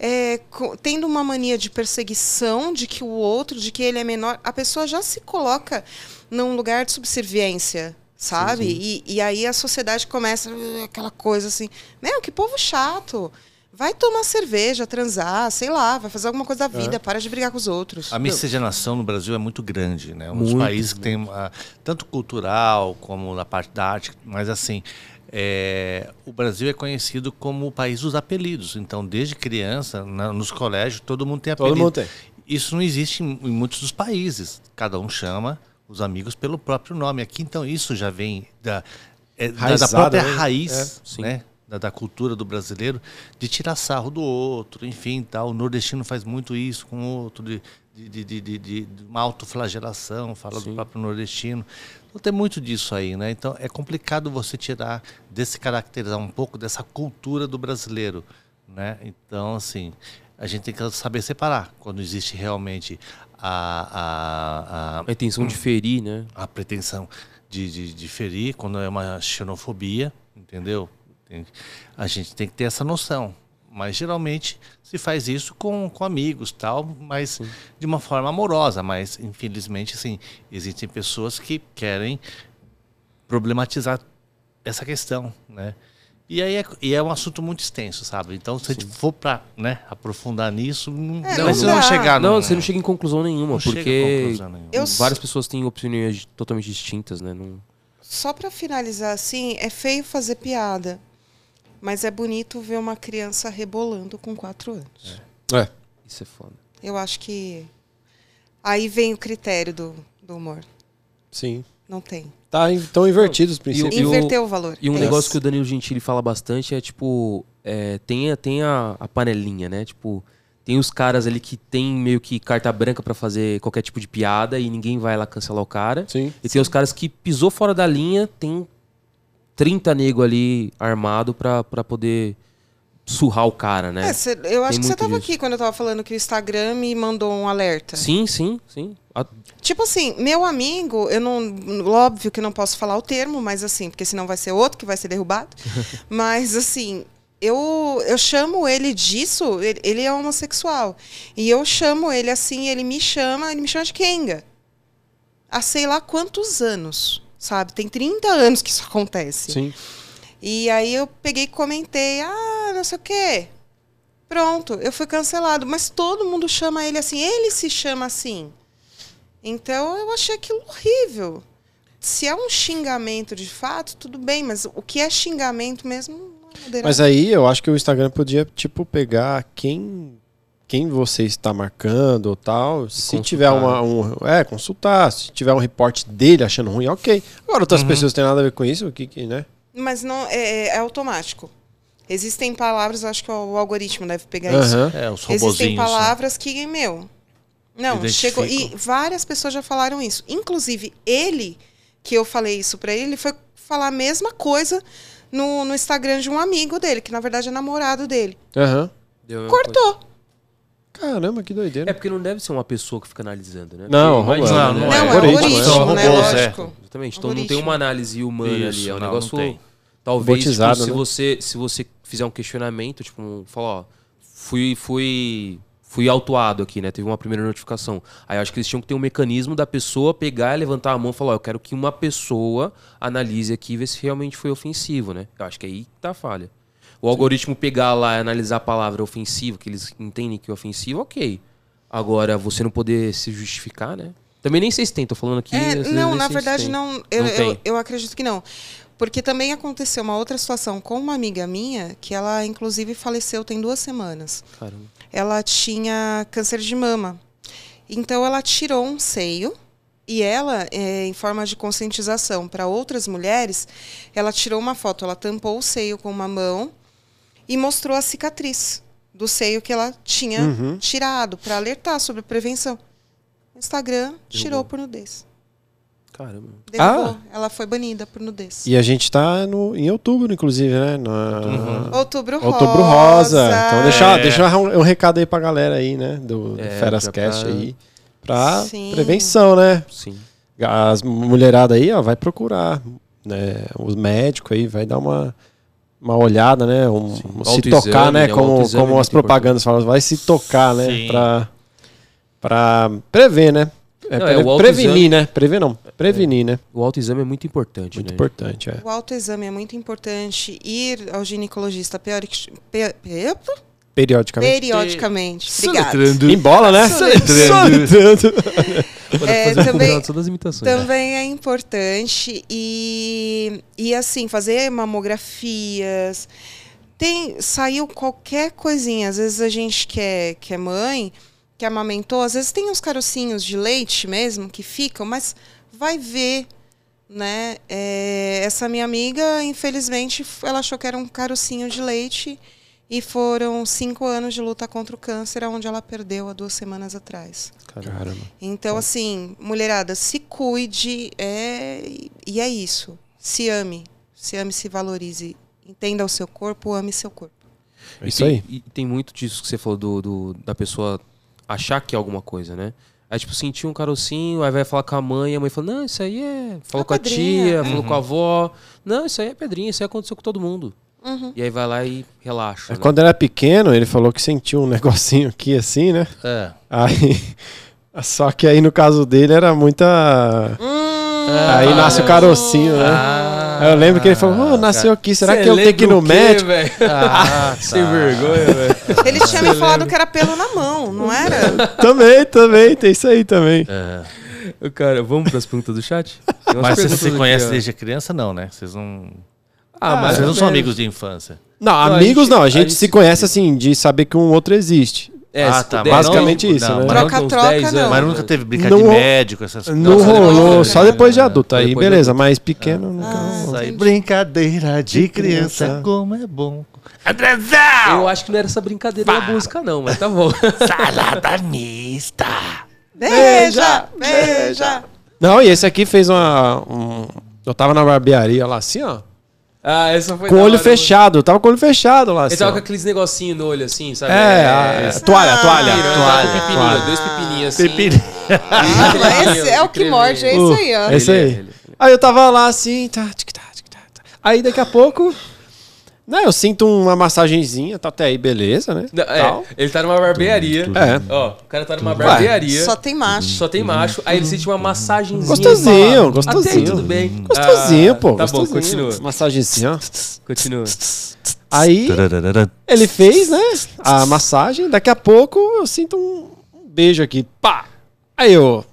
Speaker 5: é, co- tendo uma mania de perseguição, de que o outro, de que ele é menor. A pessoa já se coloca num lugar de subserviência, sabe? E, e aí a sociedade começa "Ah, aquela coisa assim: Meu, que povo chato. Vai tomar cerveja, transar, sei lá, vai fazer alguma coisa da vida, para de brigar com os outros.
Speaker 3: A miscigenação no Brasil é muito grande, né? Um dos
Speaker 2: Muito,
Speaker 3: países que tem ah, tanto cultural como na parte da arte, mas assim, é, o Brasil é conhecido como o país dos apelidos. Então, desde criança, na- nos colégios, todo mundo tem
Speaker 1: Todo
Speaker 3: apelido.
Speaker 1: mundo tem.
Speaker 3: Isso não existe em, em muitos dos países. Cada um chama os amigos pelo próprio nome. Aqui, então, isso já vem da, é, da- da,
Speaker 1: Raizado,
Speaker 3: própria
Speaker 1: né?
Speaker 3: raiz,
Speaker 2: É, sim.
Speaker 3: né? Da, da cultura do brasileiro, de tirar sarro do outro, enfim, tal. O nordestino faz muito isso com o outro, de, de, de, de, de- de- de uma autoflagelação, fala do próprio nordestino. Então tem muito disso aí, né? Então é complicado você tirar, desse caracterizar um pouco dessa cultura do brasileiro, né? Então, assim, a gente tem que saber separar quando existe realmente a- a- a
Speaker 2: A intenção de ferir, né?
Speaker 3: a pretensão de, de, de ferir, quando é uma xenofobia, entendeu? Tem- a gente tem que ter essa noção. Mas geralmente se faz isso com, com amigos, tal, mas de uma forma amorosa. Mas infelizmente, assim, existem pessoas que querem problematizar essa questão, né? E aí é, e é um assunto muito extenso, sabe? Então, se a gente for para né, aprofundar nisso, não,
Speaker 5: É,
Speaker 3: não,
Speaker 2: não
Speaker 3: vocês vão
Speaker 5: dá.
Speaker 3: chegar
Speaker 2: não,
Speaker 3: num-
Speaker 2: você não chega em conclusão nenhuma,
Speaker 3: não chega a
Speaker 2: porque
Speaker 3: conclusão nenhuma.
Speaker 5: Eu
Speaker 2: várias pessoas têm opiniões totalmente distintas, né? Não...
Speaker 5: Só para finalizar assim, é feio fazer piada. Mas é bonito ver uma criança rebolando com quatro anos.
Speaker 1: É.
Speaker 2: Isso é foda.
Speaker 5: Eu acho que aí vem o critério do, do humor.
Speaker 1: Sim.
Speaker 5: Não tem.
Speaker 1: Tá in- tão invertidos os princípios.
Speaker 2: E o-
Speaker 5: Inverteu o valor.
Speaker 2: E um
Speaker 5: É
Speaker 2: negócio
Speaker 5: isso.
Speaker 2: que o Danilo Gentili fala bastante é, tipo, é, tem, a- tem a, a panelinha, né? Tipo, tem os caras ali que tem meio que carta branca pra fazer qualquer tipo de piada e ninguém vai lá cancelar o cara.
Speaker 1: Sim.
Speaker 2: E tem os caras que pisou fora da linha, tem 30 nego ali armado pra, pra poder surrar o cara, né?
Speaker 5: É, cê- eu acho
Speaker 2: Tem
Speaker 5: que você
Speaker 2: muito
Speaker 5: tava
Speaker 2: disso.
Speaker 5: aqui quando eu tava falando que o Instagram me mandou um alerta.
Speaker 2: Sim, sim, sim. A-
Speaker 5: Tipo assim, meu amigo, eu não. Óbvio que eu não posso falar o termo, mas assim, porque senão vai ser outro que vai ser derrubado. mas assim, eu, eu chamo ele disso, ele, ele é homossexual. E eu chamo ele assim, ele me chama, ele me chama de Kenga. Há sei lá quantos anos, sabe? Tem 30 anos que isso acontece.
Speaker 1: Sim.
Speaker 5: E aí eu peguei e comentei, ah, não sei o quê. Pronto, eu fui cancelado. Mas todo mundo chama ele assim, ele se chama assim. Então eu achei aquilo horrível. Se é um xingamento de fato, tudo bem, mas o que é xingamento mesmo não é moderado.
Speaker 1: Mas aí eu acho que o Instagram podia, tipo, pegar quem quem você está marcando ou tal. Se
Speaker 2: Consultar.
Speaker 1: tiver uma, um. É, consultar. Se tiver um reporte dele achando ruim, ok. Agora, outras pessoas têm nada a ver com isso, o que, que né?
Speaker 5: Mas não é, é automático. Existem palavras, eu acho que o algoritmo deve pegar isso.
Speaker 1: Aham.
Speaker 3: É, os robozinhos.
Speaker 5: Existem
Speaker 3: né?
Speaker 5: palavras que, meu. Não,
Speaker 3: Identificam.
Speaker 5: chegou. E várias pessoas já falaram isso. Inclusive, ele, que eu falei isso pra ele, ele foi falar a mesma coisa no, no Instagram de um amigo dele, que na verdade é namorado dele.
Speaker 1: Aham.
Speaker 5: Cortou.
Speaker 1: Caramba, que doideira.
Speaker 2: É porque não deve ser uma pessoa que fica analisando, né?
Speaker 1: Não,
Speaker 2: Porque
Speaker 1: rolando,
Speaker 2: imagina,
Speaker 3: né?
Speaker 2: né?
Speaker 5: Não, é
Speaker 1: Algoritmo,
Speaker 5: algoritmo,
Speaker 3: são
Speaker 5: né?
Speaker 3: robôs, é.
Speaker 5: Lógico.
Speaker 2: Exatamente. Então não tem
Speaker 5: Algoritmo.
Speaker 2: uma análise humana ali.
Speaker 3: Isso,
Speaker 2: É um
Speaker 3: não,
Speaker 2: negócio.
Speaker 3: não tem.
Speaker 2: talvez tipo,
Speaker 1: Robotizado,
Speaker 2: se
Speaker 1: né?
Speaker 2: você se você fizer um questionamento, tipo, um, falar, ó, fui fui fui autuado aqui, né? Teve uma primeira notificação. Aí eu acho que eles tinham que ter um mecanismo da pessoa pegar, levantar a mão e falar: ó, eu quero que uma pessoa analise aqui e ver se realmente foi ofensivo, né? Eu acho que aí tá a falha. O algoritmo pegar lá e analisar a palavra ofensiva, que eles entendem que é ofensivo, ok. Agora, você não poder se justificar, né? Também nem sei se tem, tô falando aqui.
Speaker 5: É,
Speaker 2: às vezes
Speaker 5: não,
Speaker 2: nem sei
Speaker 5: na
Speaker 2: se
Speaker 5: verdade
Speaker 2: tem.
Speaker 5: não. Eu,
Speaker 2: Não
Speaker 5: eu-
Speaker 2: tem.
Speaker 5: eu acredito que não. Porque também aconteceu uma outra situação com uma amiga minha, que ela inclusive faleceu tem duas semanas.
Speaker 2: Caramba.
Speaker 5: Ela tinha câncer de mama. Então ela tirou um seio e ela, eh, em forma de conscientização para outras mulheres, ela tirou uma foto, ela tampou o seio com uma mão e mostrou a cicatriz do seio que ela tinha
Speaker 1: Uhum.
Speaker 5: tirado para alertar sobre prevenção. O Instagram tirou por nudez.
Speaker 2: Caramba.
Speaker 5: Derrubou. Ela foi banida por nudez.
Speaker 1: Ah? E a gente tá no, em outubro, inclusive, né? Na-
Speaker 5: Outubro Rosa.
Speaker 1: Outubro rosa. Então deixa,
Speaker 6: É.
Speaker 1: deixa um, um recado aí pra galera aí, né? Do, do
Speaker 2: É,
Speaker 1: Feras
Speaker 2: já
Speaker 1: Cast
Speaker 2: pra-
Speaker 1: aí. Pra
Speaker 5: Sim.
Speaker 1: prevenção, né?
Speaker 2: Sim.
Speaker 1: As mulherada aí, ó, vai procurar. Né? Os médicos aí, vai dar uma, uma olhada, né? Um,
Speaker 2: Sim.
Speaker 1: um se
Speaker 2: Autoexame,
Speaker 1: tocar, né?
Speaker 2: né? O
Speaker 1: Como,
Speaker 2: autoexame é
Speaker 1: como as
Speaker 2: muito
Speaker 1: propagandas falam, vai se tocar, né?
Speaker 3: Sim.
Speaker 1: Pra, pra prever, né? É,
Speaker 2: Não, é,
Speaker 1: pre-
Speaker 2: o autoexame-
Speaker 1: prevenir, né? Prever não. Prevenir, né?
Speaker 2: O autoexame é muito importante,
Speaker 1: Muito
Speaker 2: né?
Speaker 1: importante, é.
Speaker 5: O autoexame é muito importante. Ir ao ginecologista pior- pe- pe-
Speaker 1: Periodicamente.
Speaker 5: periodicamente.
Speaker 2: é
Speaker 5: Obrigada.
Speaker 3: Soletrando.
Speaker 1: Em bola, né?
Speaker 5: Soletrando.
Speaker 1: Soletrando.
Speaker 5: É,
Speaker 2: Fazer um
Speaker 5: também-
Speaker 2: combinado só das imitações.
Speaker 5: Também é importante. E, e assim, fazer mamografias. Tem, saiu qualquer coisinha. Às vezes a gente que é, que é mãe, que amamentou, às vezes tem uns carocinhos de leite mesmo que ficam, mas vai ver, né? É, essa minha amiga, infelizmente, f- ela achou que era um carocinho de leite e foram cinco anos de luta contra o câncer, onde ela perdeu há duas semanas atrás.
Speaker 1: Caramba.
Speaker 5: Então, assim, mulherada, se cuide é... e é isso. Se ame. Se ame, se valorize. Entenda o seu corpo, ame seu corpo.
Speaker 1: É
Speaker 2: E
Speaker 1: isso
Speaker 2: tem-
Speaker 1: aí.
Speaker 2: E tem muito disso que você falou do, do- da pessoa achar que é alguma coisa, né? Aí, tipo, sentiu um carocinho, aí vai falar com a mãe, a mãe fala, não, isso aí é. Falou
Speaker 5: É
Speaker 2: com a
Speaker 5: pedrinha.
Speaker 2: tia, falou com a avó. Não, isso aí é pedrinha, isso aí aconteceu com todo mundo.
Speaker 5: Uhum.
Speaker 2: E aí vai lá e relaxa.
Speaker 1: É,
Speaker 2: né?
Speaker 1: Quando era pequeno, ele falou que sentiu um negocinho aqui assim, né?
Speaker 3: É.
Speaker 1: Aí. Só que aí no caso dele era muita.
Speaker 2: Ah,
Speaker 1: aí nasce o carocinho, né? Aí eu lembro que ele falou: "Ah, nasceu aqui, será
Speaker 2: é
Speaker 1: que eu tenho que ir no médico?
Speaker 3: Ah,
Speaker 2: Sem vergonha, velho.
Speaker 5: Ele tinha me falado que era pelo na mão, não era?
Speaker 1: também, também, tem isso aí também.
Speaker 2: É. Cara, vamos pras perguntas do chat? Tem umas
Speaker 3: Mas vocês
Speaker 2: perguntas
Speaker 3: se
Speaker 2: aqui,
Speaker 3: conhecem
Speaker 2: ó.
Speaker 3: desde criança, não, né? Vocês não.
Speaker 2: Ah, mas
Speaker 3: Vocês não são amigos de infância.
Speaker 1: Não,
Speaker 2: a
Speaker 1: amigos
Speaker 2: gente-
Speaker 1: não, a
Speaker 2: a
Speaker 1: gente,
Speaker 2: gente
Speaker 1: se
Speaker 2: se-
Speaker 1: conhece assim, de saber que um outro existe.
Speaker 2: É,
Speaker 3: Ah,
Speaker 2: se
Speaker 3: tá,
Speaker 2: puder,
Speaker 3: mas
Speaker 1: basicamente
Speaker 3: não-
Speaker 1: isso,
Speaker 3: não,
Speaker 1: né?
Speaker 3: mas não-
Speaker 5: Troca-troca,
Speaker 2: uns 10 anos,
Speaker 5: não.
Speaker 3: Mas
Speaker 2: né?
Speaker 3: nunca teve brincar
Speaker 1: Não
Speaker 3: de
Speaker 1: ro-
Speaker 3: médico, essas coisas. né?
Speaker 1: Não
Speaker 5: só depois de
Speaker 1: rolou,
Speaker 5: adulto.
Speaker 1: só depois de adulto. Aí
Speaker 2: é, Depois de Ah.
Speaker 1: beleza, mas pequeno nunca.
Speaker 3: Isso aí,
Speaker 5: entendi.
Speaker 3: brincadeira de criança,
Speaker 1: criança.
Speaker 3: como é bom.
Speaker 2: Eu
Speaker 6: Andrezão!
Speaker 2: acho que não era essa brincadeira da música, não, mas tá bom.
Speaker 6: Salada mista!
Speaker 5: Beija, beija.
Speaker 1: Não, e esse aqui fez uma. um- Eu tava na barbearia lá assim, ó.
Speaker 2: ah, essa foi
Speaker 1: Com o
Speaker 2: da
Speaker 1: olho
Speaker 2: hora, mano.
Speaker 1: fechado, eu tava com o olho fechado lá assim.
Speaker 2: Ele tava
Speaker 1: ó.
Speaker 2: com aqueles negocinhos no olho, assim, sabe?
Speaker 1: É, a- a
Speaker 2: Ah,
Speaker 1: toalha, toalha,
Speaker 2: piranga,
Speaker 1: toalha,
Speaker 2: tá com pepininho,
Speaker 1: toalha.
Speaker 2: dois pepininhos assim.
Speaker 5: Ah, esse é o que morde, é isso aí, ó.
Speaker 1: É isso aí.
Speaker 2: Ele é, ele
Speaker 1: Aí eu tava lá assim, tá, tic, tá, tic, tá, tá. Aí daqui a pouco, né, eu sinto uma massagenzinha, tá até aí, beleza, né?
Speaker 2: Não,
Speaker 1: tal.
Speaker 2: é, ele tá numa barbearia.
Speaker 1: É.
Speaker 2: Ó, o cara tá numa barbearia.
Speaker 5: Só
Speaker 2: Só,
Speaker 5: tem macho.
Speaker 2: tem macho. Aí ele sente uma massagenzinha.
Speaker 1: Gostosinho,
Speaker 2: e fala, Até aí,
Speaker 1: gostosinho.
Speaker 2: tudo bem.
Speaker 1: Gostosinho,
Speaker 2: Ah,
Speaker 1: pô.
Speaker 2: Tá
Speaker 1: gostosinho.
Speaker 2: bom, continua.
Speaker 1: Massagenzinha, ó.
Speaker 2: Continua.
Speaker 1: Aí ele fez, né, a massagem. Daqui a pouco eu sinto um, um beijo aqui, pá. Aí eu...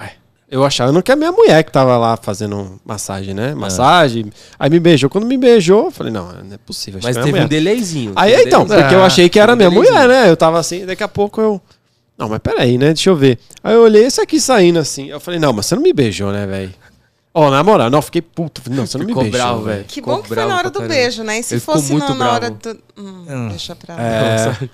Speaker 1: Ué, eu achava que a minha mulher que tava lá fazendo massagem, né? Massagem. Aí me beijou. Quando me beijou, eu falei, não, não é possível. acho
Speaker 2: Mas
Speaker 1: que é a
Speaker 2: teve
Speaker 1: mulher.
Speaker 2: um delayzinho.
Speaker 1: Aí
Speaker 2: teve um
Speaker 1: então,
Speaker 2: delayzinho.
Speaker 1: porque eu achei que era
Speaker 2: Ah,
Speaker 1: minha
Speaker 2: beleza.
Speaker 1: mulher, né? Eu tava assim, daqui a pouco eu. Não, mas peraí, né? Deixa eu ver. Aí eu olhei isso aqui saindo assim. Eu falei, não, mas você não me beijou, né, velho? Ó, na moral, não, eu fiquei puto. Falei, Não, você não me
Speaker 2: Ficou
Speaker 1: beijou.
Speaker 2: bravo,
Speaker 1: velho.
Speaker 2: velho.
Speaker 5: Que bom
Speaker 2: Ficou
Speaker 5: que foi na
Speaker 2: bravo
Speaker 5: hora
Speaker 2: pra
Speaker 5: do
Speaker 2: caramba.
Speaker 5: beijo, né? E se
Speaker 2: Ele ficou
Speaker 5: fosse
Speaker 2: muito
Speaker 5: na, na hora
Speaker 2: bravo.
Speaker 5: do. Hum, Deixa pra lá.
Speaker 1: É...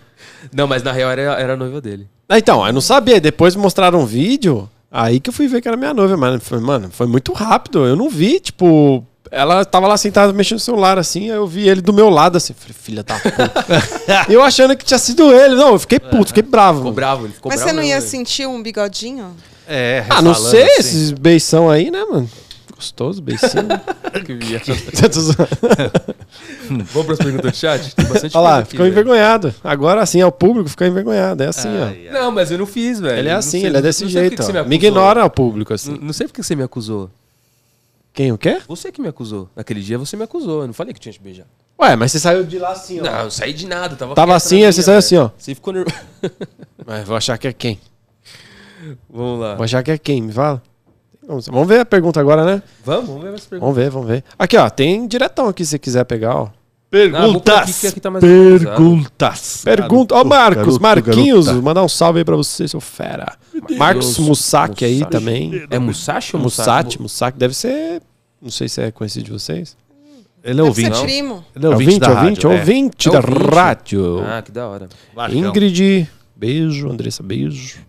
Speaker 2: Não, mas na real era, era a noiva dele.
Speaker 1: Ah, Então, eu não sabia. Depois mostraram um vídeo. Aí que eu fui ver que era minha noiva, mas foi, mano, foi muito rápido. Eu não vi, tipo. Ela tava lá sentada mexendo no celular, assim, aí eu vi ele do meu lado, assim, falei, filha da puta. eu achando que tinha sido ele. Não, eu fiquei puto, fiquei bravo.
Speaker 2: É, Ficou
Speaker 1: mano.
Speaker 2: bravo, ele ficou
Speaker 5: Mas
Speaker 2: bravo. né?
Speaker 5: você não ia
Speaker 2: mesmo,
Speaker 5: sentir um bigodinho?
Speaker 3: É,
Speaker 1: Ah, não
Speaker 3: falando
Speaker 1: sei,
Speaker 3: assim.
Speaker 1: esses beição aí, né, mano? Gostoso, beicinho.
Speaker 2: Que viagem.
Speaker 1: Tô zoando.
Speaker 2: Vamos para as perguntas do chat? Tem bastante
Speaker 1: Olha
Speaker 2: coisa
Speaker 1: lá,
Speaker 2: aqui,
Speaker 1: ficou
Speaker 2: velho.
Speaker 1: envergonhado. Agora sim, é o público ficar envergonhado. É assim, ó.
Speaker 3: Ai, ai.
Speaker 2: Não, mas eu não fiz, velho.
Speaker 1: Ele é
Speaker 2: Não
Speaker 1: assim,
Speaker 2: sei-
Speaker 1: ele é
Speaker 2: não
Speaker 1: desse
Speaker 2: sei por que
Speaker 1: jeito.
Speaker 2: que você
Speaker 1: ó.
Speaker 2: me
Speaker 1: me
Speaker 2: acusou. Hum.
Speaker 1: ignora o público, assim.
Speaker 2: N- Não sei porque você me acusou.
Speaker 1: Quem o quê?
Speaker 2: Você que me acusou. Naquele dia você me acusou. Eu não falei que tinha te beijar.
Speaker 1: Ué, mas você saiu de lá assim, ó.
Speaker 2: Não, eu não saí de nada. Tava,
Speaker 1: Tava
Speaker 2: quieto
Speaker 1: assim,
Speaker 2: na
Speaker 1: aí
Speaker 2: minha,
Speaker 1: você saiu
Speaker 2: velho.
Speaker 1: assim, ó.
Speaker 2: Você ficou nervoso.
Speaker 1: Mas vou achar que é quem?
Speaker 2: Vamos lá.
Speaker 1: Vou achar que é quem, me fala. Vamos vamos ver a pergunta agora, né?
Speaker 2: Vamos, vamos ver essa pergunta.
Speaker 1: Vamos ver, vamos ver. Aqui, ó, tem diretão aqui se você quiser pegar, ó.
Speaker 2: Ah, vou por aqui, que
Speaker 3: é-
Speaker 6: Perguntas!
Speaker 2: aqui tá mais organizado.
Speaker 6: Perguntas!
Speaker 1: Pergunta. Ó, Marcos,
Speaker 6: garoto,
Speaker 1: Marquinhos,
Speaker 6: garota.
Speaker 1: mandar um salve aí pra você, seu fera. Marcos
Speaker 2: Deus,
Speaker 1: Musaki aí
Speaker 2: Mussaki.
Speaker 1: também.
Speaker 2: É Musashi ou
Speaker 1: Musati,
Speaker 2: Musashi?
Speaker 1: Musaki, deve ser. Não sei se é conhecido de vocês.
Speaker 6: Ele
Speaker 5: Deve
Speaker 6: é
Speaker 5: ser
Speaker 6: ouvinte.
Speaker 5: primo.
Speaker 6: Ele é ouvinte, da
Speaker 1: ouvinte,
Speaker 6: rádio, é.
Speaker 1: ouvinte
Speaker 2: É
Speaker 1: da
Speaker 2: ouvinte.
Speaker 1: rádio.
Speaker 2: Ah, que da hora.
Speaker 3: Largão.
Speaker 1: Ingrid, beijo. Andressa, beijo.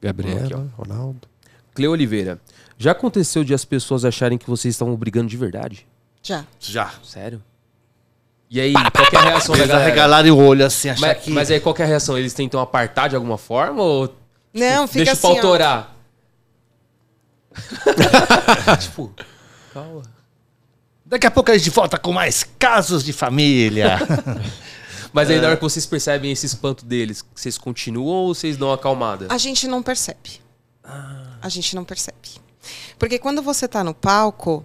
Speaker 1: Gabriela, Ronaldo.
Speaker 2: Cleo Oliveira. Já aconteceu de as pessoas acharem que vocês estavam brigando de verdade?
Speaker 5: Já.
Speaker 3: Já.
Speaker 2: Sério? E aí, qual que é a reação da
Speaker 3: Eles
Speaker 2: galera?
Speaker 3: arregalaram o olho assim, achar
Speaker 2: Mas,
Speaker 3: que...
Speaker 2: mas aí, qual que é a reação? Eles tentam apartar de alguma forma ou
Speaker 5: Não, fica
Speaker 2: deixa
Speaker 5: assim.
Speaker 2: pra
Speaker 5: ó.
Speaker 2: autorar? tipo, calma.
Speaker 3: Daqui a pouco a gente volta com mais casos de família.
Speaker 2: Mas aí, na hora que vocês percebem esse espanto deles, vocês continuam ou vocês dão uma acalmada?
Speaker 5: A gente não percebe. A gente não percebe. Porque quando você tá no palco,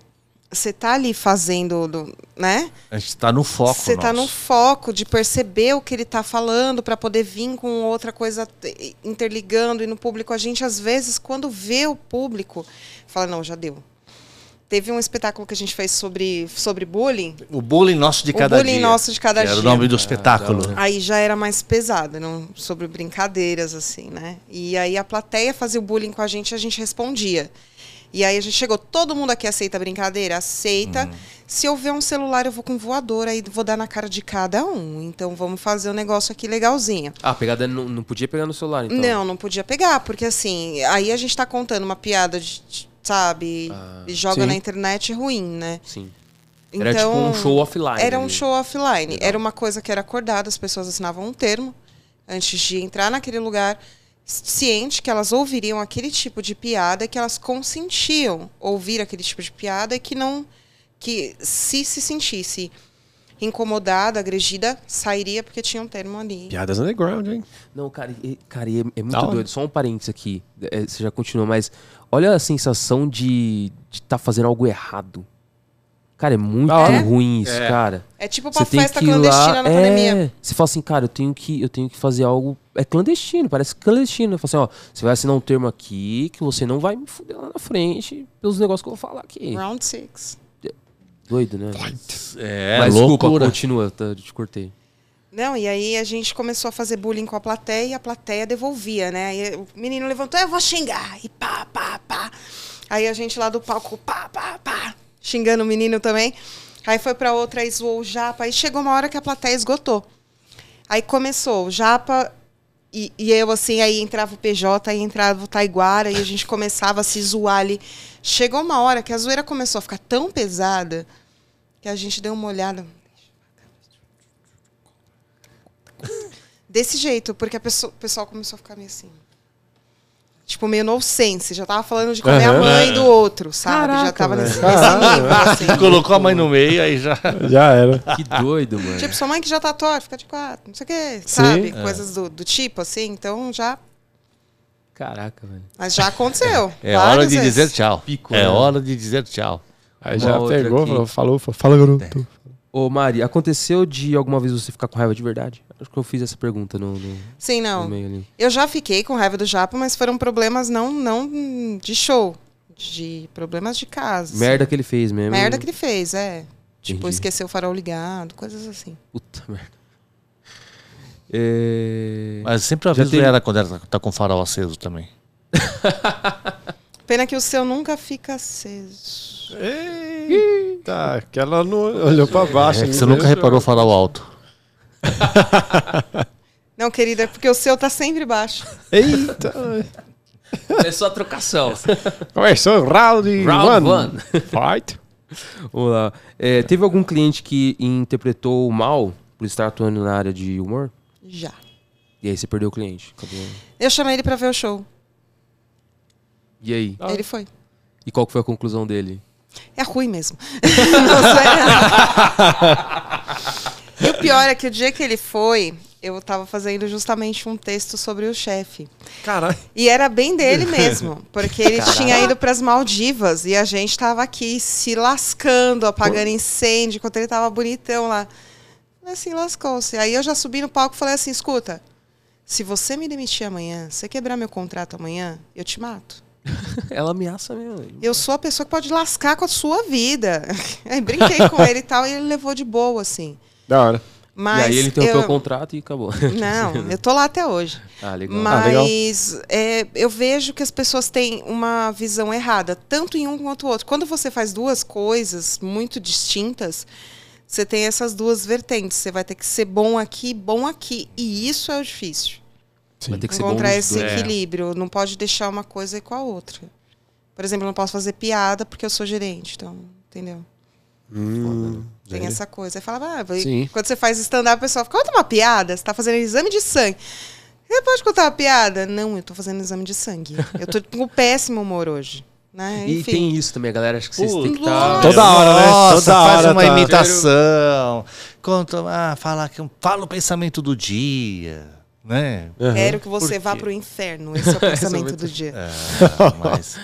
Speaker 5: você tá ali fazendo, do- né?
Speaker 3: a gente tá no foco
Speaker 5: Você tá no
Speaker 3: nosso.
Speaker 5: foco de perceber o que ele tá falando para poder vir com outra coisa te- interligando e no público a gente às vezes quando vê o público fala não, já deu. Teve um espetáculo que a gente fez sobre sobre bullying.
Speaker 3: O bullying nosso de
Speaker 5: O
Speaker 3: cada
Speaker 5: bullying
Speaker 3: dia.
Speaker 5: nosso de cada
Speaker 3: que Era o
Speaker 5: dia.
Speaker 3: nome do espetáculo.
Speaker 2: da hora.
Speaker 5: Aí já era mais pesado, não sobre brincadeiras, assim, né? E aí a plateia fazia o bullying com a gente e a gente respondia. E aí a gente chegou, todo mundo aqui aceita a brincadeira? Aceita.
Speaker 2: Uhum.
Speaker 5: Se eu ver um celular, eu vou com voador, aí vou dar na cara de cada um. Então vamos fazer um negócio aqui legalzinho.
Speaker 2: Ah, a pegada não, não podia pegar no celular, então.
Speaker 5: Não, não podia pegar, porque assim, aí a gente tá contando uma piada, de- de- sabe? e joga
Speaker 1: sim.
Speaker 5: na internet ruim, né?
Speaker 2: Sim. Ah. Era tipo um
Speaker 5: Então,
Speaker 2: show offline.
Speaker 5: Era um
Speaker 2: ali.
Speaker 5: show offline. Era uma coisa que era acordada, as pessoas assinavam um termo antes de entrar naquele lugar, ciente que elas ouviriam aquele tipo de piada e que elas consentiam ouvir aquele tipo de piada e que não. que se se sentisse incomodada, agredida, sairia porque tinha um termo ali.
Speaker 1: Piadas underground, hein?
Speaker 2: Não, cara, e- cara, e é, é muito
Speaker 1: Da hora.
Speaker 2: doido. Só um parênteses aqui. É, você já continua, mas olha a sensação de estar tá fazendo algo errado. Cara, é muito
Speaker 1: Da hora.
Speaker 2: ruim isso, cara.
Speaker 5: É tipo uma
Speaker 2: Você tem
Speaker 5: festa
Speaker 2: que ir lá.
Speaker 5: clandestina na pandemia.
Speaker 2: É, você fala assim, cara, eu tenho que, eu tenho que fazer algo. É clandestino, parece clandestino. Eu falo assim, ó, você vai assinar um termo aqui que você não vai me fuder lá na frente pelos negócios que eu vou falar aqui.
Speaker 5: Round six.
Speaker 2: Doido, né?
Speaker 3: É,
Speaker 2: mas desculpa,
Speaker 3: loucura.
Speaker 2: continua, tá, eu te cortei.
Speaker 5: Não, e aí a gente começou a fazer bullying com a plateia e a plateia devolvia, né? Aí o menino levantou, eu vou xingar. E pá, pá, pá. Aí a gente lá do palco, pá, pá, pá. Xingando o menino também. Aí foi pra outra, aí zoou o japa. Aí chegou uma hora que a plateia esgotou. Aí começou o japa e, e eu, assim, aí entrava o PJ, aí entrava o Taiguara, e a gente começava a se zoar ali. Chegou uma hora que a zoeira começou a ficar tão pesada que a gente deu uma olhada. Desse jeito, porque a pessoa, o pessoal começou a ficar meio assim. Tipo, meio nonsense. Já tava falando de comer a
Speaker 1: Aham.
Speaker 5: mãe do outro, sabe? já
Speaker 2: Caraca,
Speaker 5: tava
Speaker 2: velho.
Speaker 5: nesse, nesse nível, assim.
Speaker 3: Colocou a mãe no meio, aí já...
Speaker 1: Já era.
Speaker 2: Que doido, mano.
Speaker 5: Tipo, sua mãe que já tatuou, fica de quatro, não sei o quê, sabe?
Speaker 1: Sim. é.
Speaker 5: Coisas do, do tipo, assim. Então já.
Speaker 2: Caraca, velho.
Speaker 5: Mas já aconteceu.
Speaker 3: É
Speaker 5: várias
Speaker 3: hora de
Speaker 5: vezes.
Speaker 3: dizer tchau.
Speaker 2: Pico,
Speaker 3: é
Speaker 2: né?
Speaker 3: hora de dizer tchau.
Speaker 1: Aí já
Speaker 2: outra
Speaker 1: pegou,
Speaker 2: aqui.
Speaker 1: falou, falou, falou, fala, garoto.
Speaker 2: Ô, Mari, aconteceu de alguma vez você ficar com raiva de verdade? Acho que eu fiz essa pergunta no, no- no
Speaker 5: Sim, não.
Speaker 2: meio ali.
Speaker 5: Eu já fiquei com raiva do Japa, mas foram problemas não, não de show, de problemas de casa. assim.
Speaker 2: Merda que ele fez mesmo.
Speaker 5: Merda que ele fez, é. Tipo,
Speaker 2: Entendi.
Speaker 5: esqueceu o farol ligado, coisas assim.
Speaker 2: Puta merda. É...
Speaker 3: Mas sempre
Speaker 2: Já
Speaker 3: aviso
Speaker 2: teve-
Speaker 3: ela quando ela tá- tá com o farol aceso também.
Speaker 5: Pena que o seu nunca fica aceso.
Speaker 1: Tá, que ela não olhou pra baixo.
Speaker 3: É que
Speaker 1: não
Speaker 3: você nunca
Speaker 1: deixou.
Speaker 3: reparou o farol alto.
Speaker 5: Não, querida, é porque o seu tá sempre baixo.
Speaker 1: Eita.
Speaker 2: É só trocação.
Speaker 1: Começou o round,
Speaker 2: Round
Speaker 1: one.
Speaker 2: one.
Speaker 1: Fight.
Speaker 2: Vamos lá. É, teve algum cliente que interpretou mal por estar atuando na área de humor?
Speaker 5: Já.
Speaker 2: E aí você perdeu o cliente. Acabou.
Speaker 5: Eu chamei ele pra ver o show.
Speaker 2: E aí?
Speaker 1: Ah.
Speaker 5: Ele foi.
Speaker 2: E qual que foi a conclusão dele?
Speaker 5: É ruim mesmo. Não sei. e o pior é que o dia que ele foi, eu estava fazendo justamente um texto sobre o chefe.
Speaker 1: Caralho.
Speaker 5: E era bem dele mesmo, porque ele tinha ido para as Maldivas e a gente estava aqui se lascando, apagando incêndio, enquanto ele estava bonitão lá. Falei Assim, lascou-se. Aí eu já subi no palco e falei assim: escuta, se você me demitir amanhã, se você quebrar meu contrato amanhã, eu te mato.
Speaker 2: Ela ameaça mesmo.
Speaker 5: Eu sou a pessoa que pode lascar com a sua vida. Aí brinquei com ele e tal, e ele levou de boa, assim.
Speaker 1: Da hora.
Speaker 5: Mas
Speaker 2: e aí ele interrompeu
Speaker 5: eu-
Speaker 2: o contrato e acabou.
Speaker 5: Não, eu tô lá até hoje.
Speaker 2: ah, legal.
Speaker 1: legal.
Speaker 5: Mas é, eu vejo que as pessoas têm uma visão errada, tanto em um quanto o outro. Quando você faz duas coisas muito distintas, você tem essas duas vertentes. Você vai ter que ser bom aqui, bom aqui. E isso é o difícil.
Speaker 2: Vai ter que ser bom
Speaker 5: Encontrar
Speaker 2: nos
Speaker 5: esse
Speaker 2: dois.
Speaker 5: equilíbrio. Não pode deixar uma coisa com a outra. Por exemplo, eu não posso fazer piada porque eu sou gerente. Então, entendeu?
Speaker 1: Hum,
Speaker 5: Tem
Speaker 1: é.
Speaker 5: essa coisa. Aí falava, ah, vai-
Speaker 1: Sim.
Speaker 5: quando você faz stand-up, o pessoal fica, conta uma piada, você tá fazendo exame de sangue. Você pode contar uma piada? Não, eu tô fazendo exame de sangue. Eu tô com um péssimo humor hoje. Né?
Speaker 2: E
Speaker 5: Enfim.
Speaker 2: tem isso também, galera. Acho que vocês têm que tá estar.
Speaker 5: Nossa.
Speaker 1: Toda hora, né?
Speaker 3: É. Nossa,
Speaker 1: Toda
Speaker 3: faz
Speaker 1: hora
Speaker 3: uma
Speaker 1: tá.
Speaker 3: imitação. Conta, ah, fala, que- fala o pensamento do dia. Né?
Speaker 5: Quero que você vá pro inferno. Esse é o pensamento do dia.
Speaker 3: Ah, mas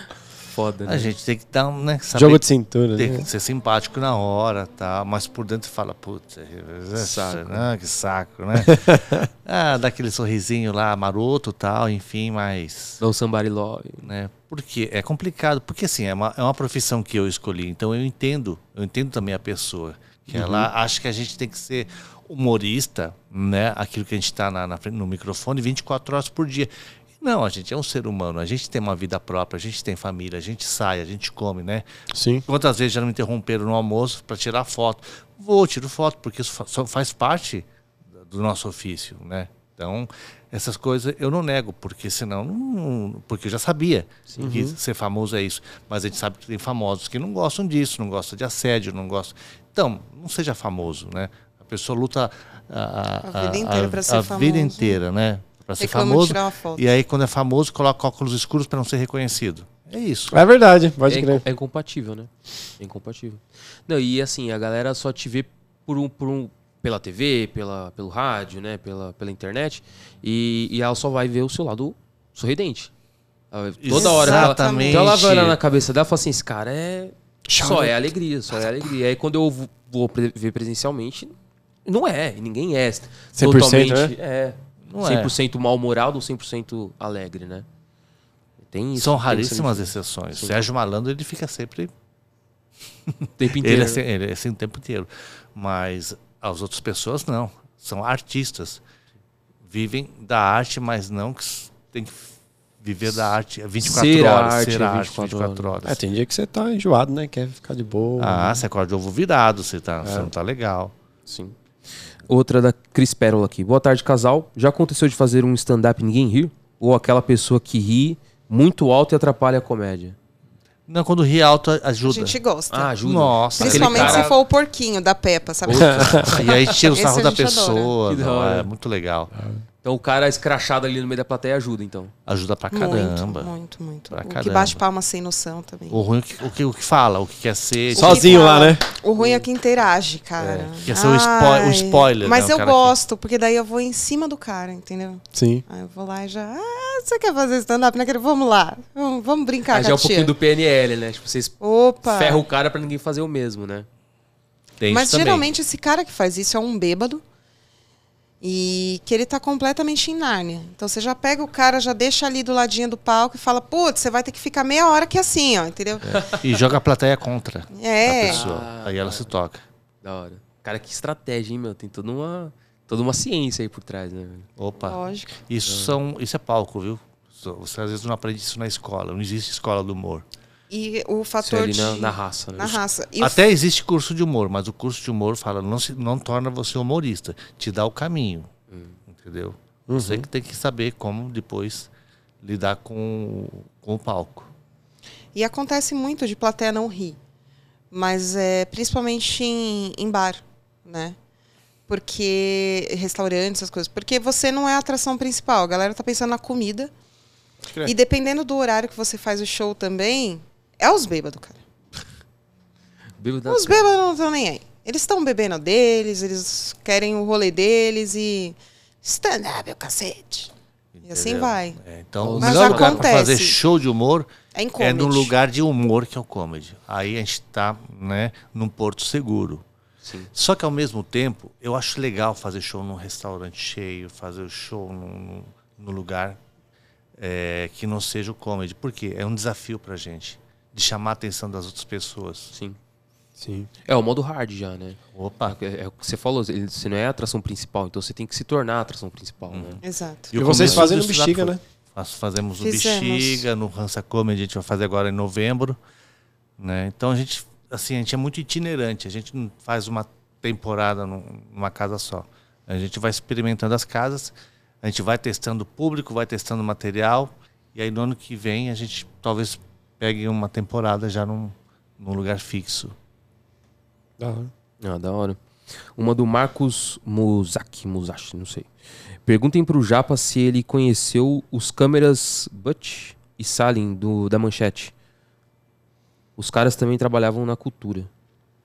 Speaker 2: Foda, né?
Speaker 3: a gente tem que dar um, né? Saber
Speaker 1: Jogo de cintura.
Speaker 3: Tem
Speaker 1: Né?
Speaker 3: que ser simpático na hora, tá? Mas por dentro fala, putz, é saco. né? que saco, né? ah, dá aquele sorrisinho lá, maroto tal, enfim, mas.
Speaker 2: Dá um somebody love.
Speaker 3: Né? Porque é complicado, porque assim, é uma, é uma profissão que eu escolhi, então eu entendo, eu entendo também a pessoa. Que ela acha que a gente tem que ser humorista, né? Aquilo que a gente está na, na frente, no microfone 24 horas por dia. Não, a gente é um ser humano, a gente tem uma vida própria, a gente tem família, a gente sai, a gente come, né?
Speaker 1: Sim.
Speaker 3: Quantas vezes já não me interromperam no almoço para tirar foto? Vou, tiro foto, porque isso fa- só faz parte do nosso ofício, né? Então, essas coisas eu não nego, porque senão. não- Porque eu já sabia que
Speaker 5: Uhum.
Speaker 3: ser famoso é isso. Mas a gente sabe que tem famosos que não gostam disso, não gostam de assédio, não gostam. Então, não seja famoso, né? A pessoa luta a,
Speaker 5: A vida inteira pra ser
Speaker 3: a vida
Speaker 5: famoso.
Speaker 3: inteira, né? Para ser
Speaker 5: Reclama de
Speaker 3: famoso.
Speaker 5: tirar uma foto.
Speaker 3: E aí, quando é famoso, coloca óculos escuros para não ser reconhecido. É isso.
Speaker 1: É verdade, pode
Speaker 2: É,
Speaker 1: crer.
Speaker 2: inco- é incompatível, né? É incompatível. Não, e assim, a galera só te vê por um, por um, pela TV, pela, pelo rádio, né? Pela, pela internet. E, e ela só vai ver o seu lado sorridente. Ela- Toda hora. ela-
Speaker 3: Exatamente.
Speaker 2: Então ela vai olhar na cabeça dela e fala assim: esse cara é. Só é alegria, só é alegria. Aí quando eu vou- vou pre- ver presencialmente, não é, ninguém é.
Speaker 1: 100%,
Speaker 2: Totalmente, é.
Speaker 3: Não é.
Speaker 2: 100% mal-humorado ou 100% alegre, né? Tem isso.
Speaker 3: São
Speaker 2: tem que ser
Speaker 3: raríssimas
Speaker 2: difícil.
Speaker 3: exceções.
Speaker 2: Sim.
Speaker 3: Sérgio Malandro, ele fica sempre.
Speaker 2: O tempo inteiro.
Speaker 3: Ele é,
Speaker 2: né?
Speaker 3: assim, ele é assim o tempo inteiro. Mas as outras pessoas não. São artistas. Vivem da arte, mas não que s- tem que f- viver da arte 24
Speaker 2: Ser a
Speaker 3: horas.
Speaker 2: arte,
Speaker 3: ser a arte
Speaker 2: 24
Speaker 3: 24, horas.
Speaker 1: É, tem dia que você tá enjoado, né? Quer ficar de boa.
Speaker 2: tá
Speaker 3: Ah, você acorda de ovo virado, você, tá,
Speaker 2: É.
Speaker 3: você não tá legal.
Speaker 2: Sim. Outra da Cris Pérola aqui. Boa tarde, casal. Já aconteceu de fazer um stand-up e ninguém rir? Ou aquela pessoa que ri muito alto e atrapalha a comédia?
Speaker 3: Não, quando ri alto a-
Speaker 5: A
Speaker 3: ajuda.
Speaker 5: gente gosta.
Speaker 2: ajuda.
Speaker 3: Nossa, aquele
Speaker 5: Principalmente
Speaker 3: cara-
Speaker 5: se for o porquinho da Peppa, sabe?
Speaker 3: E aí tira o
Speaker 5: Esse
Speaker 3: sarro
Speaker 5: a
Speaker 3: da
Speaker 5: gente adora.
Speaker 3: pessoa.
Speaker 2: Que da
Speaker 3: não,
Speaker 2: hora.
Speaker 3: é muito legal.
Speaker 2: Então o cara escrachado ali no meio da plateia ajuda, então.
Speaker 3: Ajuda pra
Speaker 5: Muito,
Speaker 3: caramba.
Speaker 5: muito, muito.
Speaker 3: Pra
Speaker 5: o que
Speaker 3: caramba.
Speaker 5: bate palma sem noção também.
Speaker 3: O ruim é o que, o que, o que fala, o que quer ser.
Speaker 1: Só- Sozinho
Speaker 5: que
Speaker 1: lá,
Speaker 5: fala-
Speaker 1: né?
Speaker 5: O ruim é que interage, cara.
Speaker 3: É, ia ser o spo- o spoiler,
Speaker 5: Mas
Speaker 3: né, o
Speaker 5: eu
Speaker 3: cara que-
Speaker 5: gosto, porque daí eu vou em cima do cara, entendeu?
Speaker 1: Sim.
Speaker 5: Aí eu vou lá e já. Ah, você quer fazer stand-up? Né? querido? Vamos lá. Vamos, vamos brincar,
Speaker 2: Ah, já é um
Speaker 5: com a tia.
Speaker 2: pouquinho do PNL, né? Tipo, vocês
Speaker 5: Opa!
Speaker 2: ferram o cara pra ninguém fazer o mesmo, né?
Speaker 3: Tem isso
Speaker 5: Mas
Speaker 3: também.
Speaker 5: geralmente esse cara que faz isso é um bêbado. E que ele tá completamente em Nárnia. Então você já pega o cara, já deixa ali do ladinho do palco e fala: putz, você vai ter que ficar meia hora aqui assim, ó, entendeu?
Speaker 3: E joga a plateia contra a
Speaker 5: É.
Speaker 3: pessoa.
Speaker 2: Ah,
Speaker 3: aí ela se toca.
Speaker 2: Da hora. Cara, que estratégia, hein, meu? Tem toda uma, toda uma ciência aí por trás, né? velho?
Speaker 3: Opa.
Speaker 5: Lógico.
Speaker 3: Isso, são, isso é palco, viu? Isso- Você às vezes não aprende isso na escola. Não existe escola do humor.
Speaker 5: E o
Speaker 2: Você
Speaker 5: fator
Speaker 2: é ali
Speaker 5: de.
Speaker 2: na, na raça, né?
Speaker 5: na raça. E o
Speaker 3: Até existe curso de humor, mas o curso de humor fala não, se, não torna você humorista. Te dá o caminho.
Speaker 5: Hum.
Speaker 3: Entendeu? Você que tem que saber como depois lidar com, o- com o palco.
Speaker 5: E acontece muito de plateia não rir. Mas é principalmente em, em bar, né? Porque restaurantes, essas coisas. Porque você não é a atração principal. A galera tá pensando na comida.
Speaker 1: crer.
Speaker 5: E dependendo do horário que você faz o show também, é os bêbados, cara.
Speaker 2: né? Bêbado
Speaker 5: Os bêbados não estão nem aí. Eles estão bebendo deles, eles querem o rolê deles e. Stand-up, meu cacete. E assim
Speaker 3: Entendeu?
Speaker 5: vai.
Speaker 3: É, então, o
Speaker 5: Mas
Speaker 3: melhor lugar para
Speaker 5: acontece.
Speaker 3: fazer show de humor
Speaker 5: É em
Speaker 3: é num
Speaker 5: comedy.
Speaker 3: lugar de humor que é o comedy. Aí a gente está né, num porto seguro.
Speaker 2: Sim.
Speaker 3: Só que ao mesmo tempo, eu acho legal fazer show num restaurante cheio, fazer show num, num lugar é, que não seja o comedy. Porque é um desafio pra gente de chamar a atenção das outras pessoas.
Speaker 2: Sim.
Speaker 1: Sim.
Speaker 2: É o modo hard já, né?
Speaker 3: Opa!
Speaker 2: É, é o que você falou, ele- você não é a atração principal, então você tem que se tornar a atração principal, né?
Speaker 5: Exato.
Speaker 1: E vocês
Speaker 3: começo
Speaker 1: fazem no
Speaker 3: disso já
Speaker 1: bexiga,
Speaker 3: foi.
Speaker 1: né?
Speaker 3: Nós fazemos no
Speaker 5: Fizemos.
Speaker 3: Bexiga, no Hansa Comedy, a gente vai fazer agora em novembro. Né? Então a gente, assim, a gente é muito itinerante, a gente não faz uma temporada num- numa casa só. A gente vai experimentando as casas, a gente vai testando o público, vai testando o material, e aí no ano que vem a gente talvez pegue uma temporada já num, num lugar fixo.
Speaker 1: Da hora.
Speaker 2: Ah, da hora. Uma do Marcos Muzaki, Musashi, não sei. Perguntem pro Japa se ele conheceu os câmeras Butch e Salim do, da Manchete. Os caras também trabalhavam na cultura.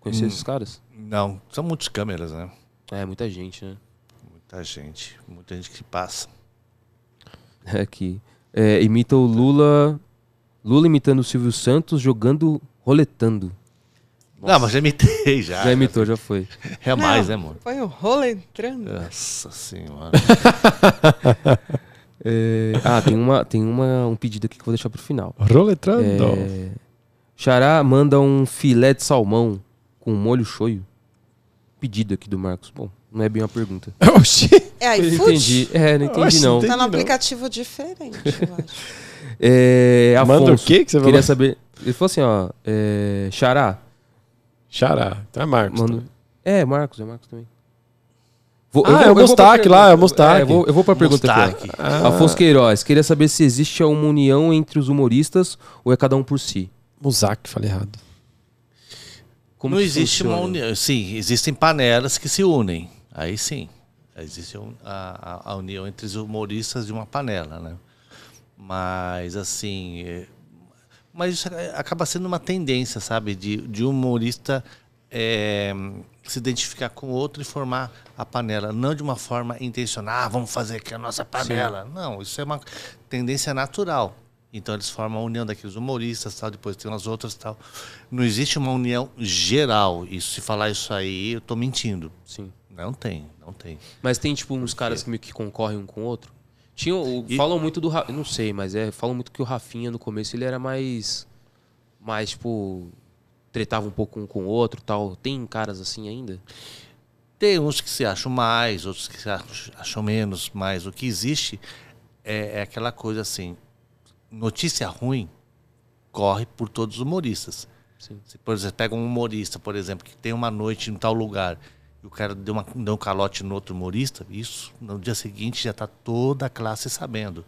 Speaker 2: Conheceu esses caras?
Speaker 3: Não, são muitas câmeras, né?
Speaker 2: É, muita gente, né?
Speaker 3: Muita gente, muita gente que passa.
Speaker 2: É que é, imita o Lula. Lula imitando o Silvio Santos jogando roletando.
Speaker 3: Não, mas já imitei já.
Speaker 2: Ah, já imitou, já foi.
Speaker 3: É mais, né,
Speaker 5: Não,
Speaker 3: amor?
Speaker 5: Foi o rolo entrando.
Speaker 3: Nossa senhora.
Speaker 2: É, ah, tem, uma, tem uma, um pedido aqui que eu vou deixar pro final.
Speaker 1: Roletrando.
Speaker 2: É, Xará manda um filé de salmão com molho shoyu. Pedido aqui do Marcos. Bom, não é bem uma pergunta.
Speaker 1: Oxi.
Speaker 5: É
Speaker 2: Eu
Speaker 5: iFood?
Speaker 2: não entendi. É, não entendi
Speaker 1: Oxe,
Speaker 2: não.
Speaker 1: tem-
Speaker 5: Tá
Speaker 1: Entendi, não.
Speaker 5: num aplicativo diferente, eu acho.
Speaker 2: É, Afonso,
Speaker 1: Manda o quê que você
Speaker 2: queria
Speaker 1: falou?
Speaker 2: saber. Ele falou assim, ó. É, Xará,
Speaker 1: Xará. Então é Marcos.
Speaker 2: manda.
Speaker 1: também.
Speaker 2: É, Marcos, é Marcos também. Vou-
Speaker 1: Ah, é o
Speaker 2: pra
Speaker 1: Mustaque
Speaker 2: pergunta.
Speaker 1: lá, é o Mustaque.
Speaker 2: eu vou, eu vou pra pergunta aqui.
Speaker 3: Mustaque.
Speaker 2: ó.
Speaker 1: Ah.
Speaker 2: Afonso Queiroz, queria saber se existe uma união entre os humoristas ou é cada um por si?
Speaker 1: Muzak, falei errado.
Speaker 2: Como
Speaker 3: não
Speaker 2: que
Speaker 3: existe uma
Speaker 2: funciona?
Speaker 3: união. Sim, existem panelas que se unem. Aí sim. Existe um- a, a- a união entre os humoristas de uma panela, né? Mas, assim. é- Mas isso a- acaba sendo uma tendência, sabe? De, de um humorista é, se identificar com o outro e formar a panela. Não de uma forma intencional, ah, vamos fazer aqui a nossa panela. Não, isso é uma tendência natural. Então eles formam a união daqueles humoristas, tal, depois tem as outras tal. Não existe uma união geral. Isso, se falar isso aí, eu tô mentindo.
Speaker 2: Sim.
Speaker 3: Não tem, não tem.
Speaker 2: Mas tem, tipo, uns caras que meio que concorrem um com o outro. Tinha, o-
Speaker 3: E-
Speaker 2: Falam muito do. Ra- eu Não sei, mas é. Falam muito que o Rafinha no começo ele era mais. Mais, tipo. Tretava um pouco um com o outro tal. Tem caras assim ainda?
Speaker 3: Tem uns que se acham mais, outros que se ach- acham menos, mas o que existe é, é aquela coisa assim: notícia ruim corre por todos os humoristas.
Speaker 2: Sim.
Speaker 3: Se, por exemplo, pega um humorista, por exemplo, que tem uma noite em tal lugar e o cara deu, uma, deu um calote no outro humorista, isso no dia seguinte já está toda a classe sabendo.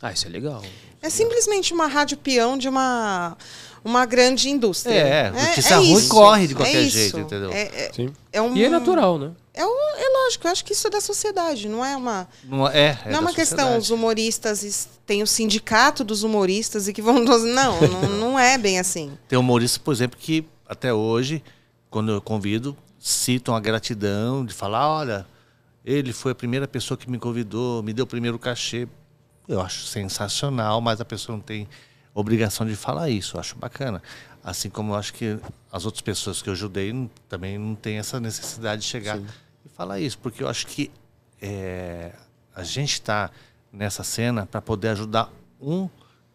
Speaker 2: Ah, isso é legal.
Speaker 5: É simplesmente uma rádio peão de uma, uma grande indústria.
Speaker 3: É, notícia ruim
Speaker 5: isso.
Speaker 3: corre de
Speaker 5: É
Speaker 3: qualquer
Speaker 5: isso.
Speaker 3: jeito, entendeu?
Speaker 5: É, é,
Speaker 1: Sim.
Speaker 5: é um,
Speaker 2: E é natural, né?
Speaker 5: É, um- é lógico, eu acho que isso é da sociedade, não é uma.
Speaker 3: Não é, é
Speaker 5: não é uma
Speaker 3: da
Speaker 5: questão, os
Speaker 3: sociedade.
Speaker 5: humoristas es- têm o sindicato dos humoristas e que vão. Não, não, não é bem assim.
Speaker 3: Tem humoristas, por exemplo, que até hoje, quando eu convido, citam a gratidão de falar, olha, ele foi a primeira pessoa que me convidou, me deu o primeiro cachê. Eu acho sensacional, mas a pessoa não tem obrigação de falar isso. Eu acho bacana. Assim como eu acho que as outras pessoas que eu ajudei não- também não têm essa necessidade de chegar e falar isso, porque eu acho que é, a gente está nessa cena para poder ajudar um,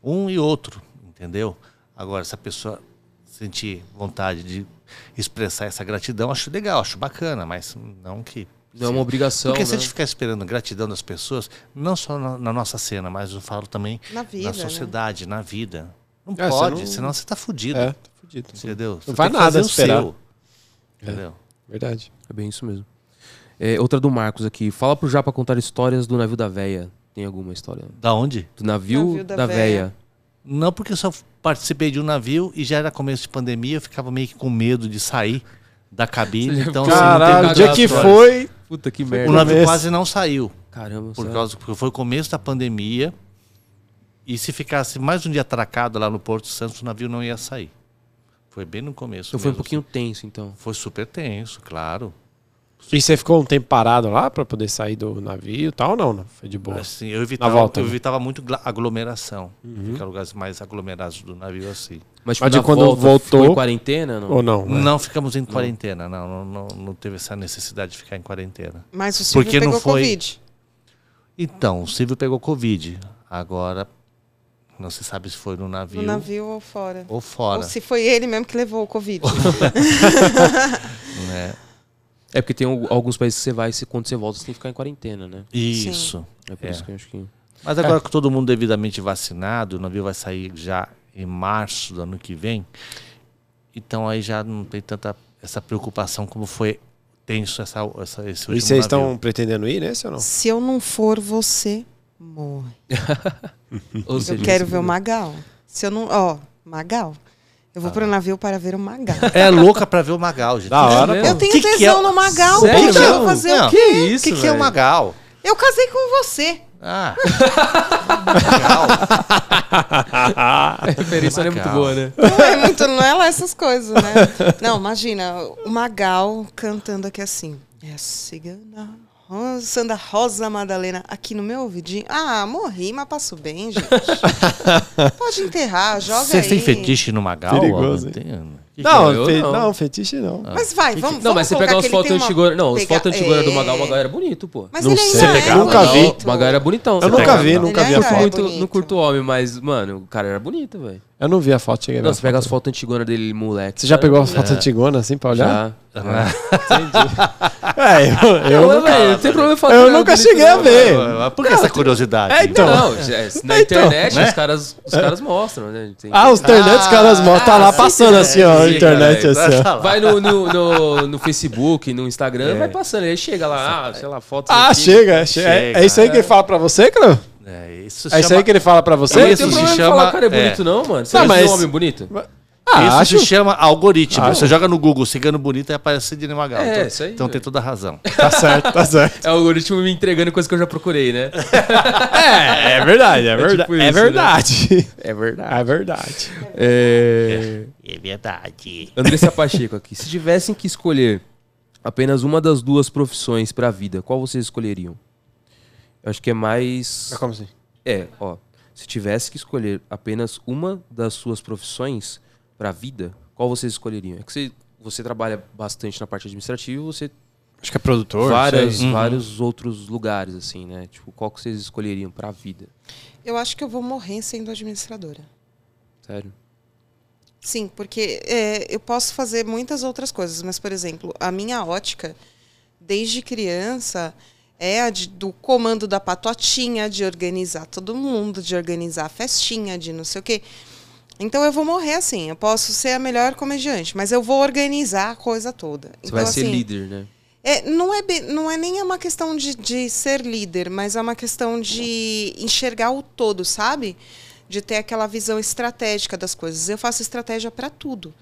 Speaker 3: um e outro, entendeu? Agora, se a pessoa sentir vontade de expressar essa gratidão, acho legal, acho bacana, mas não que.
Speaker 2: Não é uma obrigação.
Speaker 3: Porque
Speaker 1: Então,
Speaker 2: Né?
Speaker 3: se a gente ficar esperando gratidão das pessoas, não só na, na nossa cena, mas eu falo também
Speaker 5: Na vida, né?
Speaker 3: sociedade, na vida. Não
Speaker 1: É, você
Speaker 3: pode,
Speaker 1: não-
Speaker 3: senão você está fudido.
Speaker 1: É, tá fudido.
Speaker 3: Entendeu? Você
Speaker 1: vai
Speaker 3: tem que
Speaker 1: nada
Speaker 3: fazer o
Speaker 1: esperar. É.
Speaker 3: seu. Entendeu?
Speaker 1: Verdade.
Speaker 2: É bem isso mesmo. É, outra do Marcos aqui. Fala pro Japa contar histórias do navio da véia. Tem alguma história?
Speaker 3: Da onde?
Speaker 2: Do navio,
Speaker 5: Navio
Speaker 2: da,
Speaker 5: da
Speaker 2: véia.
Speaker 3: Não, porque eu só participei de um navio e já era começo de pandemia, eu ficava meio que com medo de sair da cabine. Então, assim, não tem
Speaker 1: Caralho, o
Speaker 3: muitas
Speaker 1: dia que
Speaker 3: histórias.
Speaker 1: foi.
Speaker 2: Puta que
Speaker 3: O
Speaker 2: merda.
Speaker 3: navio
Speaker 1: Começo.
Speaker 3: quase não saiu,
Speaker 2: Caramba,
Speaker 3: por
Speaker 2: sério.
Speaker 3: causa porque foi o começo da pandemia. E se ficasse mais um dia atracado lá no Porto Santos, o navio não ia sair. Foi bem no começo.
Speaker 2: Então foi um
Speaker 3: mesmo,
Speaker 2: pouquinho tenso, então.
Speaker 3: assim. Foi super tenso, claro.
Speaker 1: E você ficou um tempo parado lá pra poder sair do navio e tal, ou não? não? Foi de boa.
Speaker 3: Assim, eu evitava,
Speaker 1: É. volta,
Speaker 3: eu
Speaker 1: né? Uhum.
Speaker 3: evitava muito gla- aglomeração. Ficar em lugares mais aglomerados do navio assim.
Speaker 2: Mas, tipo,
Speaker 1: Mas de
Speaker 2: na
Speaker 1: quando
Speaker 2: volta,
Speaker 1: voltou-
Speaker 2: ficou em quarentena? Não?
Speaker 1: Ou não? né?
Speaker 3: Não ficamos em quarentena, não. Não, não, não teve essa necessidade de ficar em quarentena.
Speaker 5: Mas o Silvio
Speaker 3: Porque não
Speaker 5: pegou
Speaker 3: foi-
Speaker 5: Covid.
Speaker 3: Então, o Silvio pegou Covid. Agora, não se sabe se foi no navio,
Speaker 5: No navio ou fora.
Speaker 3: ou fora.
Speaker 5: Ou se foi ele mesmo que levou o Covid.
Speaker 3: né?
Speaker 2: É porque tem al- alguns países que você vai, se quando você volta, você tem que ficar em quarentena, né?
Speaker 3: Isso.
Speaker 2: É por
Speaker 3: É.
Speaker 2: isso que eu acho que.
Speaker 3: Mas agora que todo mundo devidamente vacinado, o navio vai sair já em março do ano que vem. Então aí já não tem tanta essa preocupação como foi tenso essa, essa, esse último
Speaker 1: E vocês
Speaker 3: navio.
Speaker 1: estão pretendendo ir nesse ou não?
Speaker 5: Se eu não for, você morre.
Speaker 2: Ou
Speaker 5: Eu
Speaker 2: seja,
Speaker 5: quero ver o Magal. Se eu não. Ó, Magal. Eu
Speaker 3: Ah.
Speaker 5: vou pro navio para ver o Magal.
Speaker 3: É louca pra ver o Magal, gente.
Speaker 1: Da hora,
Speaker 2: mesmo?
Speaker 1: pô.
Speaker 5: Eu tenho
Speaker 3: Que que
Speaker 5: tesão
Speaker 3: é?
Speaker 5: no Magal.
Speaker 2: Sério?
Speaker 5: Puta, eu vou
Speaker 3: Não,
Speaker 5: fazer
Speaker 3: não.
Speaker 5: o
Speaker 2: Que
Speaker 5: quê?
Speaker 3: O
Speaker 2: isso?
Speaker 3: que, que é o
Speaker 2: velho?
Speaker 3: Magal?
Speaker 5: Eu casei com você.
Speaker 3: Ah. Magal.
Speaker 2: A referência não é muito
Speaker 3: Magal.
Speaker 2: boa, né?
Speaker 5: Não é muito, não é lá essas coisas, né? Não, imagina, o Magal cantando aqui assim. É a cigana. Rosa- Sandra Rosa Madalena, aqui no meu ouvidinho. Ah, morri, mas passo bem, gente. Pode enterrar, joga
Speaker 3: Vocês
Speaker 5: aí.
Speaker 3: têm fetiche no Magal?
Speaker 1: Perigoso, hein?
Speaker 3: Tem. né?
Speaker 2: que é?
Speaker 1: Não,
Speaker 2: eu
Speaker 1: fe-
Speaker 2: não.
Speaker 1: não, fetiche não.
Speaker 5: Mas vai, vamos
Speaker 2: Ah. Não,
Speaker 5: vamos
Speaker 2: mas você
Speaker 5: colocar
Speaker 2: pegar as
Speaker 5: que ele
Speaker 2: fotos
Speaker 5: tem uma
Speaker 2: antigoras. Não, as
Speaker 5: pega-
Speaker 2: fotos antigoras do
Speaker 5: É.
Speaker 2: Magal, o Magal era bonito, pô.
Speaker 5: Mas
Speaker 1: Não
Speaker 5: ele
Speaker 1: sei,
Speaker 5: ainda é
Speaker 1: eu nunca vi.
Speaker 5: bonito.
Speaker 2: O Magal era bonitão.
Speaker 1: Eu
Speaker 2: Você
Speaker 1: nunca
Speaker 2: pega-
Speaker 1: vi, nunca
Speaker 5: Ele
Speaker 1: vi a
Speaker 5: ainda
Speaker 2: Não
Speaker 5: é
Speaker 1: foto.
Speaker 2: curto,
Speaker 5: bonito.
Speaker 2: não curto homem, mas, mano, o cara era bonito, velho.
Speaker 1: Eu não vi a foto, cheguei a ver.
Speaker 2: Não,
Speaker 1: a
Speaker 2: você pega
Speaker 1: É foto.
Speaker 2: as fotos antigonas dele, moleque.
Speaker 1: Você já
Speaker 2: cara,
Speaker 1: pegou a foto antigona assim pra olhar?
Speaker 2: Já.
Speaker 1: É, eu, eu
Speaker 2: Não,
Speaker 1: nunca,
Speaker 2: velho, não tem problema falar.
Speaker 1: eu
Speaker 2: que era
Speaker 1: nunca
Speaker 2: bonito,
Speaker 1: cheguei a
Speaker 2: não,
Speaker 1: ver.
Speaker 2: velho.
Speaker 3: Mas Por que essa curiosidade?
Speaker 1: É, então. né?
Speaker 2: Não, já- na internet os, caras, os caras mostram, né? Tem-
Speaker 1: Ah, os internet, os caras mó tá lá
Speaker 2: sempre
Speaker 1: passando assim, ó, a
Speaker 2: tem,
Speaker 1: internet
Speaker 2: cara,
Speaker 1: assim, ó.
Speaker 3: tá lá.
Speaker 2: Vai no, no, no, no Facebook, no Instagram, vai passando. Aí chega lá, É. ah, sei lá, foto.
Speaker 1: Ah, chega, chega. É- É isso aí que ele fala pra você, Cleo?
Speaker 3: É, isso
Speaker 1: É isso aí que ele fala pra você?
Speaker 2: Não tem
Speaker 3: Isso se
Speaker 2: problema em
Speaker 3: chama-
Speaker 2: falar que o cara é
Speaker 3: é.
Speaker 2: bonito, não, mano. Você
Speaker 1: Não,
Speaker 2: não, mas...
Speaker 1: mas-
Speaker 2: um homem bonito?
Speaker 1: Ah,
Speaker 3: isso
Speaker 1: acho.
Speaker 3: se chama algoritmo.
Speaker 1: Ah,
Speaker 3: Você joga no Google cigano bonito e aparece Sidney Magal.
Speaker 2: É,
Speaker 3: então
Speaker 2: isso aí,
Speaker 3: então tem
Speaker 2: velho.
Speaker 3: toda a razão.
Speaker 1: Tá certo, tá certo.
Speaker 2: É o algoritmo me entregando coisa que eu já procurei, né?
Speaker 1: É, é verdade, é verdade.
Speaker 2: tipo
Speaker 1: é,
Speaker 2: isso,
Speaker 1: verdade.
Speaker 2: É
Speaker 1: é verdade.
Speaker 2: É...
Speaker 4: É verdade.
Speaker 2: Andressa Pacheco aqui. Se tivessem que escolher apenas uma das duas profissões pra vida, qual vocês escolheriam? Eu acho que é mais.
Speaker 1: Mas como assim?
Speaker 2: É, ó. Se tivesse que escolher apenas uma das suas profissões pra vida, qual vocês escolheriam? É que você, você trabalha bastante na parte administrativa e você
Speaker 1: Acho que é produtor.
Speaker 2: várias,
Speaker 1: sei.
Speaker 2: vários outros lugares, assim, né? Tipo, qual que vocês escolheriam pra vida?
Speaker 5: Eu acho que eu vou morrer sendo administradora.
Speaker 2: Sério?
Speaker 5: Sim, porque é, eu posso fazer muitas outras coisas, mas, por exemplo, a minha ótica, desde criança, é a de- do comando da patotinha, de organizar todo mundo, de organizar a festinha, de não sei o quê. Então eu vou morrer assim, eu posso ser a melhor comediante, mas eu vou organizar a coisa toda.
Speaker 2: Você
Speaker 5: então,
Speaker 2: vai ser
Speaker 5: assim,
Speaker 2: líder, né?
Speaker 5: é, não, é bem- não é nem uma questão de, de ser líder, mas é uma questão de enxergar o todo, sabe? De ter aquela visão estratégica das coisas. Eu faço estratégia para tudo.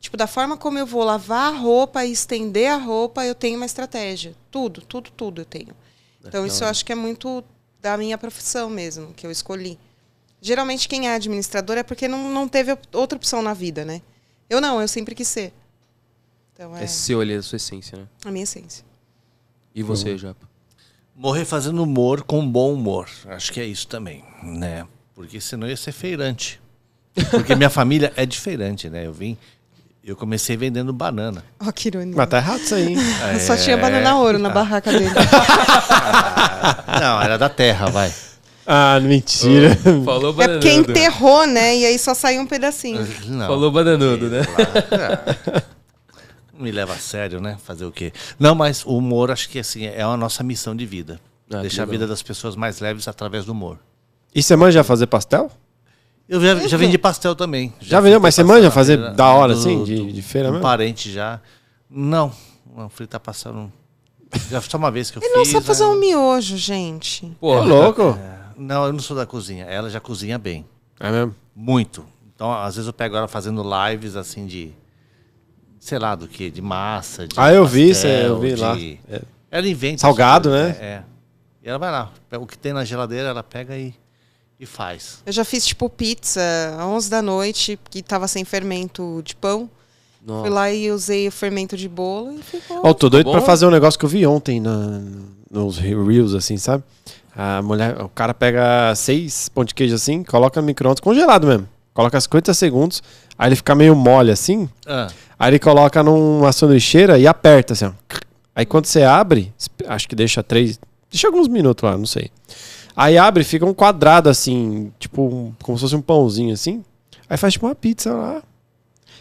Speaker 5: Tipo, da forma como eu vou lavar a roupa e estender a roupa, eu tenho uma estratégia. Tudo, tudo, tudo eu tenho. Então, isso eu acho que é muito da minha profissão mesmo, que eu escolhi. Geralmente, quem é administrador é porque não, não teve op- outra opção na vida, né? Eu não, eu sempre quis ser. Então,
Speaker 2: É,
Speaker 5: é
Speaker 2: seu ali, é a sua essência, né?
Speaker 5: a minha essência.
Speaker 2: E você, Japa?
Speaker 3: Morrer fazendo humor com bom humor. Acho que é isso também, né? Porque senão eu ia ser feirante. Porque minha família é diferente, né? Eu vim, eu comecei vendendo banana.
Speaker 5: Ó, que ironia.
Speaker 1: Mas tá errado isso aí, hein?
Speaker 2: É.
Speaker 5: Só tinha banana ouro
Speaker 2: Ah.
Speaker 5: na barraca dele. É
Speaker 3: Não, era da terra, vai.
Speaker 1: Ah, mentira.
Speaker 2: Falou
Speaker 5: É porque
Speaker 2: bananudo.
Speaker 5: enterrou, né? E aí só saiu um
Speaker 2: Uhum.
Speaker 5: pedacinho.
Speaker 3: Não.
Speaker 2: Falou bananudo, né?
Speaker 3: Não me leva a sério, né? Fazer o quê? Não, mas o humor acho que assim é a nossa missão de vida.
Speaker 2: Ah, que
Speaker 3: Deixar a
Speaker 2: legal.
Speaker 3: vida das pessoas mais leves através do humor.
Speaker 1: E você manja fazer pastel?
Speaker 3: Eu já, já vendi pastel também.
Speaker 1: Já vendeu?
Speaker 3: fritei
Speaker 1: Mas você
Speaker 3: pastel
Speaker 1: manja
Speaker 3: na
Speaker 1: fazer
Speaker 3: feira,
Speaker 1: da hora,
Speaker 3: do-
Speaker 1: assim, de-
Speaker 3: do-
Speaker 1: de feira
Speaker 3: um
Speaker 1: mesmo?
Speaker 3: parente já. Não, não, fritar pastel não. Já só uma vez que eu
Speaker 5: Ele
Speaker 3: fiz.
Speaker 5: não sabe fazer
Speaker 3: né?
Speaker 5: um miojo, gente.
Speaker 1: Ô,
Speaker 2: Porra,
Speaker 1: louco.
Speaker 3: Não, eu não sou da cozinha. Ela já cozinha bem.
Speaker 1: É mesmo?
Speaker 3: Muito. Então, às vezes eu pego ela fazendo lives assim de. Sei lá do que, de massa. De
Speaker 1: Ah, eu vi,
Speaker 3: pastel,
Speaker 1: cê- eu vi
Speaker 3: de- É.
Speaker 1: lá.
Speaker 3: Ela inventa.
Speaker 1: Salgado,
Speaker 3: as coisas,
Speaker 1: né?
Speaker 3: É. E ela vai lá, pega o que tem na geladeira, ela pega e, e E faz.
Speaker 5: Eu já fiz, tipo, pizza às 11 da noite, que tava sem fermento de pão. Fui
Speaker 2: Nossa.
Speaker 5: lá e usei o fermento de bolo e ficou.
Speaker 1: Ó, eu tô doido
Speaker 2: bom?
Speaker 1: pra fazer um negócio que eu vi ontem na, nos Reels, assim, sabe? A mulher, o cara pega seis pão de queijo assim, coloca no micro-ondas congelado mesmo. Coloca 50 segundos, aí ele fica meio mole assim,
Speaker 3: Ah,
Speaker 1: aí ele coloca numa sanduicheira e aperta assim, ó. Aí quando você abre, esp- acho que deixa três, deixa alguns minutos lá, não sei. Aí abre, fica um quadrado assim, tipo, um- como se fosse um pãozinho assim. Aí faz tipo uma pizza lá.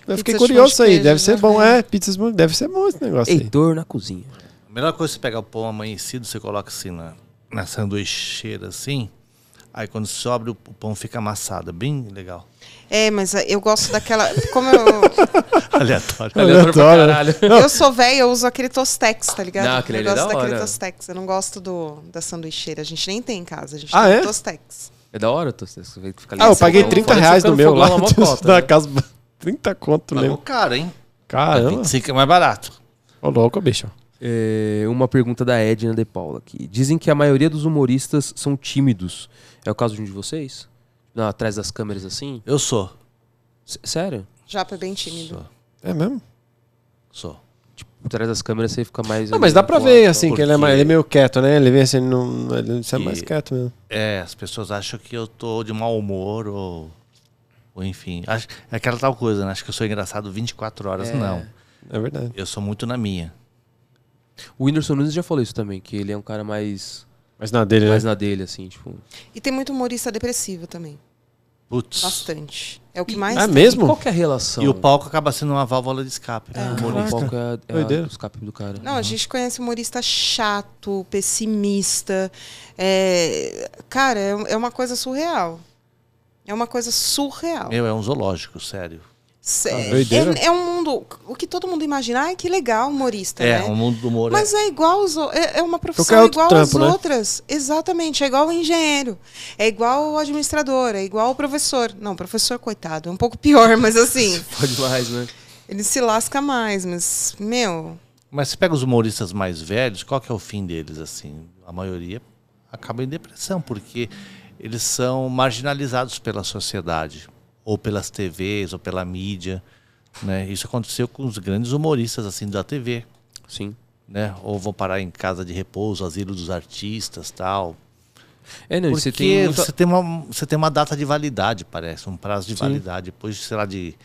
Speaker 1: Eu fiquei
Speaker 5: de
Speaker 1: curioso
Speaker 5: pão de
Speaker 1: aí,
Speaker 5: queijo,
Speaker 1: deve ser
Speaker 5: né?
Speaker 1: bom, é, pizzas, deve ser bom esse negócio aí.
Speaker 2: Heitor na cozinha.
Speaker 3: a melhor coisa é você pegar o pão amanhecido, você coloca assim na, na sanduicheira, assim. Aí quando sobe, o o pão fica amassado. Bem legal.
Speaker 5: É, mas eh, eu gosto daquela. Como eu,
Speaker 3: Aleatório.
Speaker 2: Aleatório pra
Speaker 1: Aleatório.
Speaker 2: caralho.
Speaker 5: eu sou velha, eu uso aquele Tostex, tá ligado?
Speaker 2: Não, aquele
Speaker 5: eu
Speaker 2: ali é
Speaker 5: gosto
Speaker 2: da hora.
Speaker 5: daquele Tostex. Eu não gosto do, da sanduicheira. A gente nem tem em casa, a gente
Speaker 1: Ah,
Speaker 5: tem
Speaker 1: é?
Speaker 5: Tostex.
Speaker 2: É da hora, tô, você fica ali
Speaker 1: Ah, eu
Speaker 2: assim,
Speaker 1: paguei
Speaker 2: não,
Speaker 1: 30
Speaker 2: fora que você
Speaker 1: reais
Speaker 2: fica
Speaker 1: no meu
Speaker 2: fogão,
Speaker 1: lá.
Speaker 2: é uma cota,
Speaker 1: da
Speaker 2: né?
Speaker 1: casa. 30 conto
Speaker 3: Pagou
Speaker 1: mesmo.
Speaker 3: caro, hein?
Speaker 1: Caramba.
Speaker 3: 25 é mais barato.
Speaker 1: Ô, louco, bicho.
Speaker 2: É, uma pergunta da Edna De Paula aqui. Dizem que a maioria dos humoristas são tímidos. É o caso de um de vocês? Não, atrás das câmeras assim?
Speaker 3: Eu sou.
Speaker 2: S- sério?
Speaker 5: Japa é bem tímido.
Speaker 1: É mesmo?
Speaker 3: Sou.
Speaker 2: Tipo, atrás das câmeras você fica mais.
Speaker 1: Não, Ah,
Speaker 2: ali
Speaker 1: mas dá
Speaker 2: no
Speaker 1: pra
Speaker 2: quarto,
Speaker 1: ver,
Speaker 2: tal.
Speaker 1: assim, que ele é,
Speaker 3: porque-
Speaker 1: mais, ele é meio quieto, né? Ele vem assim, não, ele é mais
Speaker 3: Que-
Speaker 1: quieto mesmo.
Speaker 3: É, as pessoas acham que eu tô de mau humor ou. Ou enfim. Acho, é aquela tal coisa, né? Acho que eu sou engraçado 24 horas. Não.
Speaker 1: É verdade.
Speaker 3: Eu sou muito na minha.
Speaker 2: O Whindersson Nunes já falou isso também, que ele é um cara mais,
Speaker 1: Mas na dele,
Speaker 2: mais
Speaker 1: né?
Speaker 2: na dele, assim, tipo.
Speaker 5: E tem muito humorista depressivo também.
Speaker 3: Putz.
Speaker 5: Bastante. É o que mais.
Speaker 1: É
Speaker 5: tem.
Speaker 2: E qual
Speaker 1: mesmo?
Speaker 2: que é a relação?
Speaker 3: E o palco acaba sendo uma válvula de escape. né?
Speaker 2: Ah,
Speaker 3: Humorista.
Speaker 2: o palco é, a- é a-
Speaker 1: Doideira.
Speaker 2: o escape do cara.
Speaker 5: Não, a gente conhece humorista chato, pessimista. É, Cara, é é uma coisa surreal. É uma coisa surreal.
Speaker 3: Meu, é um zoológico, sério.
Speaker 5: Cê-
Speaker 1: doideira.
Speaker 5: é, é um mundo. O que todo mundo imagina, ai, que legal, humorista,
Speaker 3: É,
Speaker 5: né?
Speaker 3: o mundo do humor
Speaker 5: Mas é igual aos, o- é, é
Speaker 1: Qualquer
Speaker 5: uma profissão
Speaker 1: outro
Speaker 5: igual às
Speaker 1: trampo, né?
Speaker 5: outras. Exatamente, é igual o engenheiro, é igual o administrador, é igual o professor. Não, professor, coitado, é um pouco pior, mas assim,
Speaker 2: Pode mais, né?
Speaker 5: ele se lasca mais, mas, meu,
Speaker 3: é. Mas você pega os humoristas mais velhos, qual que é o fim deles, assim? A maioria acaba em depressão, porque eles são marginalizados pela sociedade, ou pelas TVs, ou pela mídia. Né? Isso aconteceu com os grandes humoristas, assim, da TV.
Speaker 2: Sim.
Speaker 3: Né? Ou vão parar em casa de repouso, asilo dos artistas tal.
Speaker 2: É, não, e
Speaker 3: Porque
Speaker 2: você tem. muita-
Speaker 3: você, tem uma, você tem uma data de validade, parece, um prazo de validade. Depois, sei lá, de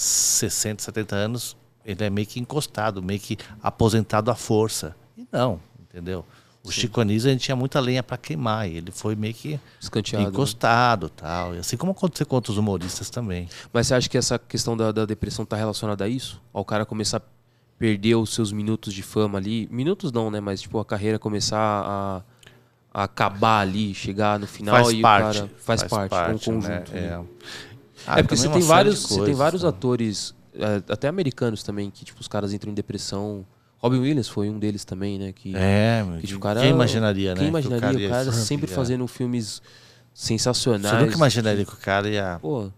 Speaker 3: 60, 70 anos, ele é meio que encostado, meio que aposentado à força. E não, entendeu? O Chico Anísio, a gente tinha muita lenha para queimar, e ele foi meio que
Speaker 2: Escanteado. né?
Speaker 3: encostado tal. E assim como aconteceu com outros humoristas também.
Speaker 2: Mas você acha que essa questão da, da depressão tá relacionada a isso? Ao cara começar a perder os seus minutos de fama ali? Minutos não, né? Mas tipo, a carreira começar a, a acabar ali, chegar no final
Speaker 3: faz,
Speaker 2: e o
Speaker 3: parte,
Speaker 2: cara faz, parte, é um conjunto.
Speaker 3: né?
Speaker 2: né?
Speaker 3: É,
Speaker 2: É porque você tem vários, você tem vários
Speaker 3: atores.
Speaker 2: atores, eh, até americanos também, que tipo, os caras entram em depressão. Robin Williams foi um deles também, né? Que,
Speaker 3: É, meu,
Speaker 2: que, tipo,
Speaker 3: quem
Speaker 2: o cara,
Speaker 3: imaginaria, né?
Speaker 2: Quem
Speaker 3: que
Speaker 2: imaginaria? o cara,
Speaker 3: ia-
Speaker 2: sempre
Speaker 3: ia-
Speaker 2: fazendo filmes
Speaker 3: Você
Speaker 2: sensacionais.
Speaker 3: nunca imaginaria que o cara ia
Speaker 2: Pô,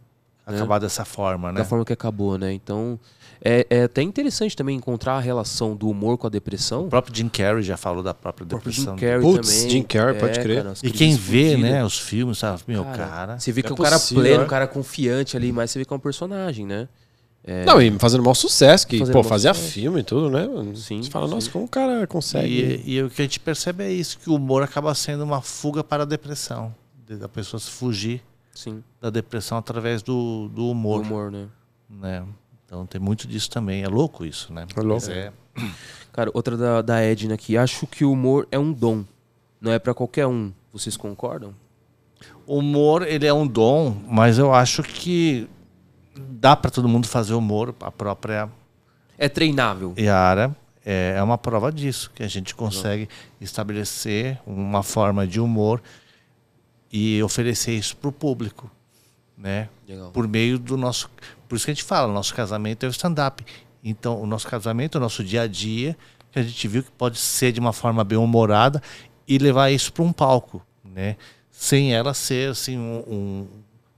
Speaker 3: acabar dessa É. forma, né?
Speaker 2: da forma que acabou, né? Então, é, é até interessante também encontrar a relação do humor com a depressão. um
Speaker 3: O próprio Jim Carrey já falou da própria depressão. dele.
Speaker 1: Putz, Jim Carrey, pode crer.
Speaker 2: as
Speaker 3: E
Speaker 2: crises
Speaker 3: quem vê,
Speaker 2: fodidas.
Speaker 3: né, os filmes, sabe, meu cara.
Speaker 2: Você vê que é
Speaker 1: é
Speaker 2: um cara
Speaker 1: possível,
Speaker 2: pleno,
Speaker 1: é.
Speaker 2: um cara confiante ali, mas você vê que é um personagem, né?
Speaker 1: Não, e fazendo maior sucesso, que,
Speaker 2: Fazendo
Speaker 1: pô,
Speaker 2: maior
Speaker 1: fazia
Speaker 2: sucesso.
Speaker 1: filme e tudo, né?
Speaker 2: Sim,
Speaker 1: Você fala,
Speaker 2: sim.
Speaker 1: nossa, como o cara consegue.
Speaker 3: E, e o que a gente percebe é isso, que o humor acaba sendo uma fuga para a depressão. de- Da pessoa se fugir
Speaker 2: Sim,
Speaker 3: da depressão através do, do
Speaker 2: o
Speaker 3: humor,
Speaker 2: humor, né?
Speaker 3: né? Então tem muito disso também. É louco isso, né?
Speaker 1: É louco.
Speaker 3: Mas é-
Speaker 2: Cara, outra da, da Edna aqui. Acho que o humor é um dom. Não é pra qualquer um. Vocês concordam?
Speaker 3: O humor, ele é um dom, mas eu acho que dá para todo mundo fazer humor, a própria
Speaker 2: É treinável.
Speaker 3: Yara é, é uma prova disso, que a gente consegue estabelecer uma forma de humor e oferecer isso para o público, né?
Speaker 2: Legal.
Speaker 3: Por meio do nosso, por isso que a gente fala, nosso casamento é o stand-up. Então, o nosso casamento, o nosso dia a dia, que a gente viu que pode ser de uma forma bem humorada e levar isso para um palco, né? Sem ela ser assim um, um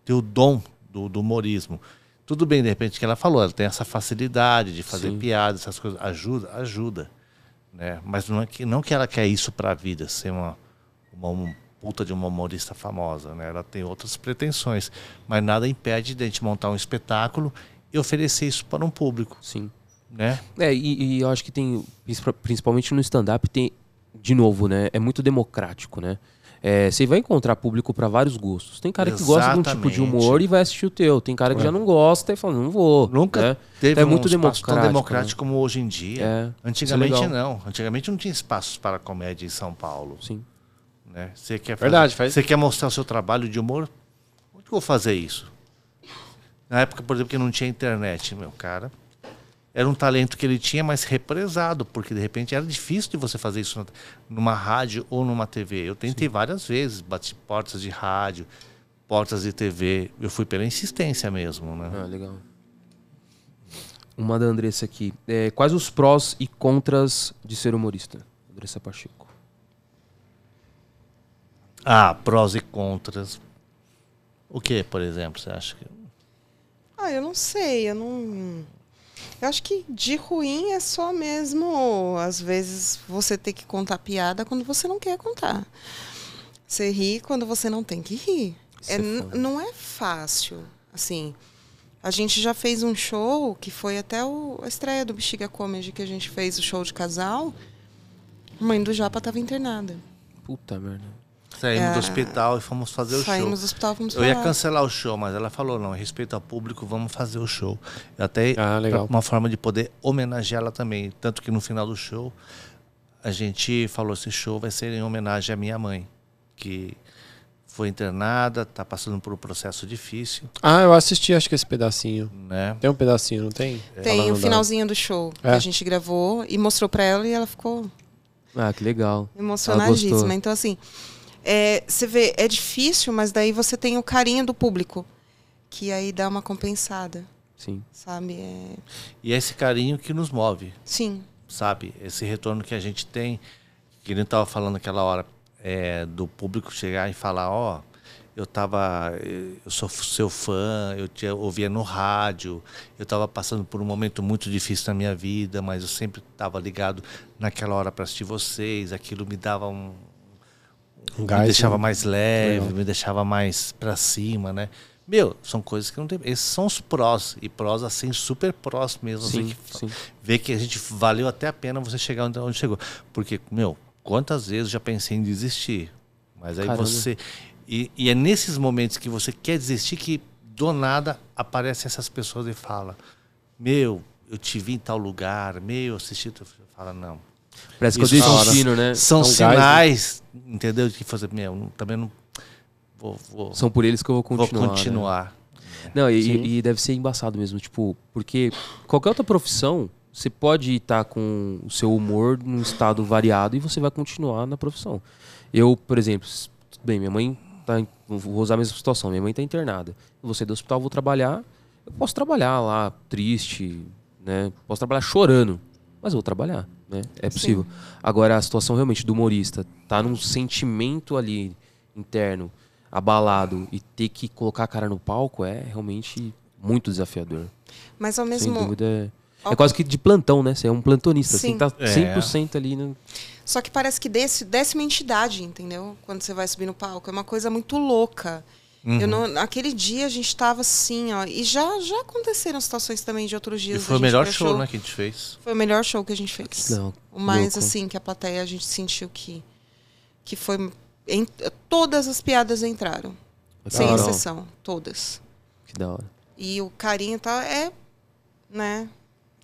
Speaker 3: ter o dom do, do humorismo. Tudo bem, de repente que ela falou, ela tem essa facilidade de fazer
Speaker 2: Sim.
Speaker 3: piadas, essas coisas, ajuda, ajuda, né? Mas não é que não que ela quer isso para a vida, ser uma, uma um puta de uma humorista famosa, né? Ela tem outras pretensões, mas nada impede de a gente montar um espetáculo e oferecer isso para um público,
Speaker 2: Sim.
Speaker 3: né?
Speaker 2: É, e, e eu acho que tem, princip- principalmente no stand-up, tem, de novo, né? É muito democrático, né? É, Você vai encontrar público para vários gostos. Tem cara que gosta de um tipo de humor
Speaker 3: Exatamente.
Speaker 2: e vai assistir o teu. Tem cara que já não gosta e fala, não vou.
Speaker 3: Nunca
Speaker 2: né?
Speaker 3: Teve
Speaker 2: É
Speaker 3: um
Speaker 2: muito
Speaker 3: espaço tão
Speaker 2: democrático,
Speaker 3: democrático como hoje em dia.
Speaker 2: É,
Speaker 3: Antigamente
Speaker 2: legal.
Speaker 3: não. Antigamente não tinha espaços para comédia em São Paulo.
Speaker 2: sim.
Speaker 3: né? Você quer fazer-
Speaker 1: Verdade, faz-
Speaker 3: Você quer mostrar o seu trabalho de humor? Onde que eu vou fazer isso? Na época, por exemplo, que não tinha internet, meu cara. Era um talento que ele tinha, mas represado, porque de repente era difícil de você fazer isso na- numa rádio ou numa TV. Eu tentei várias vezes, bati portas de rádio, portas de TV. Eu fui pela insistência mesmo, né?
Speaker 1: É.
Speaker 2: Ah, legal. Uma da Andressa aqui. É, quais os prós e contras de ser humorista? Andressa Pacheco.
Speaker 3: Ah, prós e contras. O que, por exemplo, você acha que.
Speaker 5: Ah, eu não sei, eu não. Eu acho que de ruim é só mesmo, às vezes, você ter que contar piada quando você não quer contar. Você ri quando você não tem que rir.
Speaker 2: Isso
Speaker 5: É,
Speaker 2: é
Speaker 5: n-
Speaker 2: foda.
Speaker 5: não é fácil, assim. A gente já fez um show que foi até o- a estreia do Bexiga Comedy que a gente fez, o show de casal. A mãe do Japa estava internada.
Speaker 2: Puta merda.
Speaker 3: Saímos do
Speaker 5: É.
Speaker 3: hospital e fomos fazer o show.
Speaker 5: Saímos do hospital, fomos
Speaker 3: Eu ia
Speaker 5: falar.
Speaker 3: cancelar o show, mas ela falou, não, respeito ao público, vamos fazer o show. Eu Até
Speaker 1: Ah, legal.
Speaker 3: uma forma de poder homenagear ela também. Tanto que no final do show, a gente falou, esse show vai ser em homenagem à minha mãe, que foi internada, está passando por um processo difícil,
Speaker 1: Ah, eu assisti, acho que esse pedacinho.
Speaker 3: né?
Speaker 1: Tem um pedacinho, não tem?
Speaker 5: Tem
Speaker 1: Falando
Speaker 5: o
Speaker 1: da-
Speaker 5: finalzinho do show que
Speaker 1: É.
Speaker 5: a gente gravou e mostrou pra ela e ela ficou
Speaker 2: Ah, que legal. Ela
Speaker 5: emocionadíssima.
Speaker 2: gostou.
Speaker 5: Então, assim, é, você vê, é difícil, mas daí você tem o carinho do público, que aí dá uma compensada,
Speaker 2: Sim.
Speaker 5: sabe? É,
Speaker 3: E é esse carinho que nos move,
Speaker 5: sim,
Speaker 3: sabe? Esse retorno que a gente tem, que ele estava falando aquela hora é, do público chegar e falar, ó, eu tava, eh, eu sou f- seu fã, eu te ouvia no rádio, eu estava passando por um momento muito difícil na minha vida, mas eu sempre estava ligado naquela hora para assistir vocês, aquilo me dava um,
Speaker 1: Um
Speaker 3: me
Speaker 1: gás,
Speaker 3: deixava
Speaker 1: né?
Speaker 3: mais leve,
Speaker 1: Legal.
Speaker 3: me deixava mais pra cima, né? Meu, são coisas que não tem. Esses são os prós, e prós assim, super prós mesmo. assim,
Speaker 2: Sim,
Speaker 3: que,
Speaker 2: sim.
Speaker 3: Ver que a gente valeu até a pena você chegar onde- onde chegou. Porque, meu, quantas vezes eu já pensei em desistir. Mas aí
Speaker 2: Caramba.
Speaker 3: você. E, e é nesses momentos que você quer desistir que do nada aparecem essas pessoas e fala: Meu, eu te vi em tal lugar, meu, eu assisti. teu filme." Fala, não.
Speaker 2: Parece que eu
Speaker 3: Isso,
Speaker 2: dei um
Speaker 3: cara.
Speaker 2: sino, né?
Speaker 3: São
Speaker 1: Dá um gás, né?
Speaker 3: sinais, entendeu? De que fazer, meu, não- também não. Vou, vou,
Speaker 2: São por eles que eu vou
Speaker 3: vou
Speaker 2: continuar.
Speaker 3: continuar.
Speaker 2: né? Não,
Speaker 1: Sim.
Speaker 2: e, e deve ser embaçado mesmo, tipo, porque qualquer outra profissão, você pode estar com o seu humor num estado variado e você vai continuar na profissão. Eu, por exemplo, s- tudo bem, minha mãe tá. em- Vou usar a mesma situação, minha mãe tá internada. Eu vou sair do hospital, vou trabalhar. Eu posso trabalhar lá, triste, né? Posso trabalhar chorando, mas eu vou trabalhar, né? É possível. Agora, a situação realmente do humorista tá num sentimento ali interno abalado e ter que colocar a cara no palco é realmente muito desafiador.
Speaker 5: mas ao
Speaker 2: Sem
Speaker 5: mesmo
Speaker 2: dúvida. É,
Speaker 5: Ao-
Speaker 2: é quase que de plantão, né? Você é um plantonista. Você
Speaker 5: Sim.
Speaker 2: tá
Speaker 3: É.
Speaker 2: 100% ali. No...
Speaker 5: Só que parece que desse, desce uma entidade, entendeu? Quando você vai subir no palco. É uma coisa muito louca.
Speaker 3: Uhum.
Speaker 5: Eu não, naquele dia a gente tava assim, ó. E já, já aconteceram situações também de outros
Speaker 3: E
Speaker 5: dias.
Speaker 3: foi
Speaker 5: da
Speaker 3: o
Speaker 5: gente
Speaker 3: melhor
Speaker 5: pra
Speaker 3: show, né, que a gente fez.
Speaker 5: Foi o melhor show que a gente fez.
Speaker 2: Não,
Speaker 5: O mais,
Speaker 2: louco.
Speaker 5: assim, que a plateia a gente sentiu que, que foi. em- todas as piadas entraram,
Speaker 2: É
Speaker 5: sem
Speaker 2: legal.
Speaker 5: exceção. Todas.
Speaker 2: Que da hora.
Speaker 5: E o carinho e tal é. né?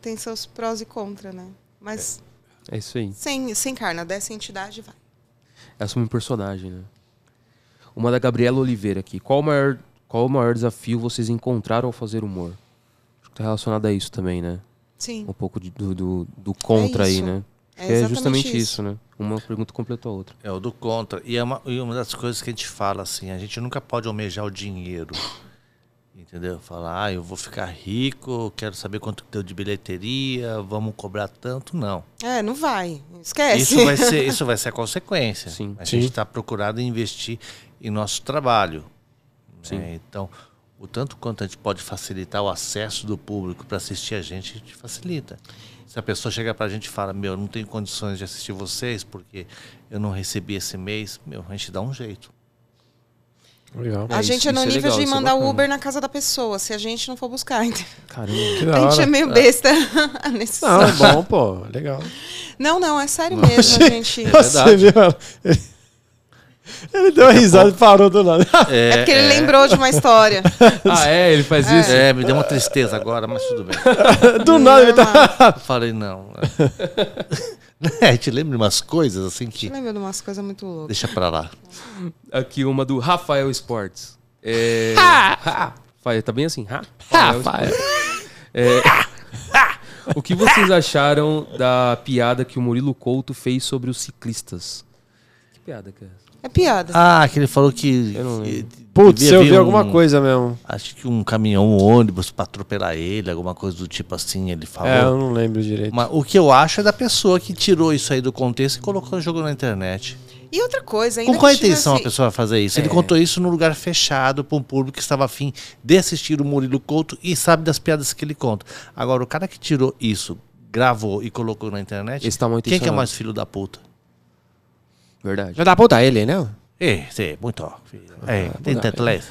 Speaker 5: Tem seus prós e contras, né? Mas
Speaker 2: É isso aí.
Speaker 5: sem, sem carne, dessa entidade vai.
Speaker 2: Assume um personagem, né? Uma da Gabriela Oliveira aqui. Qual o maior, qual o maior desafio vocês encontraram ao fazer humor? Acho que tá relacionado a isso também, né?
Speaker 5: Sim.
Speaker 2: Um pouco de- do, do, do contra aí,
Speaker 5: isso.
Speaker 2: né?
Speaker 5: É
Speaker 2: Que é
Speaker 5: exatamente
Speaker 2: justamente
Speaker 5: isso.
Speaker 2: isso, né? Uma pergunta completou a outra.
Speaker 3: É o do contra. E é uma, e uma das coisas que a gente fala assim, a gente nunca pode almejar o dinheiro. Entendeu? Falar, ah, eu vou ficar rico, quero saber quanto que deu de bilheteria, vamos cobrar tanto. Não.
Speaker 5: É, não vai. Esquece.
Speaker 3: Isso vai ser, isso vai ser a consequência.
Speaker 2: Sim.
Speaker 3: a tá
Speaker 1: Sim.
Speaker 3: gente está procurando investir em nosso trabalho. né?
Speaker 2: Sim.
Speaker 3: Então, O tanto quanto a gente pode facilitar o acesso do público para assistir a gente, a gente facilita. Se a pessoa chegar para a gente e fala, meu, eu não tenho condições de assistir vocês porque eu não recebi esse mês, meu, a gente dá um jeito.
Speaker 1: Legal.
Speaker 5: a
Speaker 2: isso-
Speaker 5: gente é no
Speaker 2: isso é
Speaker 5: nível
Speaker 2: legal,
Speaker 5: de
Speaker 2: isso é
Speaker 5: mandar o
Speaker 2: bacana.
Speaker 5: Uber na casa da pessoa, se a gente não for buscar. entendeu?
Speaker 2: Caramba.
Speaker 1: Que da
Speaker 5: A gente é
Speaker 1: hora.
Speaker 5: meio besta nesse
Speaker 1: Não, é bom, pô. Legal.
Speaker 5: Não, não, é sério mesmo, a gente.
Speaker 1: Você viu ela? Ele- Ele deu uma risada e parou do nada.
Speaker 5: É porque ele lembrou de uma história.
Speaker 2: Ah, é? Ele faz isso?
Speaker 3: É, me deu uma tristeza agora, mas tudo bem.
Speaker 1: Do nada ele tá.
Speaker 5: Normal.
Speaker 3: Eu falei, não. É, te lembro de umas coisas assim
Speaker 5: Eu
Speaker 3: que.
Speaker 5: lembro de umas coisas muito loucas.
Speaker 3: Deixa pra lá.
Speaker 2: Aqui uma do Rafael Sports. É... Rafael, tá bem assim? Ra- Rafael. Sports. É, O que vocês acharam da piada que o Murilo Couto fez sobre os ciclistas? Que piada que é essa?
Speaker 5: É piada.
Speaker 3: Ah, que ele falou que.
Speaker 2: Eu não lembro.
Speaker 3: que
Speaker 1: Putz,
Speaker 3: devia
Speaker 1: eu
Speaker 3: vir
Speaker 1: vi
Speaker 3: um-
Speaker 1: alguma coisa mesmo.
Speaker 3: Acho que um caminhão, um ônibus pra atropelar ele, alguma coisa do tipo assim, ele falou.
Speaker 1: É, eu não lembro direito.
Speaker 3: Mas o que eu acho é da pessoa que tirou isso aí do contexto e colocou e jogou na internet.
Speaker 5: E outra coisa, ainda
Speaker 3: Com qual a
Speaker 5: que tivesse-
Speaker 3: intenção a pessoa vai fazer isso? Ele contou isso num lugar fechado pra um público que estava afim de assistir o Murilo Couto e sabe das piadas que ele conta. Agora, o cara que tirou isso, gravou e colocou na internet,
Speaker 2: Esse tá mal
Speaker 3: quem que é
Speaker 2: intencionado.
Speaker 3: mais filho da puta?
Speaker 2: Verdade.
Speaker 1: Já dá pra botar ele, né?
Speaker 3: É, sim, muito. filho. É, tem tanto leite.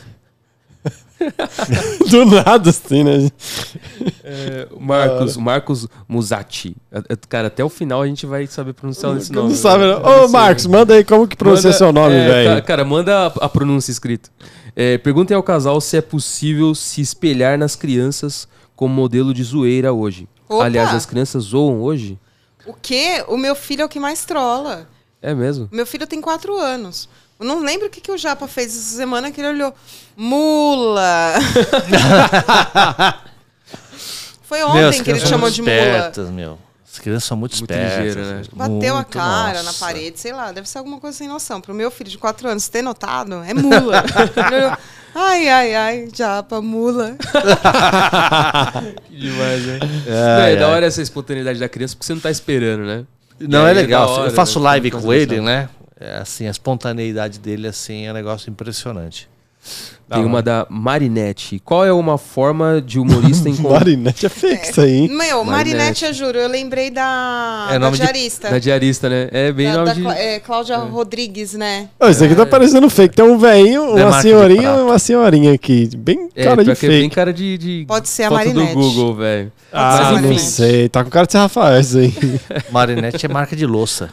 Speaker 1: Do nada, assim, né?
Speaker 2: O Marcos, o Marcos Musatti. É, é, Cara, até o final a gente vai saber pronunciar esse nome. né?
Speaker 1: Não sabe,
Speaker 2: velho.
Speaker 1: não.
Speaker 2: Eu
Speaker 1: Ô,
Speaker 2: sei.
Speaker 1: Marcos, manda aí como que pronuncia
Speaker 2: Manda-
Speaker 1: seu nome,
Speaker 2: é, ca-
Speaker 1: velho.
Speaker 2: Cara, manda a, a pronúncia escrita. É, perguntem ao casal se é possível se espelhar nas crianças como modelo de zoeira hoje.
Speaker 5: Opa!
Speaker 2: Aliás, as crianças zoam hoje?
Speaker 5: O quê? O meu filho é o que mais trola.
Speaker 2: É mesmo?
Speaker 5: O meu filho tem quatro anos. Eu não lembro o que, que o Japa fez essa semana que ele olhou. Mula! Foi ontem
Speaker 3: as
Speaker 5: que ele
Speaker 3: crianças são
Speaker 5: chamou
Speaker 3: muito
Speaker 5: de mula.
Speaker 3: espertas, meu. As crianças são muito,
Speaker 2: Muito
Speaker 3: espertas.
Speaker 2: ligeira, né?
Speaker 5: Bateu a
Speaker 3: Muito,
Speaker 5: cara na
Speaker 3: nossa.
Speaker 5: parede, sei lá, deve ser alguma coisa sem noção. Pro meu filho de quatro anos ter notado, é mula. Ele olhou, ai, ai, ai, japa, mula.
Speaker 2: Demais, né? Não, é da hora essa espontaneidade da criança, porque você não tá esperando, né? E
Speaker 3: Não,
Speaker 2: aí
Speaker 3: é
Speaker 2: da
Speaker 3: legal.
Speaker 2: hora,
Speaker 3: eu faço
Speaker 2: né?
Speaker 3: live
Speaker 2: Tem
Speaker 3: com
Speaker 2: coisa
Speaker 3: ele, né? É, assim, a espontaneidade dele assim, é um negócio impressionante.
Speaker 2: Tem uma da Marinette. Qual é uma forma de humorista encontrar...
Speaker 1: Marinette é feio isso aí, hein?
Speaker 5: Meu, Marinette,
Speaker 2: Marinette.
Speaker 5: eu juro, eu lembrei
Speaker 3: É
Speaker 5: da, Ah, da
Speaker 3: nome de-
Speaker 5: diarista.
Speaker 2: Da diarista, né? É bem
Speaker 5: da,
Speaker 2: nome
Speaker 5: da
Speaker 2: de...
Speaker 5: Cla- é, Cláudia Rodrigues, né?
Speaker 1: Ô, Isso aqui
Speaker 2: É.
Speaker 1: tá parecendo fake. Tem um velhinho, uma
Speaker 3: Demarca de
Speaker 1: senhorinha
Speaker 3: prata.
Speaker 1: e uma senhorinha aqui. Bem
Speaker 2: É,
Speaker 1: cara de
Speaker 2: pior que é bem
Speaker 1: fake.
Speaker 2: cara de, de
Speaker 5: Pode ser a
Speaker 2: foto do
Speaker 5: Marinette.
Speaker 2: Google, velho.
Speaker 1: Ah,
Speaker 5: Pode ser
Speaker 1: não
Speaker 5: Marinette.
Speaker 1: sei. Tá com cara de ser Rafael isso aí.
Speaker 3: Marinette é marca de louça.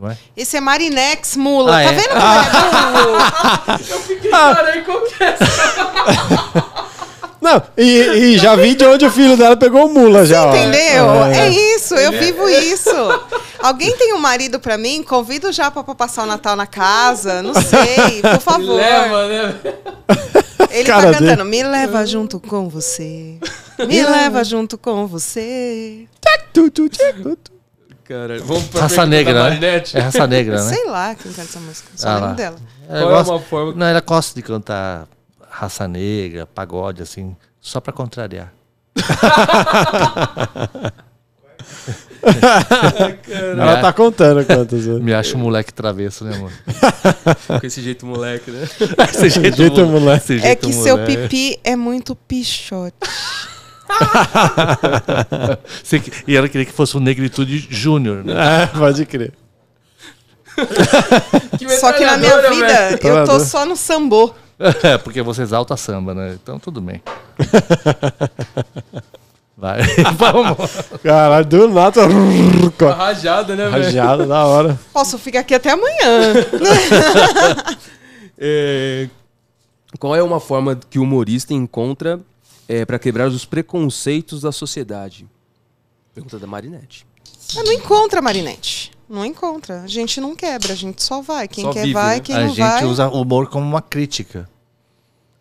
Speaker 3: Não é?
Speaker 5: Esse é Marinex Mula.
Speaker 3: Ah,
Speaker 5: tá
Speaker 3: é?
Speaker 5: vendo como é burro?
Speaker 1: Não, e, e já vi de onde o filho dela pegou o mula já. ó.
Speaker 5: Entendeu?
Speaker 1: É.
Speaker 5: É. isso, eu vivo isso. Alguém tem um marido pra mim? Convida o Japa pra passar o Natal na casa. Não sei, por favor.
Speaker 2: Leva, né?
Speaker 5: Ele
Speaker 1: Cara
Speaker 5: tá cantando, me leva junto com você. Me leva junto com você.
Speaker 1: Tu, tu, tu, tu, tu.
Speaker 2: Cara, vamos pra
Speaker 3: Raça
Speaker 2: pergunta da
Speaker 3: negra, né?
Speaker 2: Marinette.
Speaker 3: É raça negra, né?
Speaker 5: Sei lá quem canta essa música. Só
Speaker 3: Ah,
Speaker 5: lembro
Speaker 3: lá.
Speaker 5: dela.
Speaker 3: Ela
Speaker 2: Qual é
Speaker 3: gosta-
Speaker 2: uma forma-
Speaker 3: Não, ela gosta de cantar raça negra, pagode, assim, só pra contrariar.
Speaker 2: É.
Speaker 1: Ela tá contando quantas. né?
Speaker 3: Me acha um moleque travesso, né, amor?
Speaker 2: Com esse jeito moleque, né?
Speaker 3: Esse jeito,
Speaker 1: Jeito
Speaker 3: mo-
Speaker 1: moleque.
Speaker 3: esse
Speaker 5: É
Speaker 3: jeito né?
Speaker 5: que seu
Speaker 3: moleque.
Speaker 5: pipi é muito pichote.
Speaker 3: Você que- E ela queria que fosse um negritude júnior, né?
Speaker 1: Ah, pode crer.
Speaker 5: Só que na minha vida, eu tô
Speaker 1: Metralhadora.
Speaker 5: só no sambô.
Speaker 3: É, porque você exalta samba, né? Então tudo bem. Vai. Vamos.
Speaker 1: Caralho, do nada.
Speaker 2: Rajada, né, velho?
Speaker 1: Rajada, da hora.
Speaker 5: Posso ficar aqui até amanhã.
Speaker 2: É, Qual é uma forma que o humorista encontra é, para quebrar os preconceitos da sociedade? Pergunta da Marinette.
Speaker 5: Mas não encontra, Marinette. Não encontra. A gente não quebra, a gente só vai. Quem
Speaker 2: Só
Speaker 5: quer
Speaker 2: vive,
Speaker 5: vai,
Speaker 2: né?
Speaker 5: quem
Speaker 3: a
Speaker 5: não
Speaker 3: gente
Speaker 5: vai.
Speaker 3: usa o humor como uma crítica.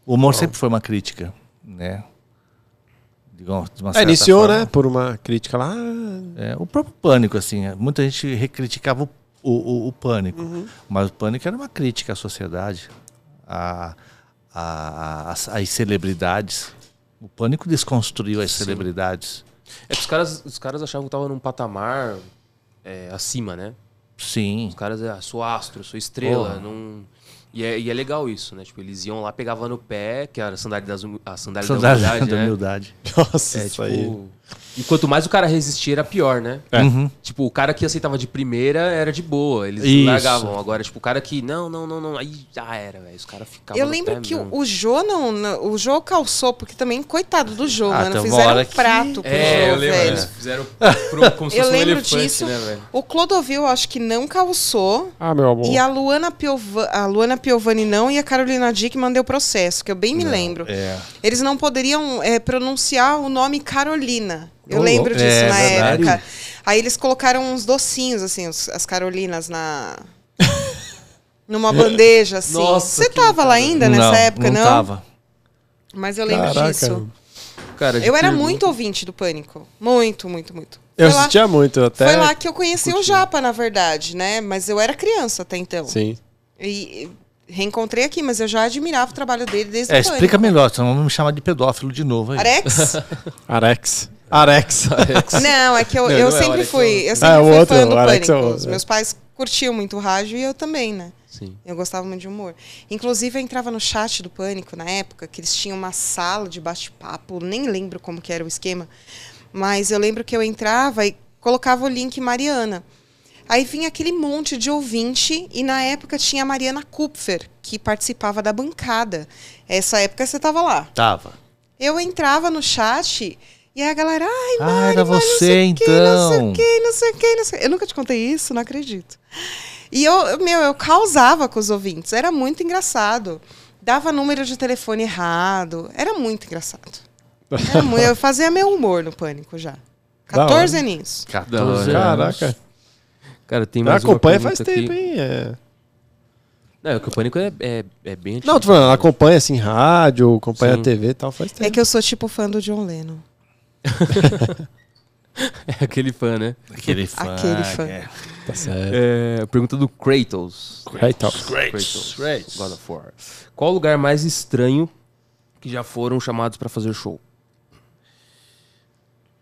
Speaker 3: O humor sempre foi uma crítica, né? Digamos, de uma
Speaker 1: É,
Speaker 3: certa
Speaker 1: iniciou,
Speaker 3: forma.
Speaker 1: né? Por uma crítica lá.
Speaker 3: É, o próprio pânico, assim, é, muita gente recriticava o, o, o- o pânico,
Speaker 5: Uhum.
Speaker 3: mas o pânico era uma crítica à sociedade, a- a- a- às às celebridades. O pânico desconstruiu as celebridades.
Speaker 2: É que os caras, os caras achavam que tava num patamar é, acima, né?
Speaker 3: Sim.
Speaker 2: Os caras, ah, sou astro, sou estrela, não... E é, e é legal isso, né? Tipo, eles iam lá, pegavam no pé, que era a sandália, das, humi- a sandália,
Speaker 3: Sandália
Speaker 2: da humildade,
Speaker 3: da
Speaker 5: é.
Speaker 2: né?
Speaker 3: humildade.
Speaker 1: Nossa,
Speaker 2: É,
Speaker 1: isso
Speaker 2: tipo...
Speaker 1: aí.
Speaker 2: E quanto mais o cara resistia, era pior, né?
Speaker 1: É.
Speaker 2: Tipo, o cara que aceitava de primeira era de boa, eles
Speaker 3: Isso.
Speaker 2: largavam. Agora, tipo, o cara que, não, não, não, não, aí já era, velho. Os caras ficavam
Speaker 5: Eu
Speaker 2: no
Speaker 5: lembro
Speaker 2: pé
Speaker 5: que
Speaker 3: né?
Speaker 2: mesmo.
Speaker 5: o, o Jô não, não- O Jô calçou, porque também, coitado do Jô,
Speaker 3: Ah, tem
Speaker 5: mano.
Speaker 3: uma
Speaker 5: Fizeram
Speaker 3: hora
Speaker 5: um
Speaker 3: que-
Speaker 5: prato pro
Speaker 2: É,
Speaker 5: Jô,
Speaker 2: eu lembro,
Speaker 5: velho.
Speaker 2: eles fizeram pro, como se
Speaker 5: Eu
Speaker 2: fosse um
Speaker 5: lembro
Speaker 2: elefante,
Speaker 5: disso.
Speaker 2: né, velho?
Speaker 5: O Clodovil, acho que não calçou.
Speaker 1: Ah, meu amor.
Speaker 5: E a Luana, Piova- a Luana Piovani não e a Carolina Dickman deu processo, que eu bem me lembro.
Speaker 3: É.
Speaker 5: Eles não poderiam eh, pronunciar o nome Carolina. Eu
Speaker 1: Ô,
Speaker 5: lembro
Speaker 3: louco.
Speaker 5: disso
Speaker 3: É,
Speaker 5: na
Speaker 3: verdade.
Speaker 5: época. Aí eles colocaram uns docinhos, assim, os- as Carolinas na. Numa bandeja, assim.
Speaker 2: Nossa,
Speaker 5: Você
Speaker 2: que
Speaker 5: tava lá ainda nessa época, não?
Speaker 3: Não tava.
Speaker 5: Mas eu lembro
Speaker 1: Caraca.
Speaker 5: disso.
Speaker 2: Cara, tipo, de
Speaker 5: Eu era
Speaker 2: pergunta-
Speaker 5: muito ouvinte do Pânico. Muito, muito, muito.
Speaker 1: Eu
Speaker 5: Foi lá-
Speaker 1: assistia muito até.
Speaker 5: foi lá que eu conheci o Japa, na verdade, né? Mas eu era criança até então.
Speaker 1: Sim.
Speaker 5: E e reencontrei aqui, mas eu já admirava o trabalho dele desde
Speaker 3: É,
Speaker 5: o Pânico.
Speaker 3: explica melhor, senão vão me chamar de pedófilo de novo aí.
Speaker 1: Arex.
Speaker 5: Arex?
Speaker 1: Arex.
Speaker 5: Não, é que eu,
Speaker 2: Não,
Speaker 5: eu
Speaker 2: não é o
Speaker 5: sempre
Speaker 2: Alex,
Speaker 5: fui,
Speaker 2: não.
Speaker 5: eu sempre
Speaker 1: Ah, o
Speaker 5: fui
Speaker 1: outro,
Speaker 5: fã do
Speaker 1: o Alex é
Speaker 5: Pânico.
Speaker 1: o
Speaker 5: Os
Speaker 1: outro, é.
Speaker 5: meus pais curtiam muito o rádio e eu também, né?
Speaker 2: Sim.
Speaker 5: Eu gostava muito de humor. Inclusive, eu entrava no chat do Pânico na época, que eles tinham uma sala de bate-papo, nem lembro como que era o esquema, mas eu lembro que eu entrava e colocava o link Mariana. Aí vinha aquele monte de ouvinte, e na época tinha a Mariana Kupfer, que participava da bancada. Essa época você estava lá.
Speaker 3: Tava.
Speaker 5: Eu entrava no chat e a galera, ai,
Speaker 3: Ah,
Speaker 5: Mari,
Speaker 3: era
Speaker 5: mas não
Speaker 3: você,
Speaker 5: sei o quê, Não sei
Speaker 3: então.
Speaker 5: o que, não sei o que, não sei o quê. Eu nunca te contei isso, não acredito. E eu, meu, eu causava com os ouvintes, era muito engraçado. Dava número de telefone errado, era muito engraçado. Era mu- eu fazia meu humor no pânico já.
Speaker 1: Da hora.
Speaker 5: 14 aninhos. é.
Speaker 3: 14
Speaker 2: Da hora.
Speaker 1: Caraca.
Speaker 2: Cara, tem
Speaker 1: Ela
Speaker 2: mais uma
Speaker 1: acompanha faz
Speaker 2: pergunta
Speaker 1: tempo,
Speaker 2: aqui.
Speaker 1: hein? É.
Speaker 2: Não, é que o pânico é, é, é bem antigo.
Speaker 1: Não, tô falando, ela acompanha assim, rádio, acompanha
Speaker 2: Sim.
Speaker 1: TV e tal, faz tempo.
Speaker 5: É que eu sou tipo fã do John Lennon.
Speaker 2: É aquele fã, né?
Speaker 3: Aquele fã.
Speaker 5: Aquele fã.
Speaker 3: é.
Speaker 1: Tá certo.
Speaker 2: É, pergunta do Kratos.
Speaker 1: Aí, tal.
Speaker 2: Kratos. God of War. Qual o lugar mais estranho que já foram chamados pra fazer show?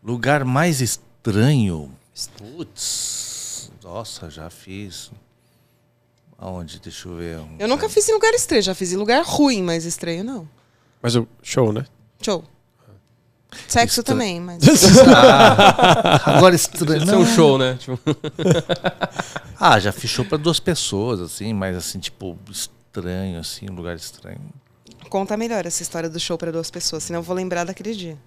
Speaker 3: Lugar mais estranho. Putz. Nossa, já fiz. Aonde? Deixa eu ver.
Speaker 5: Eu nunca fiz em lugar estranho, já fiz em lugar ruim, mas estranho não.
Speaker 1: Mas o show, né?
Speaker 5: Show. Sexo também, mas.
Speaker 3: Agora estranho.
Speaker 2: Isso é um show, né? Tipo,
Speaker 3: Ah, já fechou pra duas pessoas, assim, mas assim, tipo, estranho, assim, um lugar estranho.
Speaker 5: Conta melhor essa história do show para duas pessoas, senão eu vou lembrar daquele dia.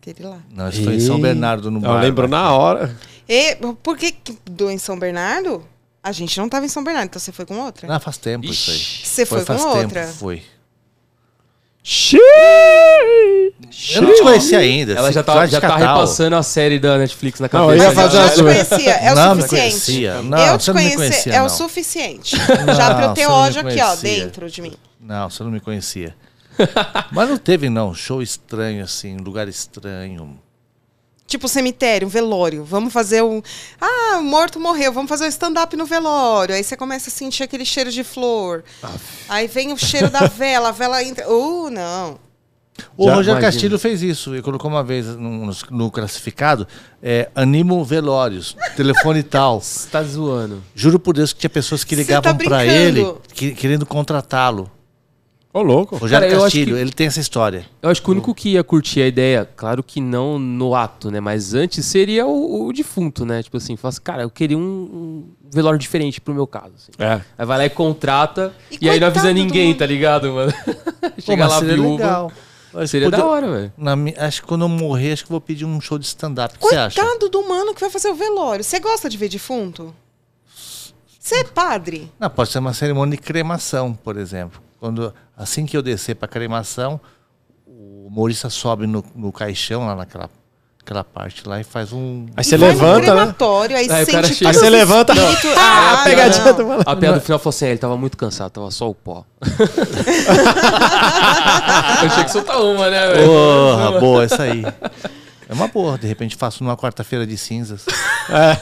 Speaker 5: Aquele lá.
Speaker 3: Não, isso foi em São
Speaker 1: Ih.
Speaker 3: Bernardo no
Speaker 1: Eu
Speaker 3: bar.
Speaker 1: Ah,
Speaker 2: Ah,
Speaker 1: lembro
Speaker 3: né?
Speaker 1: na hora.
Speaker 5: E por que que do em São Bernardo? A gente não tava em São Bernardo, então você foi com outra?
Speaker 3: Ah, faz tempo isso aí.
Speaker 5: Você foi,
Speaker 3: faz
Speaker 5: com
Speaker 3: tempo,
Speaker 5: outra?
Speaker 3: Foi.
Speaker 1: Xiii!
Speaker 3: Eu não te conheci ainda.
Speaker 2: ela
Speaker 3: assim,
Speaker 2: já tá,
Speaker 3: Jorge
Speaker 2: já tá
Speaker 3: Catal.
Speaker 2: repassando a série da Netflix na
Speaker 1: Não,
Speaker 2: cabeça.
Speaker 1: eu ia
Speaker 5: Mas eu
Speaker 1: fazer
Speaker 5: já
Speaker 1: a
Speaker 5: te
Speaker 1: zoeira.
Speaker 5: conhecia, é o
Speaker 3: Não, me
Speaker 5: suficiente.
Speaker 3: conhecia. Não,
Speaker 5: eu te
Speaker 3: você não me
Speaker 5: conhecer
Speaker 3: conhecia,
Speaker 5: é
Speaker 3: não.
Speaker 5: o suficiente. já pra eu
Speaker 3: Não,
Speaker 5: ter
Speaker 3: você não me
Speaker 5: ódio aqui, ó,
Speaker 3: conhecia.
Speaker 5: dentro de mim.
Speaker 3: Não, você não me conhecia. Mas não teve, não. Show estranho, assim, lugar estranho.
Speaker 5: Tipo cemitério, um velório. Vamos fazer um. Ah, o morto morreu, vamos fazer um stand-up no velório. Aí você começa a sentir aquele cheiro de flor. Aí vem o cheiro da vela, a vela entra. Uh, não.
Speaker 3: O
Speaker 1: Já
Speaker 3: Rogério
Speaker 2: imagino.
Speaker 3: Castilho fez isso. Ele colocou uma vez no, no- no classificado, é, animo velórios, telefone tal.
Speaker 2: Você tá zoando.
Speaker 3: Juro por Deus que tinha pessoas que
Speaker 5: Você
Speaker 3: ligavam
Speaker 5: tá
Speaker 3: pra ele
Speaker 5: brincando.
Speaker 3: que- querendo contratá-lo.
Speaker 1: Ô, louco.
Speaker 3: Rogério
Speaker 2: Cara, eu acho
Speaker 3: Castilho,
Speaker 2: que-
Speaker 3: ele tem essa história.
Speaker 2: Eu acho que o único que ia curtir a ideia, claro que não no ato, né? Mas antes seria o, o defunto, né? Tipo assim, fala assim, cara, eu queria um, um velório diferente pro meu caso. assim.
Speaker 1: É.
Speaker 2: Aí vai lá e contrata,
Speaker 5: E
Speaker 2: e, aí não avisa
Speaker 5: coitado do
Speaker 2: ninguém,
Speaker 5: mundo.
Speaker 2: tá ligado, mano? Chega
Speaker 3: mas
Speaker 2: lá
Speaker 3: seria
Speaker 2: viúva.
Speaker 3: legal.
Speaker 2: Seria
Speaker 3: Quando
Speaker 2: da
Speaker 3: eu-
Speaker 2: hora, velho.
Speaker 3: Na mi- acho que quando eu morrer, acho que eu vou pedir um show de stand-up. O que você acha?
Speaker 5: Coitado do mano que vai fazer o velório. Você gosta de ver defunto? Você é padre?
Speaker 3: Não, pode ser uma cerimônia de cremação, por exemplo. Quando, assim que eu descer para cremação, o Maurício sobe no, no caixão, lá naquela aquela parte lá, e faz um.
Speaker 1: Aí você
Speaker 5: E vai no
Speaker 1: levanta, né?
Speaker 5: crematório, Aí,
Speaker 2: Aí o cara
Speaker 5: sente
Speaker 2: chega-
Speaker 1: Aí
Speaker 5: todos
Speaker 1: você
Speaker 5: os
Speaker 1: levanta.
Speaker 5: espíritos-
Speaker 1: Ah,
Speaker 5: Ah,
Speaker 1: a pegadinha
Speaker 5: não.
Speaker 1: do maluco.
Speaker 2: A piada do final falou assim: é, ele tava muito cansado, tava só o pó. eu tinha que soltar uma, né, velho?
Speaker 3: Porra, boa, essa aí. É uma boa, de repente faço numa quarta-feira de cinzas.
Speaker 1: É,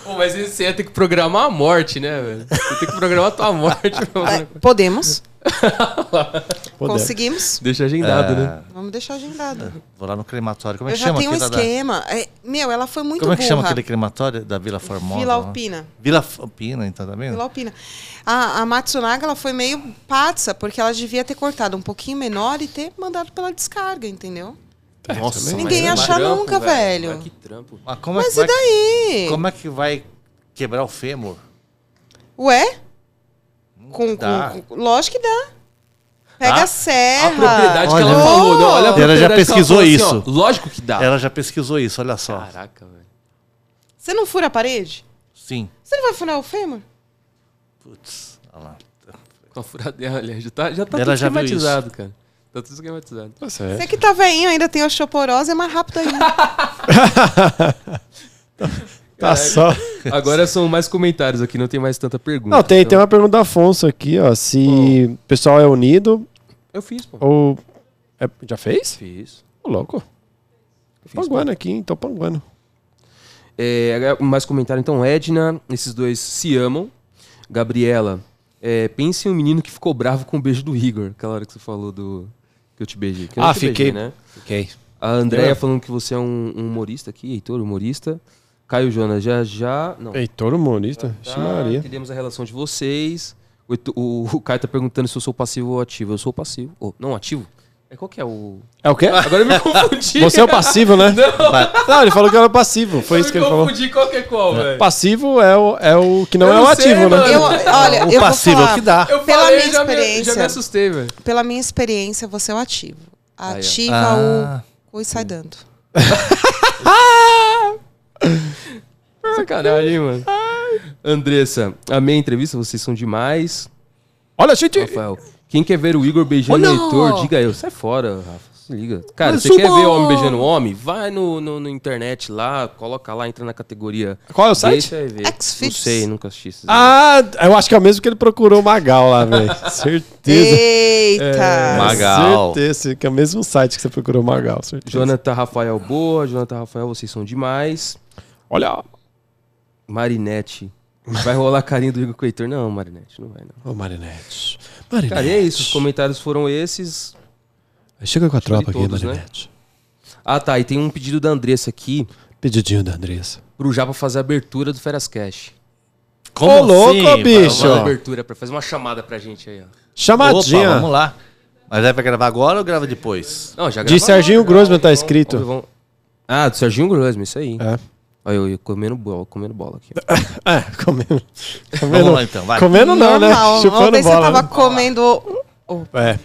Speaker 2: Pô, mas isso você ia ter que programar a morte, né, velho? Você tem que programar a tua morte.
Speaker 5: Ah,
Speaker 2: mano.
Speaker 5: Podemos?
Speaker 1: Podemos.
Speaker 5: Conseguimos?
Speaker 2: Deixa agendado,
Speaker 3: É.
Speaker 2: né?
Speaker 5: Vamos deixar agendado.
Speaker 3: Vou lá no crematório. Como é
Speaker 5: Eu
Speaker 3: que
Speaker 5: já
Speaker 3: chama
Speaker 5: tenho um
Speaker 3: aquele da- da-
Speaker 5: esquema. É, meu, ela foi muito
Speaker 3: Como é que é chama
Speaker 5: burra.
Speaker 3: aquele crematório da Vila Formosa?
Speaker 5: Vila
Speaker 3: lá?
Speaker 5: Alpina.
Speaker 3: Vila Alpina, então, tá vendo?
Speaker 5: Vila Alpina. A, a Matsunaga ela foi meio patsa, porque ela devia ter cortado um pouquinho menor e ter mandado pela descarga, entendeu?
Speaker 1: Nossa,
Speaker 5: também. Ninguém
Speaker 2: Mas é um
Speaker 5: acha
Speaker 2: trampo,
Speaker 5: nunca, velho.
Speaker 2: Mas que trampo.
Speaker 3: Mas, como
Speaker 5: Mas
Speaker 3: é,
Speaker 5: e
Speaker 3: que vai-
Speaker 5: daí?
Speaker 3: Como é que vai quebrar o fêmur?
Speaker 5: Ué? Com,
Speaker 3: dá.
Speaker 5: com- com- lógico que dá. Pega
Speaker 3: Dá?
Speaker 5: a serra.
Speaker 2: A propriedade que ela
Speaker 3: Olha.
Speaker 2: falou, não, olha a
Speaker 3: Ela já
Speaker 2: propriedade que
Speaker 3: pesquisou
Speaker 2: falou assim,
Speaker 3: isso.
Speaker 2: ó, lógico que dá.
Speaker 3: Ela já pesquisou isso, olha só.
Speaker 2: Caraca, velho.
Speaker 5: Você não fura a parede?
Speaker 3: Sim.
Speaker 5: Você não vai furar o fêmur?
Speaker 3: Putz, olha lá.
Speaker 2: Com a furadeira, olha, já tá, já tá
Speaker 3: Ela
Speaker 2: tudo
Speaker 3: já viu isso.
Speaker 2: esquematizado, cara. Tá tudo esquematizado.
Speaker 1: Nossa, é.
Speaker 5: Você que tá veinho, ainda tem osteoporose, é mais rápido ainda.
Speaker 1: Tá só.
Speaker 2: Agora são mais comentários aqui, não tem mais tanta pergunta.
Speaker 1: Não, tem,
Speaker 2: Então,
Speaker 1: tem uma pergunta do Afonso aqui, ó. Se o pessoal é unido
Speaker 3: um
Speaker 2: Eu fiz, pô.
Speaker 1: ou. é- já fez?
Speaker 2: Fiz.
Speaker 1: Ô, louco. Tô
Speaker 2: Fiz,
Speaker 1: panguando aqui, hein? Tô panguando.
Speaker 2: É, agora mais comentário, então. Edna, esses dois se amam. Gabriela, é, pense em um menino que ficou bravo com o beijo do Igor. Aquela hora que você falou do... Que eu te beijei. Que eu não
Speaker 1: Ah,
Speaker 2: te beijei,
Speaker 1: fiquei. Ah.
Speaker 2: né?
Speaker 1: Fiquei.
Speaker 2: A Andrea falando que você é um, um humorista aqui, Heitor, humorista. Caio Jonas, já já. Não.
Speaker 1: Heitor humorista? Ixi,
Speaker 2: Já
Speaker 1: Maria.
Speaker 2: entendemos a relação de vocês. O, Heitor- o- o Caio tá perguntando se eu sou passivo ou ativo. Eu sou passivo. Ou não, ativo? É qual que é o.
Speaker 1: É o quê?
Speaker 2: Agora eu me confundi.
Speaker 1: Você é o passivo, né?
Speaker 2: Não,
Speaker 1: Não, ele falou que era passivo. Foi isso que
Speaker 2: eu
Speaker 1: ele
Speaker 2: me
Speaker 1: falou.
Speaker 2: confundi qual que é qual, velho.
Speaker 1: Passivo é o, é o que não
Speaker 2: Eu
Speaker 1: é o
Speaker 2: não sei,
Speaker 1: ativo, né?
Speaker 2: mano.
Speaker 5: Eu, olha,
Speaker 3: o
Speaker 5: eu
Speaker 3: passivo
Speaker 5: vou
Speaker 3: é o
Speaker 5: falar,
Speaker 3: que dá.
Speaker 2: Eu
Speaker 5: Pela
Speaker 2: falei,
Speaker 5: minha
Speaker 2: já me, já
Speaker 5: experiência.
Speaker 2: me assustei, velho.
Speaker 5: Pela minha experiência, você é o ativo.
Speaker 2: ó.
Speaker 5: Ativa
Speaker 3: Ah.
Speaker 5: o cu e sai dando.
Speaker 2: Sacanagem, mano. Andressa, amei a entrevista, vocês são demais.
Speaker 1: Olha, gente.
Speaker 2: Rafael, quem quer ver o Igor beijando o
Speaker 5: Olha!
Speaker 2: Heitor, diga eu. Sai fora, Rafa. Se liga. Cara,
Speaker 5: Mas
Speaker 2: você quer ver
Speaker 5: uma-
Speaker 2: homem beijando homem? Vai no, no, no internet lá, coloca lá, entra na categoria.
Speaker 1: Qual é o site?
Speaker 2: Deixa eu ver. Não
Speaker 5: Xvideos.
Speaker 2: sei, nunca assisti. esses
Speaker 1: Ah, eu acho que é o mesmo que ele procurou o Magal lá, velho. Certeza. É,
Speaker 5: Eita!
Speaker 3: Magal.
Speaker 1: Certeza, que é o mesmo site que você procurou o Magal.
Speaker 2: vídeos.
Speaker 1: Certeza.
Speaker 2: Jonathan Rafael Boa, Jonathan Rafael, vocês são demais.
Speaker 1: Olha.
Speaker 2: Marinette. Vai rolar carinho do Igor com o Heitor? Não, Marinette, não vai não.
Speaker 1: Ô, Marinette. Marinette.
Speaker 2: Cara, e é isso. Os comentários foram esses.
Speaker 1: Chega com a tropa aqui,
Speaker 2: todos, né?
Speaker 1: Marinette.
Speaker 2: Ah, tá. E tem um pedido da Andressa aqui
Speaker 1: Pedidinho da Andressa.
Speaker 2: pro Japa fazer a abertura do Feras Cash.
Speaker 1: Ô, louco,
Speaker 3: assim?
Speaker 1: bicho.
Speaker 2: Fazer a
Speaker 1: Ó.
Speaker 2: abertura, pra fazer uma chamada pra gente aí, ó.
Speaker 1: Chamadinha.
Speaker 3: Opa, vamos lá. Mas é pra gravar agora ou grava depois?
Speaker 2: Não, já
Speaker 1: De Serginho Grossman tá
Speaker 2: Vamos-
Speaker 1: escrito.
Speaker 2: vamos- vamos- Ah, do Serginho Grossman, isso aí.
Speaker 1: É.
Speaker 2: Olha, eu, eu comendo bola, comendo bola aqui.
Speaker 1: É, comendo.
Speaker 3: Vamos
Speaker 1: comendo
Speaker 3: lá então, vai.
Speaker 1: comendo não, né?
Speaker 5: Normal.
Speaker 1: Chupando
Speaker 5: Ontem você
Speaker 1: bola.
Speaker 5: tava
Speaker 1: né?
Speaker 5: comendo. Oh,
Speaker 1: É.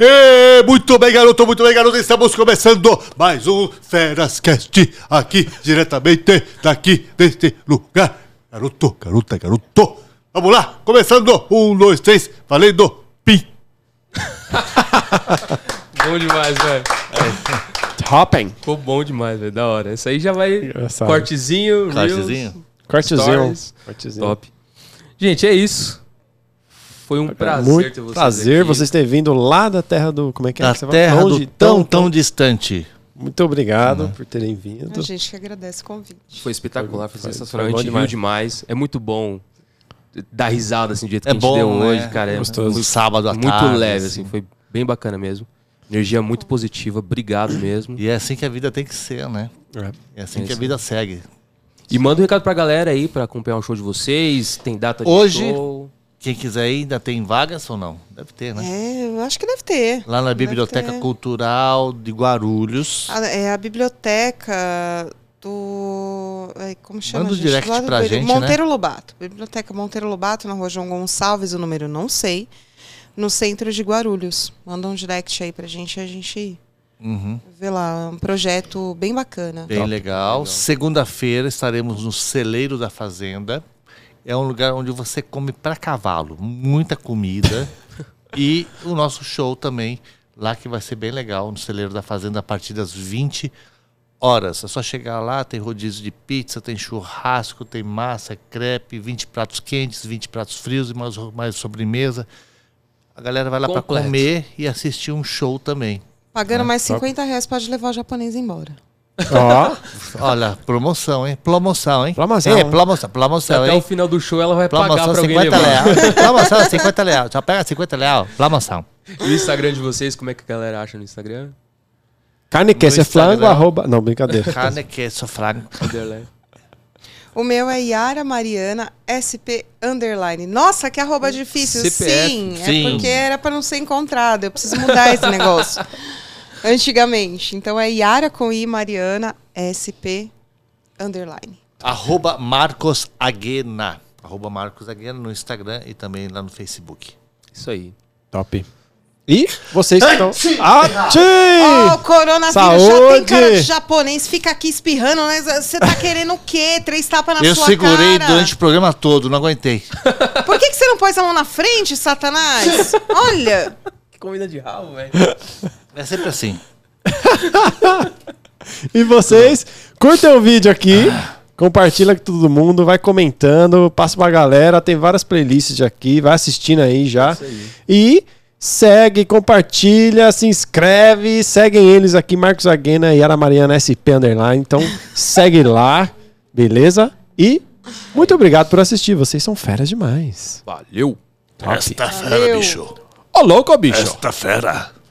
Speaker 6: Ê, muito bem, garoto, muito bem, garoto. Estamos começando mais um Ferascast aqui, diretamente daqui, deste lugar. Garoto, garota, garoto. Vamos lá, começando. Um, dois, três, valendo. Pim.
Speaker 2: bom demais, velho.
Speaker 1: Hopping.
Speaker 2: Ficou bom demais, velho. Da hora. Isso aí já vai.
Speaker 1: Engraçado.
Speaker 2: Cortezinho, reels,
Speaker 3: Cortezinho?
Speaker 1: Cortezinho.
Speaker 2: stories.
Speaker 1: Cortezinho.
Speaker 2: Top. Gente, é isso. Foi um prazer ter
Speaker 1: Muito
Speaker 2: vocês
Speaker 1: prazer
Speaker 2: aqui.
Speaker 1: vocês terem vindo lá da terra do. Como é que é?
Speaker 3: Da
Speaker 1: que você fala?
Speaker 3: terra
Speaker 1: Longe,
Speaker 3: do tão, tão Uhum. distante.
Speaker 1: Muito obrigado por terem vindo.
Speaker 5: a gente que agradece o convite.
Speaker 2: Foi espetacular, foi,
Speaker 1: Foi- foi
Speaker 2: sensacional.
Speaker 1: bom
Speaker 2: a gente riu demais. É muito bom dar risada assim do jeito
Speaker 3: É
Speaker 2: que a
Speaker 3: bom,
Speaker 2: gente deu
Speaker 3: né?
Speaker 2: hoje, cara. É
Speaker 1: Gostoso.
Speaker 2: muito-
Speaker 3: Sábado à
Speaker 2: muito
Speaker 3: tarde,
Speaker 2: leve,
Speaker 3: assim.
Speaker 2: assim. Foi bem bacana mesmo. Energia muito positiva, obrigado mesmo.
Speaker 3: E é assim que a vida tem que ser, né?
Speaker 1: É.
Speaker 3: É assim
Speaker 2: É
Speaker 3: que a
Speaker 2: isso.
Speaker 3: vida segue.
Speaker 2: E manda um recado pra galera aí pra acompanhar o show de vocês. Tem data de
Speaker 3: Hoje-
Speaker 2: show.
Speaker 3: Quem quiser ir, ainda tem vagas ou não? Deve ter, né?
Speaker 5: É, eu acho que deve ter.
Speaker 3: Lá na
Speaker 5: Deve
Speaker 3: Biblioteca
Speaker 5: ter.
Speaker 3: Cultural de Guarulhos.
Speaker 5: A, é a biblioteca do. ai, Como chama?
Speaker 3: Manda um
Speaker 5: gente?
Speaker 3: direct
Speaker 5: Lá do
Speaker 3: pra
Speaker 5: Coelho.
Speaker 3: gente, né?
Speaker 5: Monteiro Lobato. Biblioteca Monteiro Lobato, na rua João Gonçalves, o número não sei. No centro de Guarulhos. Manda um direct aí pra gente e a gente
Speaker 3: Uhum.
Speaker 5: vê lá. Um projeto bem bacana.
Speaker 3: Bem legal. Segunda-feira estaremos no Celeiro da Fazenda. É um lugar onde você come pra cavalo, muita comida. e o nosso show também, lá que vai ser bem legal, no Celeiro da Fazenda, a partir das 20 horas. É só chegar lá, tem rodízio de pizza, tem churrasco, tem massa, crepe, 20 pratos quentes, 20 pratos frios e mais, mais sobremesa. A galera vai lá pra
Speaker 2: Completo.
Speaker 3: comer e assistir um show também.
Speaker 5: Pagando mais
Speaker 1: top.
Speaker 5: 50 reais, pode levar o japonês embora.
Speaker 1: Ó,
Speaker 3: Olha, promoção, hein? Promoção, hein?
Speaker 1: Promoção.
Speaker 3: É, promoção, promoção,
Speaker 2: Até o
Speaker 3: hein?
Speaker 2: final do show ela vai pagar
Speaker 3: Promoção
Speaker 2: pra alguém
Speaker 3: 50
Speaker 2: levar.
Speaker 3: real. Promoção 50 real. Só pega 50 real. Promoção.
Speaker 2: E o Instagram de vocês, como é que a galera acha no Instagram?
Speaker 1: carne que
Speaker 3: No
Speaker 1: se flango,
Speaker 3: Instagram.
Speaker 1: arroba... Não, brincadeira.
Speaker 3: Carne, é queijo, frango.
Speaker 2: Underline.
Speaker 5: O meu é Yara Mariana SP Underline. Nossa, que arroba difícil.
Speaker 2: CPF.
Speaker 5: Sim,
Speaker 3: Sim.
Speaker 5: é porque era para não ser encontrado. Eu preciso mudar esse negócio. Antigamente. Então é Yara com I Mariana SP Underline.
Speaker 3: Arroba Marcos Aguena. Arroba Marcos Aguena no Instagram e também lá no Facebook.
Speaker 2: Isso aí.
Speaker 1: Top. E vocês que Ah, estão...
Speaker 3: Ah.
Speaker 1: Ati!
Speaker 5: Ó, o coronavírus já tem
Speaker 1: Saúde!
Speaker 5: cara de japonês, fica aqui espirrando, mas você tá querendo o quê? Três tapas na
Speaker 3: Eu
Speaker 5: sua
Speaker 3: segurei
Speaker 5: cara.
Speaker 3: durante o programa todo, não aguentei.
Speaker 5: Por que, que você não pôs a mão na frente, Satanás? Olha!
Speaker 2: Que comida de rabo, velho.
Speaker 3: É sempre assim.
Speaker 1: E vocês, curtem o vídeo aqui, compartilha com todo mundo, vai comentando, passa pra galera, tem várias playlists aqui, vai assistindo aí já. E segue, compartilha, se inscreve, seguem eles aqui, Marcos Aguena e Yara Mariana SP Underline. Então segue lá, beleza? E muito obrigado por assistir, vocês são feras demais.
Speaker 2: Valeu.
Speaker 3: Tá.
Speaker 6: Esta fera,
Speaker 5: Valeu.
Speaker 6: bicho.
Speaker 3: É
Speaker 1: Ô louco, bicho!
Speaker 6: Esta fera.